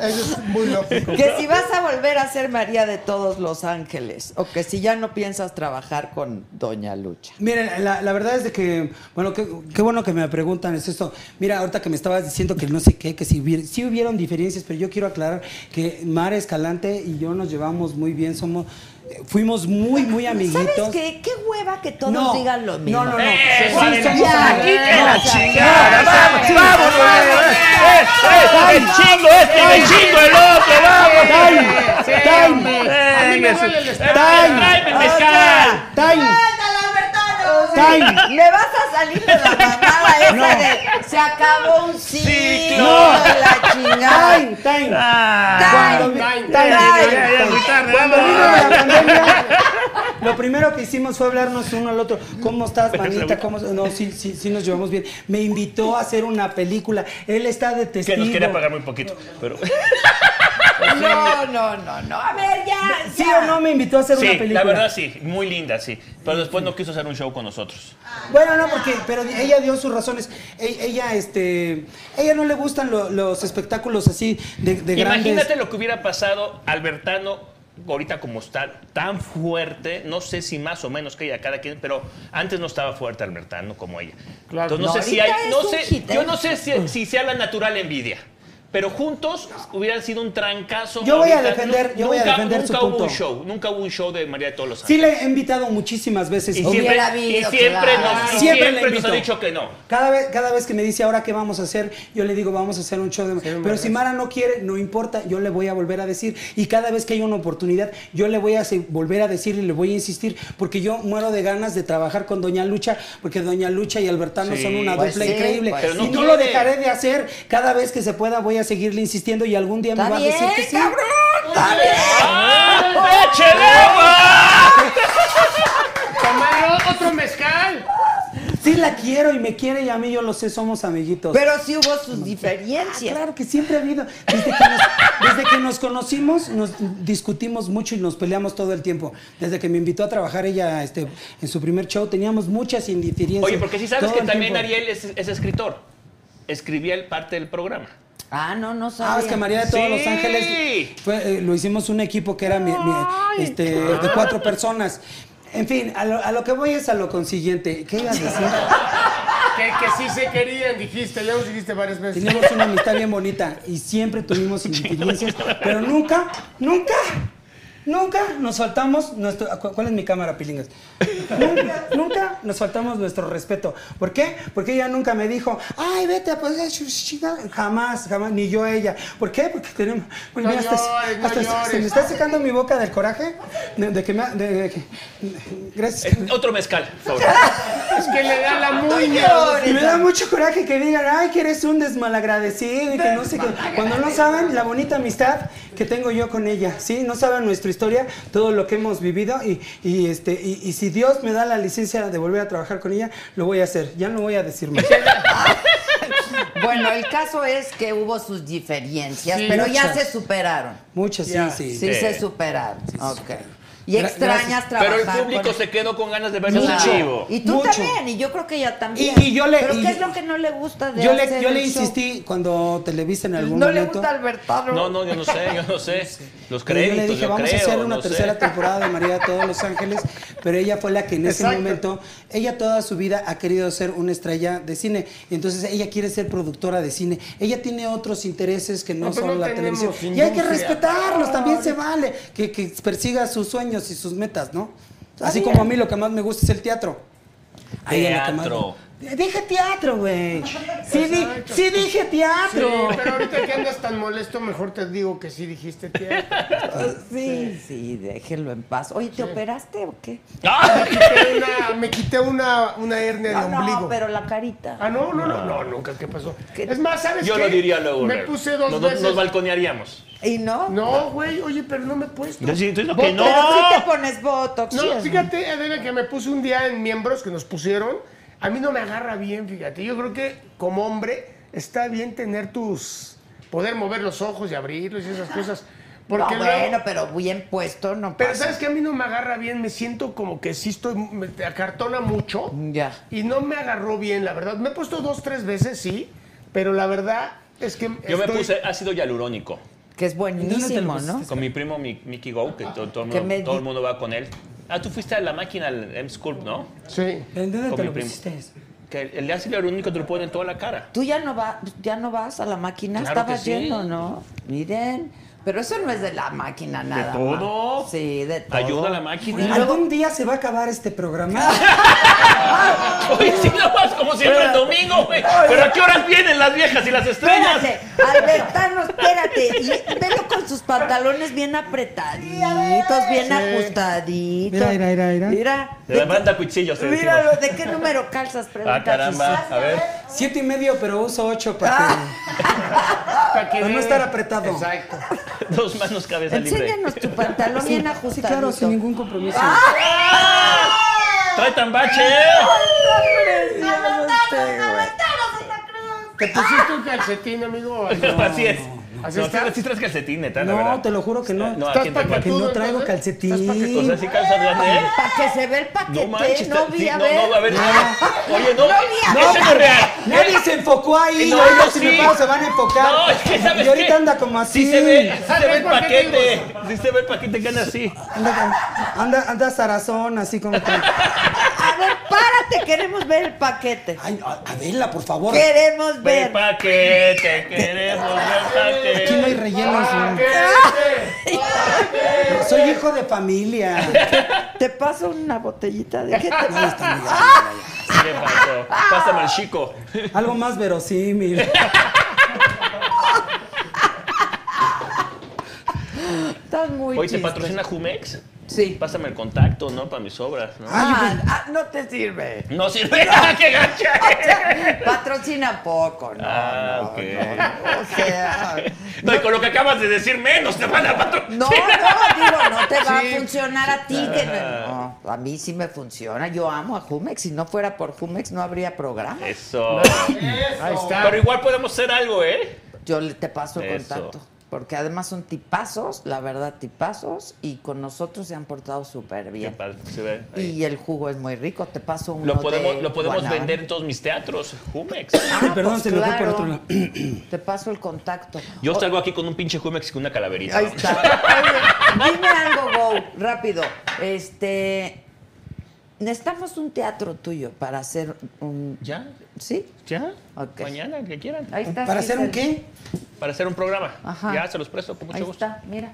S6: Eso es muy lógico.
S1: Que si vas a volver a ser María de todos los ángeles, o que si ya no piensas trabajar con Doña Lucha.
S8: Miren, la, la verdad es de que, bueno, qué, qué bueno que me preguntan es esto. Mira, ahorita que me estabas diciendo que no sé qué, que si hubier- sí hubieron diferencias, pero yo quiero aclarar que Mar Escalante y yo nos llevamos muy bien, somos, eh, fuimos muy, muy amiguitos.
S1: ¿Sabes qué? Qué hueva que todos
S8: No,
S1: digan lo mismo.
S8: No, no, no.
S7: ¡Eh,
S8: Sí,
S7: vale,
S8: somos
S1: ya,
S8: amigos.
S1: aquí que
S8: No,
S1: la
S8: sí,
S7: chingada! ¡Vamos, vamos, vamos! ¡Eh, eh, el chingo este, el chingo el otro! ¡Vamos!
S8: Time, time,
S7: ¡Eh,
S6: A mí me vale el estado.
S7: ¡Tráeme el mezcal!
S8: time,
S5: ¡Ándale, Albertano!
S8: time.
S1: Le vas a salir de la mamada
S8: (laughs)
S1: esa de se acabó un ciclo, de la chingada.
S8: Time, time.
S1: Time,
S8: Cuando vi-
S1: time,
S8: time.
S1: time.
S7: Ya, ya es muy tarde,
S8: Cuando
S7: vamos.
S8: vino la
S7: (laughs)
S8: pandemia, lo primero que hicimos fue hablarnos uno al otro. ¿Cómo estás, manita? ¿Cómo estás?" No, sí, sí, sí nos llevamos bien. Me invitó a hacer una película. Él está de
S7: Que
S8: testigo.
S7: nos quería pagar muy poquito, pero...
S1: No, no, no, no. A ver, ya.
S8: ¿Sí
S1: ya.
S8: o no me invitó a hacer una
S7: Sí,
S8: película?
S7: la verdad sí, muy linda, sí. Pero después no quiso hacer un show con nosotros.
S8: Bueno, no, porque, pero ella dio sus razones. E- ella, este, ella no le gustan lo- los espectáculos así de, de grandes.
S7: Imagínate lo que hubiera pasado Albertano ahorita como está tan fuerte, no sé si más o menos que ella, cada quien, pero antes no estaba fuerte Albertano como ella.
S6: Claro.
S7: Entonces no,
S1: No,
S7: sé si hay,
S1: ahorita
S7: no
S1: es un
S7: sé,
S1: hitazo.
S7: yo
S8: ¿eh?
S7: no sé si, si sea la natural envidia. Pero juntos hubieran sido un trancazo.
S8: Yo voy a
S7: ahorita.
S8: defender-
S7: Nu-
S8: yo voy a
S7: nunca-
S8: defender su
S7: nunca hubo
S8: punto.
S7: un show, nunca hubo un show de María de todos los
S8: Sí
S7: Ángeles.
S8: le he invitado muchísimas veces.
S7: y
S8: Obvio.
S7: siempre,
S1: Hubiera habido,
S7: y siempre
S1: claro.
S7: nos, y
S8: Siempre le
S7: siempre nos ha
S8: invito.
S7: dicho que no.
S8: Cada vez, cada vez que me dice ahora qué vamos a hacer, yo le digo vamos a hacer un show de... Pero si Mara no quiere, no importa, yo le voy a volver a decir. Y cada vez que hay una oportunidad, yo le voy a se- volver a decir y le voy a insistir, porque yo muero de ganas de trabajar con Doña Lucha, porque Doña Lucha y Albertano
S7: Sí.
S8: son una
S1: Pues
S8: dupla
S1: sí,
S8: increíble.
S1: pues Pero
S7: no
S8: y no lo
S7: quiere.
S8: dejaré de hacer. Cada vez que se pueda, voy a seguirle insistiendo y algún día me
S1: Está
S8: va a decir que
S1: bien,
S8: sí.
S1: cabrón. Está bien.
S7: ¡Ah, échale agua!
S6: Tomar otro mezcal.
S8: Sí la quiero y me quiere y a mí yo lo sé, somos amiguitos.
S1: Pero sí hubo sus
S8: Ah,
S1: diferencias.
S8: Claro que siempre ha habido. Desde que, nos, desde que nos conocimos, nos discutimos mucho y nos peleamos todo el tiempo. Desde que me invitó a trabajar ella este, en su primer show, teníamos muchas indiferencias.
S7: Oye, porque si sabes
S8: todo
S7: que
S8: el
S7: también
S8: tiempo.
S7: Ariel es, es escritor. Escribía el parte del programa.
S1: Ah, no, no
S8: Ah,
S1: sabía.
S8: es que María de todos
S7: Sí.
S8: los Ángeles fue, eh, lo hicimos un equipo que era mi- mi- este, de cuatro personas. En fin, a lo, a lo que voy es a lo consiguiente. ¿Qué iba a decir?
S6: Que, que sí se querían, dijiste, ya nos dijiste varias veces.
S8: Teníamos una amistad bien bonita y
S6: (laughs)
S8: siempre tuvimos indiferencias, pero nunca, nunca, nunca nos faltamos nuestro. ¿cu- ¿Cuál es mi cámara, Pilingas? Nunca, nunca nos faltamos nuestro respeto. ¿Por qué? Porque ella nunca me dijo, ay, vete a poner sus chingadas". Jamás, jamás, ni yo a ella. ¿Por qué? Porque tenemos. Pues
S6: No
S8: mira, hasta-
S6: llores, no
S8: hasta se- se me
S6: llores.
S8: está secando mi boca del coraje de, de que me. ha- de- de que- gracias.
S7: Eh, Otro mezcal, por favor.
S6: Es que le da la muña.
S8: Y me da mucho coraje que digan, ay, que eres un desmalagradecido y que no sé qué. Cuando no saben la bonita amistad que tengo yo con ella, ¿sí? No saben nuestra historia, todo lo que hemos vivido y, y, este, y, y si Dios me da la licencia de volver a trabajar con ella, lo voy a hacer. Ya no voy a decir más.
S1: Bueno, el caso es que hubo sus diferencias,
S6: Sí,
S1: pero ya
S8: muchas.
S1: se superaron.
S8: Muchas, sí,
S6: Ya.
S8: sí.
S1: Sí,
S7: Sí.
S1: se superaron. ok. Y
S8: Gra-
S1: extrañas trabajar
S7: Pero el público
S1: con-
S7: se quedó con ganas de vernos
S1: Claro.
S7: en vivo.
S1: Y tú
S8: Mucho.
S1: también, y yo creo que ella también.
S8: Y- y yo le-
S1: ¿Pero
S8: y
S1: qué
S8: yo-
S1: es lo que no le gusta de
S8: Yo
S1: hacer
S8: le, yo le
S1: el show?
S8: insistí cuando Televisa en algún
S1: No le
S8: momento.
S1: gusta Albertano.
S7: No, no, yo no sé, yo no
S8: (laughs)
S7: sé. Los
S8: Pero
S7: créditos,
S8: yo le dije,
S7: yo
S8: vamos
S7: creo,
S8: a hacer una
S7: no sé".
S8: tercera temporada de María de todos los Ángeles, pero ella fue la que en ese
S6: Exacto.
S8: momento, ella toda su vida ha querido ser una estrella de cine, y entonces ella quiere ser productora de cine, ella tiene otros intereses que no,
S6: No, pero
S8: son
S6: no
S8: la
S6: tenemos
S8: televisión, y hay que
S6: industria.
S8: respetarlos, también se vale, que, que persiga sus sueños y sus metas, ¿no? Así como a mí lo que más me gusta es el teatro. A ella lo que más-
S7: Teatro.
S8: Dije teatro, güey. Sí, di- sí dije teatro.
S6: Sí, pero ahorita que andas tan molesto, mejor te digo que sí dijiste teatro.
S1: Sí, sí, déjenlo en paz. Oye, ¿te operaste o qué?
S6: Me quité una, me quité una, una hernia de
S1: Ah,
S6: ombligo.
S1: no, pero la carita.
S6: Ah, no, no, no, no, nunca, ¿qué pasó?
S1: ¿Qué?
S6: Es más, ¿sabes
S7: Yo
S6: qué?
S7: lo diría luego.
S6: Me
S7: Rebe.
S6: puse dos
S7: nos, nos-
S6: veces.
S7: Nos balconearíamos.
S1: ¿Y no?
S6: No, güey, oye, pero no me he puesto.
S7: Yo sí, estoy diciendo
S6: Botox.
S7: que
S1: Pero
S7: no.
S1: sí te pones botox.
S6: No,
S1: sí, es-
S6: fíjate, Adela, que me puse un día en miembros que nos pusieron. A mí no me agarra bien, fíjate. Yo creo que como hombre está bien tener tus. poder mover los ojos y abrirlos y esas cosas. Porque
S1: no,
S6: luego-
S1: bueno, pero bien puesto no
S6: Pero
S1: pasa.
S6: sabes que a mí no me agarra bien, me siento como que sí estoy, me te acartona mucho.
S1: Ya.
S6: Y no me agarró bien, la verdad. Me he puesto dos, tres veces, sí, pero la verdad es que
S7: Yo me
S6: estoy-
S7: puse ácido hialurónico.
S1: Que es buenísimo, ¿no?
S7: Con mi primo Mi- Mickey Go, que to- todo, el
S1: ¿Qué
S7: mundo-
S1: me
S7: todo el
S1: di-
S7: mundo va con él. Ah, tú fuiste a la máquina, al M-Sculpt, ¿no?
S6: Sí.
S8: Pero ¿en dónde
S7: Con
S8: te
S7: mi
S8: lo
S7: primo.
S8: pusiste eso?
S7: Que el, el ácido hialurónico te lo ponen en toda la cara.
S1: Tú ya no, va, ya no vas a la máquina,
S7: Claro
S1: estabas
S7: que sí.
S1: yendo, ¿no? Miren, pero eso no es de la máquina nada
S7: todo.
S1: más. Sí, de todo.
S7: Ayuda a la máquina.
S8: Algún día se va a acabar este programa.
S7: Oye, sí, no más como siempre el domingo, güey. Pero ¿a qué horas vienen las viejas y las estrellas?
S1: Espérate, Albertano, espérate. Y velo con sus pantalones bien apretaditos, bien ajustaditos.
S8: Mira, mira, mira, mira.
S1: Mira,
S7: Se levanta cuchillos, te decimos.
S1: míralo, ¿de qué número calzas? Pregunta
S7: Ah, caramba.
S1: Gisela.
S7: A ver.
S8: Siete y medio, pero uso ocho para
S7: (laughs)
S6: Para
S8: que-
S6: que
S8: para no
S6: vean.
S8: estar apretado.
S6: Exacto.
S7: Dos manos, cabeza libre.
S1: Enséñanos tu pantalón
S8: Sí,
S1: bien ajustadito.
S8: sí, claro, sin ningún compromiso.
S7: Ah, ¡Trae tambache!
S1: Pues,
S6: ¿Te pusiste un calcetín, amigo?
S7: (laughs) Así es.
S6: Así
S7: No,
S6: está.
S7: sí, sí traes calcetín, neta, la verdad.
S8: No, te lo juro que no.
S7: No,
S6: ¿Estás
S7: aquí en Tecate.
S8: Que
S6: paquetudo,
S8: no traigo
S6: entonces?
S7: O sea,
S8: calcetín.
S7: sí calzas grande, ¿eh?
S1: Para que se vea el
S7: No
S1: paquete, no,
S7: manches. está-
S1: vi
S7: sí,
S1: a
S7: no,
S1: ver.
S7: no, a ver. no. Oye, no.
S1: no,
S7: Eso no es real.
S8: Nadie se enfocó ahí.
S7: No,
S8: ahorita
S7: yo
S8: si
S7: sí.
S8: me paro se van a enfocar.
S7: No, (laughs) es que sabes
S8: Y ahorita
S7: qué?
S8: anda como así.
S7: Sí se ve, sí se ve el
S6: ¿Por qué
S7: paquete. Sí se ve el paquete que anda así.
S8: Anda, anda, anda zarazón, así como que.
S1: A ver, párate, queremos ver el paquete.
S8: Ay, a- Adela, por favor.
S1: Queremos
S7: Ve
S1: ver.
S7: el paquete, queremos ver el
S8: Aquí no hay
S7: paquete.
S8: rellenos.
S7: Ah,
S8: ¿no? Soy hijo de familia.
S1: Te paso una botellita de qué
S7: (laughs)
S1: te
S8: Ahí está, mira, mira, mira.
S7: ¿Qué pasó? Pásame al chico.
S8: Algo más verosímil.
S1: estás muy
S7: Oye, ¿te
S1: chistoso.
S7: patrocina Jumex?
S1: Sí.
S7: Pásame el contacto, ¿no? Para mis obras, ¿no?
S1: Ah, ah, no te sirve.
S7: No (laughs) sirve. Ah, ¡Qué gacha!
S1: Patrocina poco, ¿no?
S7: Ah, ok.
S1: O
S7: (laughs)
S1: sea,
S7: No, y con lo que acabas de decir, menos te van a patrocinar.
S1: no, no, digo, no te va a funcionar a ti. que
S7: Ah.
S1: no- no, a mí sí me funciona. Yo amo a Jumex. Si no fuera por Jumex, no habría
S7: Eh,
S1: programa.
S7: Eso.
S6: Ahí está.
S7: Pero igual podemos hacer algo, ¿eh?
S1: Yo le- te paso el
S7: Eso.
S1: contacto. Porque además son tipazos, la verdad, tipazos. Y con nosotros se han portado súper
S7: Qué
S1: bien.
S7: padre, se ve ahí.
S1: Y el jugo es muy rico. Te paso uno
S7: Lo podemos,
S1: de
S7: lo podemos
S1: Guanabana.
S7: vender en todos mis teatros, Jumex.
S1: Ah,
S8: Perdón, se me fue por
S1: claro.
S8: otro lado.
S1: Te paso el contacto.
S7: Yo salgo aquí con un pinche Jumex y con una calaverita.
S1: Ahí está. Oye, dime algo, Go, rápido. Este. Necesitamos un teatro tuyo para hacer un.
S7: ¿Ya?
S1: ¿Sí?
S7: ¿Ya?
S1: Ok.
S7: Mañana, que quieran.
S1: Ahí está.
S8: ¿Para hacer un
S1: Gisela.
S8: qué?
S7: Para hacer un programa.
S1: Ajá.
S7: Ya se los presto con mucho
S1: Ahí
S7: gusto.
S1: está, mira.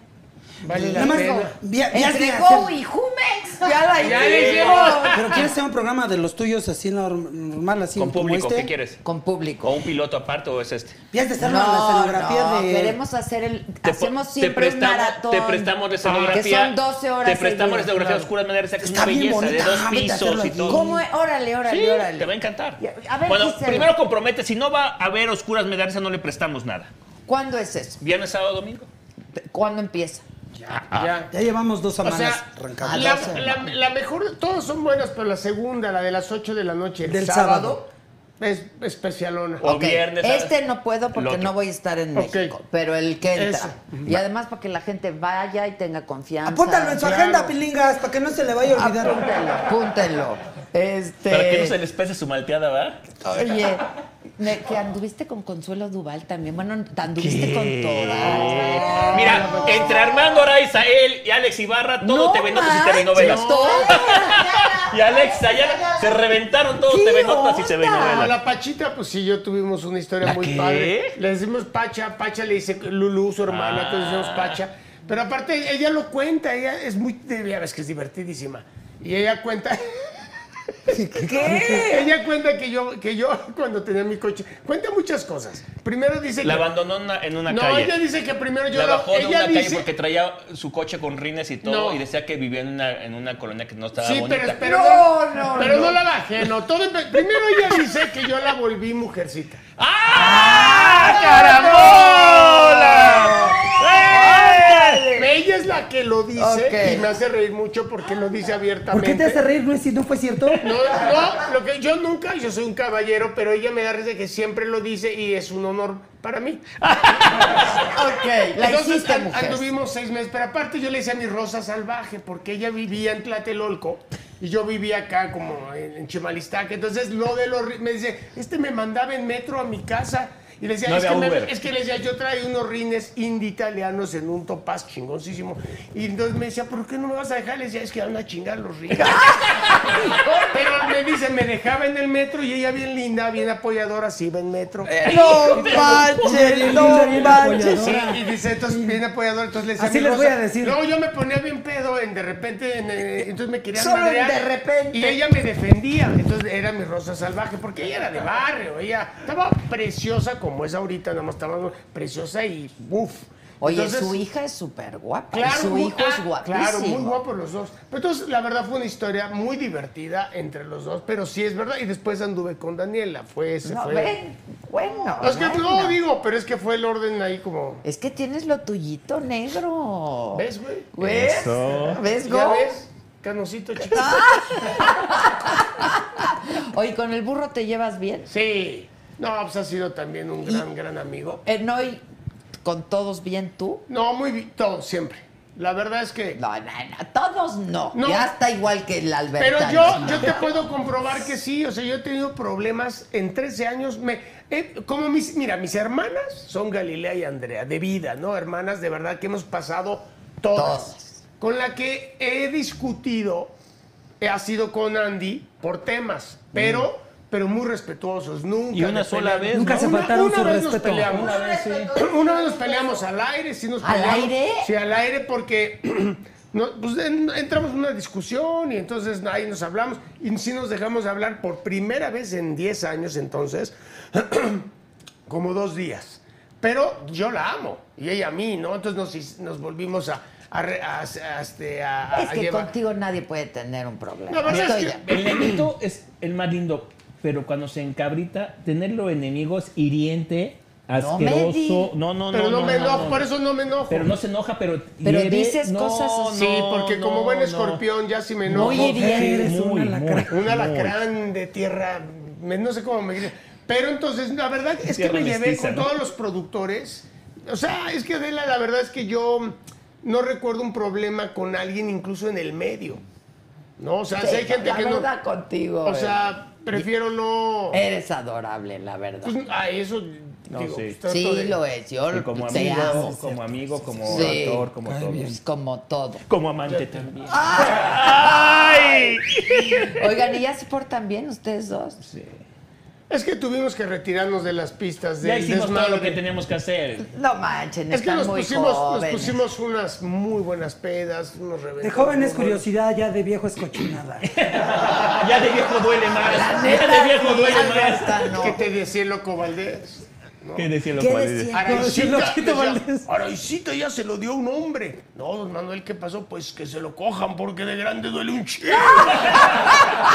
S6: Vale la
S8: Nada más,
S6: pena.
S8: via- ya
S1: Entre
S8: sé
S1: Go
S8: hacer-
S1: y Jumex. Ya la
S6: Ya
S1: hicimos.
S6: hicimos.
S8: Pero quieres hacer un programa de los tuyos así norm- normal, así
S7: Con
S8: como
S7: público,
S8: este?
S7: ¿qué quieres?
S1: Con
S7: ¿O
S1: público.
S7: un piloto aparte o es este?
S8: Ya es de estar la escenografía
S1: no,
S8: de.
S1: queremos hacer el.
S7: Te po-
S1: hacemos
S7: te
S1: siempre
S7: prestamos-
S1: un maratón.
S7: Te prestamos la escenografía.
S1: Que son 12 horas.
S7: Te prestamos la
S1: seguidas,
S7: escenografía
S1: claro.
S7: de oscuras maneras, que es
S8: Está
S7: una
S8: bien
S7: belleza
S8: bonita,
S7: de
S1: Ah,
S7: dos
S8: vete a hacerlo
S7: pisos y
S8: aquí.
S7: todo.
S1: ¿Cómo? es? Órale, órale,
S7: Sí,
S1: órale.
S7: te va a encantar.
S1: Ya, a ver,
S7: bueno,
S1: Gisela.
S7: primero compromete, si no va a haber oscuras medallas, no le prestamos nada.
S1: ¿Cuándo es eso?
S7: Viernes, sábado, domingo.
S1: ¿Cuándo empieza?
S7: Ah.
S6: Ya.
S8: Ya llevamos dos
S6: O
S8: semanas
S6: sea,
S8: arrancadas.
S6: la, la- la mejor, todas son buenas, pero la segunda, la de las 8 de la noche, el
S8: Del
S6: sábado, es especialona.
S7: O
S1: Ok,
S7: viernes. sábado.
S1: Este no puedo
S7: Lo
S1: porque
S7: otro.
S1: no voy a estar en
S6: Ok.
S1: México, pero el que entra.
S6: Eso.
S1: Y además para que la gente vaya y tenga confianza.
S8: Apúntalo en su
S6: Claro.
S8: agenda, pilingas, para que no se le vaya a olvidar.
S1: Apúntenlo, apúntenlo. Este,
S7: Para que no se les pese su malteada, ¿verdad?
S1: Oye, me- que anduviste con Consuelo Duval también. Bueno, te anduviste con todas.
S7: Mira, (laughs) entre Armando Araiza, él y Alex Ibarra, todo te venotas y
S1: manches,
S7: te telenovelas. Y Alex Ayala se reventaron todos
S1: ¿Qué
S7: te venotas y
S1: onda?
S7: te
S6: A
S7: telenovelas.
S6: Ah, la Pachita, pues sí, yo tuvimos una historia muy
S7: qué?
S6: padre. Le decimos Pacha, Pacha le dice Lulú, su
S7: Ah.
S6: hermana, entonces decimos Pacha. Pero
S8: (laughs)
S6: aparte, ella lo cuenta, ella es muy, ya ves que es divertidísima. Y ella cuenta,
S8: Sí, que-
S6: Ella cuenta que yo, que yo (laughs) cuando tenía mi coche, cuenta muchas cosas. Primero dice
S7: La
S6: que.
S7: abandonó en una, en una
S6: no,
S7: calle.
S6: ella dice que primero yo
S7: la
S6: la-
S7: bajó de
S6: ella
S7: una
S6: dice,
S7: calle porque traía su coche con rines y todo
S6: No.
S7: y decía que vivía en una, en una colonia que no estaba
S6: Sí,
S7: bonita.
S6: pero, pero
S1: No, no,
S6: pero
S1: no.
S6: no la bajé, no. Todo, empe- primero ella dice que yo la volví mujercita.
S7: ¡Ah, carambola! ¡Eh!
S6: Ella es la que lo dice
S1: Ok.
S6: y me hace reír mucho porque lo dice abiertamente.
S8: ¿Por qué te hace reír, Luis, si no fue cierto?
S6: No, no, lo que yo nunca, yo soy un caballero, pero ella me da risa que siempre lo dice y es un honor para mí.
S1: Ok, la
S6: Entonces,
S1: hiciste,
S6: an-
S1: mujer.
S6: anduvimos seis meses, pero aparte yo le hice a mi Rosa Salvaje, porque ella vivía en Tlatelolco y yo vivía acá como en, en Chimalistaca. Entonces, lo de los ri- me dice, este me mandaba en metro a mi casa. Y le decía,
S7: No
S6: es, que
S7: había
S6: me-
S7: Uber.
S6: es que le decía, yo traía unos rines indie italianos en un topaz chingoncísimo. Y entonces me decía, ¿por qué no me vas a dejar? Le decía, es que van a chingar
S1: (laughs)
S6: los rines. Pero me dice, me dejaba en el metro y ella bien linda, bien apoyadora, sí, va en metro.
S1: Eh, No manches, no manches.
S6: Sí, y dice, entonces bien apoyador, entonces le decía
S8: Así
S6: mi
S8: les
S6: Rosa.
S8: voy a decir.
S6: Luego yo me ponía bien pedo en de repente, en, eh, entonces me quería
S1: Solo en de repente.
S6: Y ella me defendía, entonces era mi rosa salvaje, porque ella era de barrio, ella estaba preciosa como es ahorita, nada más estaba preciosa y uff.
S1: Oye, su hija es súper guapa. y
S6: Claro,
S1: su
S6: muy-
S1: hijo es
S6: ah,
S1: guapísimo.
S6: Claro, muy guapos los dos. Pero entonces, la verdad fue una historia muy divertida entre los dos, pero sí es verdad. Y después anduve con Daniela, fue ese,
S1: No,
S6: fue.
S1: ven, bueno.
S6: No, es que
S1: bueno.
S6: no digo, pero es que fue el orden ahí como.
S1: Es que tienes lo tuyito negro.
S6: ¿Ves, güey?
S1: ¿Ves? ¿Ves,
S6: ¿Ya
S1: Go?
S6: ves? Canosito chiquito.
S1: Oye, ¿con el burro te llevas bien?
S6: Sí. No, pues ha sido también un gran, gran amigo.
S1: Eh, no, y con todos bien tú.
S6: No, muy bien, todo, siempre. La verdad es que...
S1: No, no, no, todos no.
S6: No.
S1: Ya está igual que el Alberto.
S6: Pero yo, yo te puedo comprobar que sí, o sea, yo he tenido problemas en 13 años. Me, eh, como mis, mira, mis hermanas son Galilea y Andrea, de vida, ¿no? Hermanas de verdad que hemos pasado todas.
S1: Todas.
S6: Con la que he discutido eh, ha sido con Andy por temas, pero, pero muy respetuosos, nunca.
S7: Y una
S6: me
S7: sola
S6: peleé.
S7: vez, Nunca
S8: ¿no? Mm. se
S6: Una-
S8: faltaron
S6: una
S8: su
S6: vez
S8: respeto.
S6: Nos peleamos.
S7: Una vez sí.
S6: (clears throat) Una vez nos peleamos al aire, sí nos
S1: ¿Al
S6: peleamos.
S1: aire?
S6: Sí, al aire porque (clears throat) no, pues, en- entramos en una discusión y entonces ahí nos hablamos y sí nos dejamos de hablar por primera vez en 10 años entonces, (clears throat) como dos días. Pero yo la amo y ella a mí, ¿no? Entonces nos, his- nos volvimos a... a re- a- a- este, a-
S1: Es
S6: a
S1: que
S6: llevar.
S1: contigo nadie puede tener un problema.
S6: La verdad
S1: Estoy de
S6: es que-
S1: acuerdo.
S9: El negrito es el más lindo, pero cuando se encabrita, tenerlo enemigo es hiriente,
S1: No me
S9: asqueroso.
S1: di-
S9: No, no, no.
S6: Pero no,
S9: no,
S6: me
S9: no,
S6: enojo,
S9: no.
S6: por eso no me enojo.
S9: Pero no se enoja, pero.
S1: Pero
S9: hiere.
S1: dices
S9: No,
S1: cosas
S6: sí,
S9: no,
S6: porque
S9: no,
S6: como buen
S9: no.
S6: escorpión ya sí me enojo.
S1: Muy hiriente.
S9: Eres
S8: Eres un
S9: muy,
S8: alacrán.
S9: muy,
S6: Un alacrán de tierra, me- no sé cómo me grita. Pero entonces, la verdad es que
S9: Tierra
S6: me llevé
S9: mestiza,
S6: con
S9: ¿no?
S6: todos los productores. O sea, es que Adela, la verdad es que yo no recuerdo un problema con alguien, incluso en el medio. ¿No? O sea, si Pues hay
S1: Sí,
S6: gente
S1: la
S6: que no.
S1: verdad Eh, contigo.
S6: O sea, prefiero no.
S1: eres adorable, la verdad.
S6: Pues, a eso.
S9: No,
S6: digo,
S9: sí.
S6: pues, trato
S1: sí,
S6: de-
S1: lo es. Yo
S9: Y Como
S1: te amo.
S9: amigo, como amigo, como
S1: Sí.
S9: actor, como todo.
S1: Es como todo.
S9: Como amante también.
S1: (laughs) Oigan, ¿y ya se portan bien ustedes dos?
S9: Sí.
S6: Es que tuvimos que retirarnos de las pistas
S9: Ya
S6: del
S9: hicimos todo
S6: desmadre.
S9: lo que teníamos que hacer.
S1: No manchen,
S6: Es que
S1: están
S6: nos
S1: muy
S6: pusimos, nos
S1: jóvenes.
S6: pusimos unas muy buenas pedas, unos
S8: De
S6: reventones.
S8: joven es curiosidad, ya de viejo es cochinada.
S9: Ya de viejo duele más. Ya
S1: neta,
S9: de viejo
S1: sí,
S9: duele
S1: (laughs)
S9: más.
S1: Alberta, no.
S6: ¿Qué te decía el loco Valdés?
S9: ¿Qué decía
S1: ¿Qué decía?
S8: sí, Loquito
S6: decía,
S8: Valdés.
S6: "Araicita ya se lo dio un hombre. No, don Manuel, ¿qué pasó? Pues que se lo cojan porque de grande duele un chingo.
S1: Ah,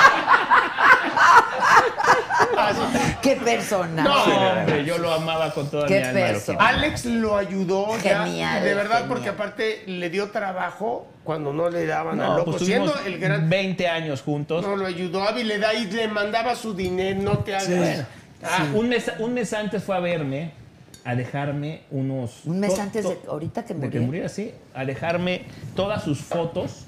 S1: Qué personaje.
S6: No,
S9: Hombre, yo lo amaba con toda
S1: Qué
S9: mi alma.
S1: peso.
S9: Loquito.
S6: Alex lo ayudó ya,
S1: Genial,
S6: de verdad,
S1: genial.
S6: porque aparte le dio trabajo cuando no le daban al
S9: No,
S6: loco.
S9: pues
S6: Siendo
S9: tuvimos
S6: el gran...
S9: 20 años juntos.
S6: No, lo ayudó a Viledad y le mandaba su dinero, no te hagas.
S9: Ah, un, mes, un mes antes fue a verme, a dejarme unos...
S1: Un mes
S9: to-
S1: antes
S9: to-
S1: de ahorita que
S9: de que
S1: murió.
S9: muriera, sí. A dejarme todas sus fotos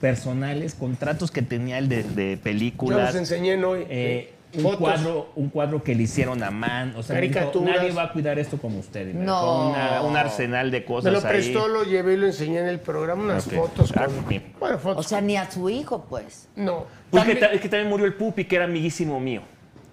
S9: personales, contratos que tenía el de, de
S6: Yo
S9: películas.
S6: los enseñé en hoy.
S9: eh, un,
S6: Fotos.
S9: cuadro, un cuadro que le hicieron a man. O sea, me dijo,
S6: Caricaturas.
S9: nadie va a cuidar esto como usted. y me
S1: No.
S9: dejó una- un arsenal de
S6: Me
S9: cosas
S6: lo
S9: ahí.
S6: prestó, lo llevé y lo enseñé en el programa, unas
S9: Ok.
S6: fotos.
S9: Ah,
S6: Con,
S7: bien.
S6: bueno,
S1: O
S6: fotos.
S1: sea, ni a su hijo, pues.
S6: no.
S7: Pues que
S6: También-
S7: ta- es que también murió el Pupi, que era amiguísimo mío.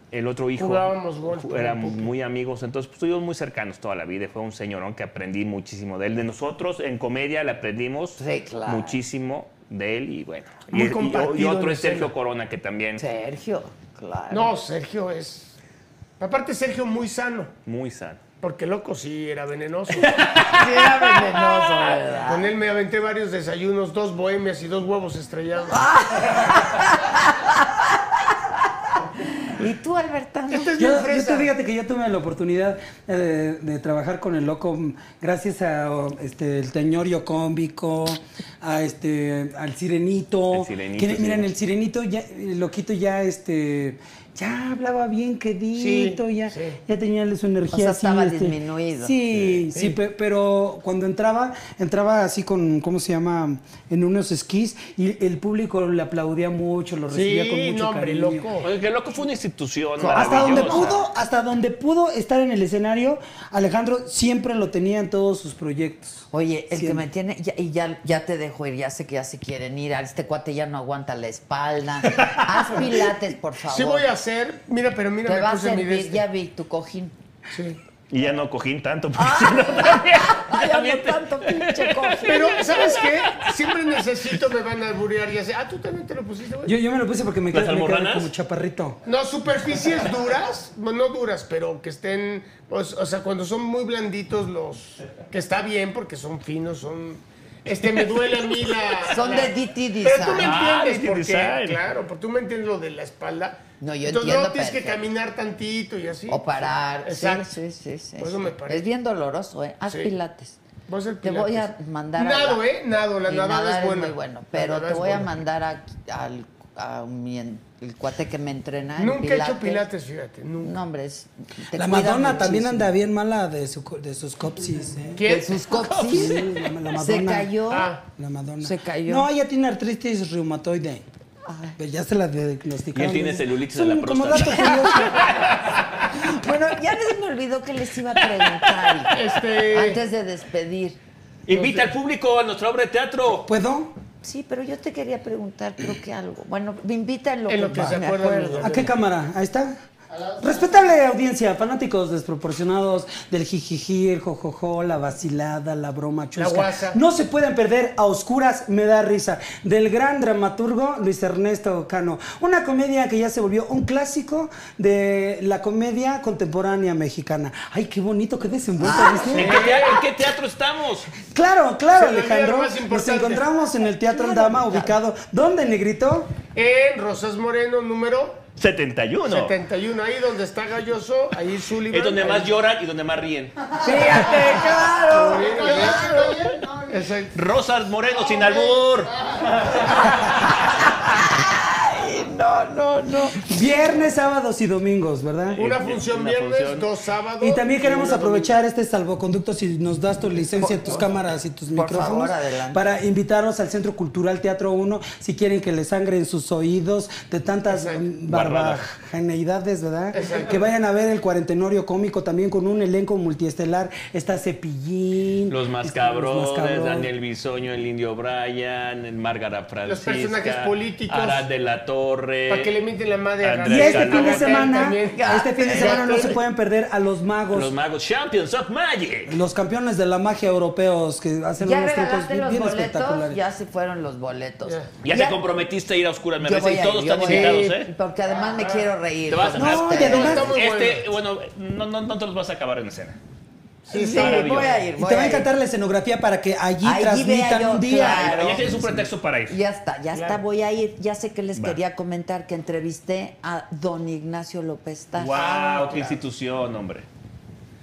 S7: El otro hijo.
S6: Jugábamos golf con el
S7: Éramos
S6: Pupi.
S7: muy amigos, entonces pues, estuvimos muy cercanos toda la vida. y Fue un señorón que aprendí muchísimo de él. De nosotros en comedia le aprendimos
S1: Sí, claro.
S7: muchísimo. de él y bueno.
S6: Muy
S7: Y, y- y
S6: compartido en
S7: otro es Sergio
S6: escena.
S7: Corona, que también.
S1: Sergio, claro.
S6: No, Sergio es. Aparte, Sergio muy sano,
S7: Muy sano.
S6: porque loco sí era
S1: (laughs)
S6: venenoso.
S1: Sí, era venenoso, ¿verdad?
S6: Con él me aventé varios desayunos, dos bohemias y dos huevos estrellados.
S1: ¿Y tú, Albertano?
S6: Este es
S8: Yo,
S6: bien
S8: yo te-
S6: fresa.
S8: fíjate que yo tuve la oportunidad eh, de, de trabajar con el loco mm, gracias a oh, este, el teñorio cómbico, a este, al sirenito.
S7: El Sirenito,
S8: Que,
S7: sí.
S8: Miren, el sirenito ya, el loquito ya este ya hablaba bien quedito,
S6: Sí,
S8: ya,
S6: sí.
S8: ya tenía su energía.
S1: O sea,
S8: así,
S1: estaba
S8: este,
S1: disminuido.
S8: Sí, sí, pe- pero cuando entraba, entraba así con, ¿cómo se llama? En unos esquís y el público le aplaudía mucho, lo recibía con
S6: Sí,
S8: mucho
S6: no, hombre,
S8: cariño.
S6: loco.
S7: Oye, que loco fue una institución.
S8: Hasta donde
S7: maravillosa.
S8: pudo, hasta donde pudo estar en el escenario, Alejandro siempre lo tenía en todos sus proyectos.
S1: Oye, el que
S8: Siempre.
S1: me tiene, ya- y ya, ya te dejo ir, ya sé que ya se quieren ir, a este cuate ya no aguanta la espalda.
S6: (laughs)
S1: Haz pilates, por favor.
S6: Sí voy a hacer, mira, pero mira,
S1: Te va
S6: me
S1: a
S6: puse mi
S1: servir,
S6: de este.
S1: ya vi tu
S6: (laughs)
S1: cojín.
S6: Sí.
S7: Y ya no cojín
S1: Ah.
S7: tanto. porque si no, también-
S1: Ay,
S7: también
S1: amo
S7: te-
S1: tanto pinche cojín.
S6: Pero, ¿sabes qué? Siempre necesito, me van a alburear y así. Ah, tú también te lo pusiste, güey.
S8: Yo, yo me lo puse porque me
S7: ¿Las
S8: quedé, me quedé
S7: almorranas?
S8: como chaparrito.
S6: No, superficies duras, bueno, no duras, pero que estén, pues, o sea, cuando son muy blanditos los, que está bien porque son finos, son, este, me duele a mí la...
S1: Son
S6: la-
S1: de DT
S6: Pero tú me
S1: design.
S7: Ah,
S6: entiendes,
S7: DT
S6: porque,
S7: design.
S6: claro, porque tú me entiendes lo de la espalda.
S1: No, yo
S6: Entonces,
S1: entiendo
S6: no tienes que
S1: perfecto.
S6: caminar tantito y así.
S1: O parar. Sí,
S6: Exacto.
S1: Sí, sí, sí.
S6: Por eso
S1: sí.
S6: me parece.
S1: Es bien doloroso, ¿eh? Haz
S6: Sí.
S1: pilates.
S6: Voy a hacer
S1: Te voy a
S6: pilates.
S1: mandar a.
S6: Nado,
S1: la-
S6: ¿eh? Nado, la
S1: Y
S6: nadada
S1: nadar
S6: es buena.
S1: muy bueno.
S6: La
S1: Pero
S6: nadada
S1: te
S6: es
S1: voy a
S6: buena.
S1: mandar a- al a mi en- el cuate que me entrena. en
S6: Nunca he hecho pilates, fíjate, nunca.
S1: No, hombre, es- te
S8: La
S1: cuida
S8: Madonna también
S1: muchísimo.
S8: anda bien mala de, su co- de sus copsis, ¿eh?
S1: De
S6: ¿Quién?
S1: sus
S6: (laughs)
S1: coxis.
S8: Sí, la- la Madonna.
S1: Se cayó.
S6: Ah.
S8: La Madonna.
S1: Se cayó.
S8: No, ella tiene artritis reumatoide. Pero ya se la
S7: Y
S8: diagnosticaron.
S7: él tiene celulitis de
S8: Son
S7: la
S8: como
S7: próstata.
S8: datos curiosos.
S7: (laughs)
S1: Bueno, ya les me olvidó que les iba a preguntar. hijo,
S6: Este-
S1: Antes de despedir.
S7: Invita al público a nuestra obra de teatro.
S8: ¿Puedo?
S1: Sí, pero yo te quería preguntar, creo que algo. Bueno, me invita en lo
S6: En
S1: que,
S6: lo que
S1: me
S6: se acuerda,
S1: acuerdo.
S6: amigo.
S8: ¿A qué cámara? ¿Ahí está? Respetable audiencia, fanáticos desproporcionados del jijiji, el jojojo, la vacilada, la broma chusca.
S6: guasa.
S8: No se pueden perder A Oscuras Me Da Risa, del gran dramaturgo Luis Ernesto Cano. Una comedia que ya se volvió un clásico de la comedia contemporánea mexicana. Ay, qué bonito, qué desenvuelto, ¿viste?
S7: ¿En qué, tea- en qué teatro estamos?
S8: Claro, claro,
S6: Ah, Se me olvidó
S8: Alejandro.
S6: lo más
S8: Nos
S6: importante.
S8: encontramos en el Teatro Dama, ubicado. ¿Dónde, Negrito?
S6: En Rosas Moreno, número
S7: 71.
S6: 71, ahí donde está Galloso, ahí Sullivan.
S7: Es donde
S6: ahí-
S7: más lloran y donde más ríen.
S1: Fíjate, claro.
S6: Exacto.
S7: Rosas Moreno sin albur.
S8: Viernes, sábados y domingos, ¿verdad?
S6: Una
S7: Eh,
S6: función
S7: una
S6: viernes,
S7: función.
S6: dos sábados.
S8: Y también queremos
S6: una
S8: aprovechar este salvoconducto, si nos das tu licencia, tus cámaras y tus
S1: por
S8: micrófonos,
S1: favor, adelante.
S8: para invitarnos al Centro Cultural Teatro 1, si quieren que les sangren sus oídos de tantas
S6: Exacto.
S8: mm,
S7: Barbadas.
S8: barbajaneidades, ¿verdad?
S6: Exacto.
S8: Que vayan a ver el cuarentenorio cómico también con un elenco multiestelar. Está Cepillín.
S7: Los más
S8: está Los
S7: cabrones,
S8: Mascabrones.
S7: Daniel Bisoño, el Indio Bryan, el Márgara Francisca.
S6: personajes políticos.
S7: Arad de la Torre.
S6: Para que le mienten la madre a
S8: Y
S7: Andrés
S8: este
S7: Canal.
S8: fin de
S7: Canal
S8: semana,
S6: también.
S8: este fin de semana no se
S6: Exacto.
S8: pueden perder a los magos.
S7: Los magos. Champions of Magic.
S8: Los campeones de la magia europeos que hacen
S1: Ya
S8: unos trucos
S1: regalaste
S8: bien,
S1: los
S8: bien
S1: boletos,
S8: espectaculares.
S1: ya se fueron los boletos.
S6: Ya.
S7: Ya, te comprometiste a ir a oscuras, me
S1: Yo
S7: parece,
S1: voy
S7: y
S1: a
S7: todos
S1: ir, yo
S7: están
S1: voy a
S7: invitados,
S1: ir,
S7: ¿eh?
S1: Porque además me quiero reír.
S7: Te vas a
S1: con
S7: No,
S8: y además-
S1: ustedes.
S6: Está muy
S7: Este, bueno, no, no, no te los vas a acabar en escena.
S1: Sí,
S7: maravilloso.
S1: voy a ir,
S8: Y
S1: voy
S8: te va a
S1: a ir.
S8: encantar la escenografía para que allí
S1: Allí
S8: transmitan
S1: vea yo,
S8: un día.
S1: claro.
S7: Ya tienes un pretexto para ir.
S1: Ya está, ya está,
S6: Claro.
S1: voy a ir. Ya sé que les
S7: Va.
S1: quería comentar que entrevisté a don Ignacio López Tarso. Ah,
S7: Wow, qué institución, hombre.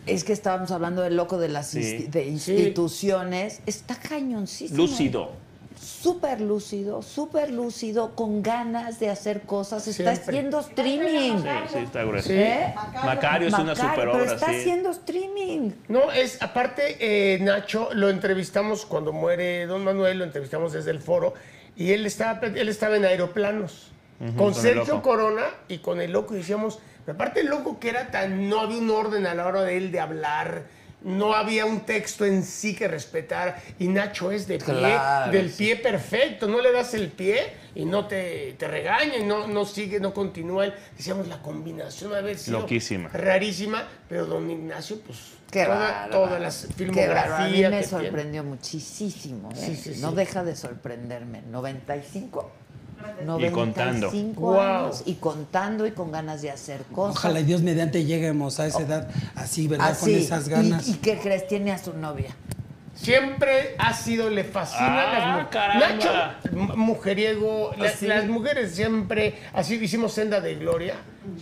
S1: Es que estábamos hablando del loco de las
S7: Sí.
S1: insti- de instituciones. Está cañoncísimo.
S7: Lúcido.
S1: Súper lúcido, súper lúcido, con ganas de hacer cosas. Está
S6: Siempre.
S1: haciendo streaming.
S7: Sí, sí, está grueso.
S6: Sí.
S1: ¿Eh?
S7: Macario es una
S1: Macario,
S7: super
S1: Pero
S7: obra,
S1: está
S7: sí.
S1: haciendo streaming.
S6: No, es aparte, eh, Nacho, lo entrevistamos cuando muere Don Manuel, lo entrevistamos desde el foro, y él estaba, pl- él estaba en aeroplanos.
S7: con el
S6: con Sergio
S7: loco.
S6: Corona y con el loco, y decíamos, pero aparte el loco que era tan, no había un orden a la hora de él de hablar, no había un texto en sí que respetar. Y Nacho es de pie,
S1: Claro,
S6: del
S1: sí.
S6: pie perfecto. No le das el pie y no te, te regaña, y no, no sigue, no continúa. Decíamos, la combinación a ver sido
S7: Loquísima.
S6: rarísima, pero don Ignacio, pues,
S1: Qué
S6: toda,
S1: bárbaro.
S6: todas las
S1: Qué bárbaro. A mí me
S6: filmografías. que tiene.
S1: sorprendió muchísimo. ¿eh?
S6: Sí, sí,
S1: No
S6: sí.
S1: deja de sorprenderme. 95. 95
S7: Y contando.
S6: Wow.
S1: años y contando y con ganas de hacer cosas.
S8: Ojalá y Dios mediante lleguemos a esa edad así, ¿verdad? Con
S1: Oh. Así.
S8: esas ganas.
S1: ¿Y, y qué crees? Tiene a su novia.
S6: Siempre ha sido, le fascina
S7: Ah,
S6: las mujeres.
S7: caramba.
S6: Nacho, m- mujeriego, la-
S8: sí.
S6: las mujeres siempre, así hicimos Senda de Gloria,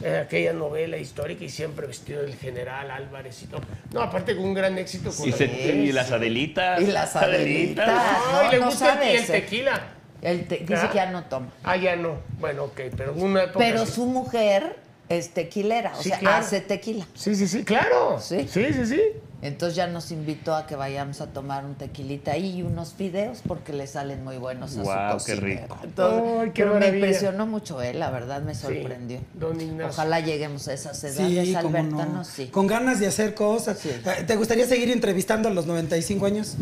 S6: eh, aquella novela histórica y siempre vestido del general Álvarez y todo. No, aparte con un gran éxito. Con
S7: Y,
S6: la-
S7: se-
S1: Sí,
S7: y las Adelitas.
S1: Y las Adelitas.
S6: Ay,
S1: no,
S6: le
S1: no
S6: gusta el-
S1: sabes,
S6: el
S1: eh.
S6: tequila.
S1: Él te- dice
S6: ¿Ah?
S1: que ya no toma.
S6: Ah, ya no. Bueno, ok, pero una época
S1: Pero
S6: sí.
S1: su mujer es tequilera, o
S6: Sí,
S1: sea,
S6: claro.
S1: hace tequila.
S6: Sí, sí, sí, claro.
S1: Sí.
S6: sí, sí. sí.
S1: Entonces ya nos invitó a que vayamos a tomar un tequilita ahí y unos fideos porque le salen muy buenos a
S7: Guau,
S1: su
S7: qué
S1: cocinero.
S7: rico.
S1: Entonces,
S6: Ay, qué
S1: pero me
S6: maravilla.
S1: impresionó mucho él, la verdad me sorprendió.
S6: don Ignacio.
S1: Ojalá lleguemos a esas edades,
S8: Sí, cómo
S1: Alberta,
S8: no.
S1: no, sí.
S8: Con ganas de hacer cosas.
S1: Sí.
S8: Eh, ¿Te gustaría seguir entrevistando a los 95 años?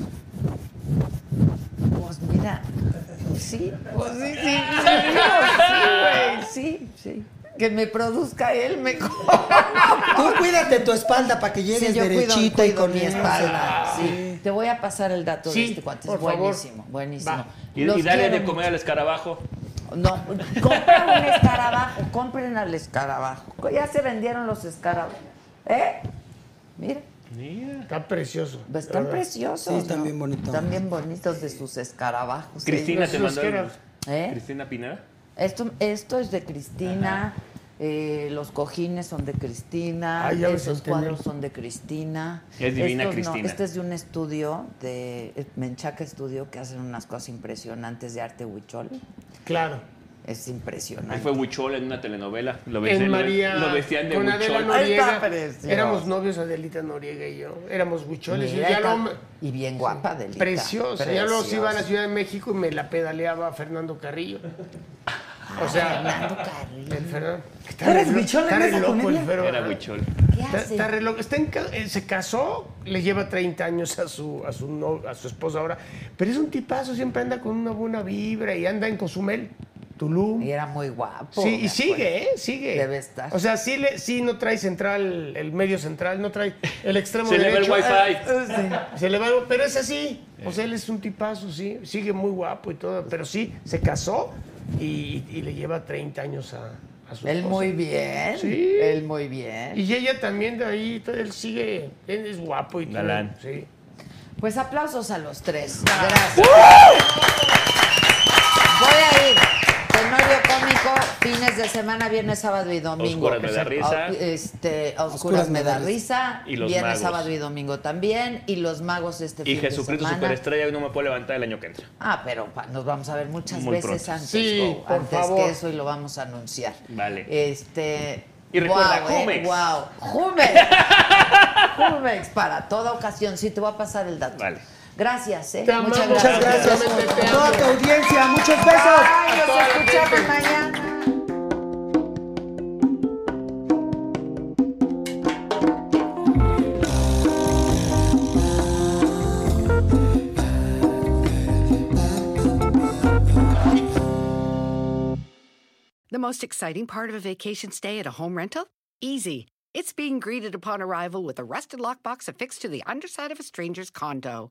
S1: Pues mira, sí, pues sí, sí, sí, sí, güey, sí, sí. Que me produzca él mejor.
S8: Tú cuídate tu espalda para que llegues
S1: Sí, yo cuido,
S8: derechita y
S1: cuido
S8: con
S1: mi
S8: eso.
S1: espalda. Sí. Te voy a pasar el dato
S6: Sí,
S1: de este cuate. Es
S6: por favor.
S1: buenísimo, buenísimo.
S6: Va.
S7: Y,
S1: Los
S7: y dale
S1: quiero
S7: de comer al escarabajo.
S1: mucho. No, compra un escarabajo, compren al escarabajo. Ya se vendieron los escarabajos. ¿Eh? Mira, pues
S6: Está precioso.
S1: están
S6: La verdad.
S1: preciosos.
S8: Sí, están
S1: ¿no?
S8: bien bonitos.
S1: También bonitos de sus escarabajos.
S7: Cristina
S6: sí,
S7: te
S6: los
S7: mandó. el-
S6: quiero.
S1: ¿Eh?
S7: Cristina Pineda.
S1: Esto, esto es de Cristina, eh, los cojines son de Cristina,
S6: Ah, ya ves,
S1: esos
S6: entendí.
S1: cuadros son de Cristina.
S7: Es divina
S1: Estos
S7: Cristina.
S1: este es de un estudio, de eh, Menchaca Estudio, que hacen unas cosas impresionantes de arte huichol.
S6: Claro.
S1: Es
S7: Ahí
S1: impresionante.
S7: fue Huichol en una telenovela. Lo
S6: en
S7: vestían, lo-
S6: María
S7: lo vestían de
S6: con Adela
S7: Huichol.
S1: Ahí
S6: Noriega.
S1: está precioso.
S6: Éramos novios Adelita Noriega y yo. Éramos huicholes.
S1: Mira,
S6: y, ya
S1: está-
S6: lo-
S1: y bien guapa, Adelita.
S6: preciosa. Ya los
S1: Preciosa.
S6: iba a la Ciudad de México y me la pedaleaba Fernando Carrillo. O sea,
S1: Fernando Carrillo.
S6: el Fernando. que está
S8: ¿Tú eres
S6: re lo-
S8: huichol
S6: está
S8: en
S6: re
S8: esa
S6: loco el
S8: comedia?
S6: Fero,
S7: Era
S6: ¿verdad?
S7: Huichol.
S1: ¿Qué
S6: Está,
S1: hace?
S6: está re loco. Está en ca- eh, se casó, le lleva 30 años a su, a, su no- a su esposa ahora. Pero es un tipazo, siempre anda con una buena vibra y anda en Cozumel, Tulum.
S1: Y era muy guapo.
S6: Sí,
S1: me
S6: y sigue,
S1: acuerdo.
S6: ¿eh? Sigue.
S1: Debe estar.
S6: O sea, sí, le, sí no trae central, el medio central, no trae el extremo
S7: Se le va el
S6: derecho.
S7: wifi.
S6: Eh, sí, se le va, pero es así. O sea, él es un tipazo, sí. Sigue muy guapo y todo, pero sí, se casó y, y le lleva 30 años a, a su
S1: Él
S6: esposa.
S1: muy bien.
S6: Sí.
S1: Él muy bien.
S6: Y ella también de ahí, todo, él sigue, él es guapo y todo.
S7: Galán.
S6: Sí.
S1: Pues aplausos a los tres. Gracias. Voy a ir. Tenorio cómico, fines de semana, viernes, sábado y domingo.
S7: Oscuras me da risa.
S1: O- este, a oscuras,
S8: Oscuras
S1: me
S8: me
S1: da
S8: da
S1: risa.
S7: Y los
S1: viernes,
S7: magos.
S1: sábado y domingo también. Y los magos este
S7: Y
S1: fin
S7: Jesucristo
S1: de semana.
S7: Superestrella hoy no me puedo levantar el año que entra.
S1: Ah, pero pa- nos vamos a ver muchas
S7: Muy
S1: veces
S7: pronto.
S1: antes,
S6: Sí,
S1: Go,
S6: por
S1: antes
S6: favor.
S1: que eso y lo vamos a anunciar.
S7: Vale.
S1: Este.
S7: Y recuerda,
S1: guau, eh,
S7: Jumex.
S1: guau.
S7: (laughs)
S1: Jumex. Jumex para toda ocasión. Sí, te voy a pasar el dato.
S7: Vale.
S1: Gracias, ¿eh?
S6: Te amamos,
S8: Muchas gracias.
S6: Absolutamente te
S8: A toda
S6: amo.
S8: tu audiencia, muchos besos.
S1: Ay,
S6: A toda la
S1: nos escuchamos
S6: gente.
S1: mañana.
S10: The most exciting part of a vacation stay at a home rental? Easy. It's being greeted upon arrival with a rusted lockbox affixed to the underside of a stranger's condo.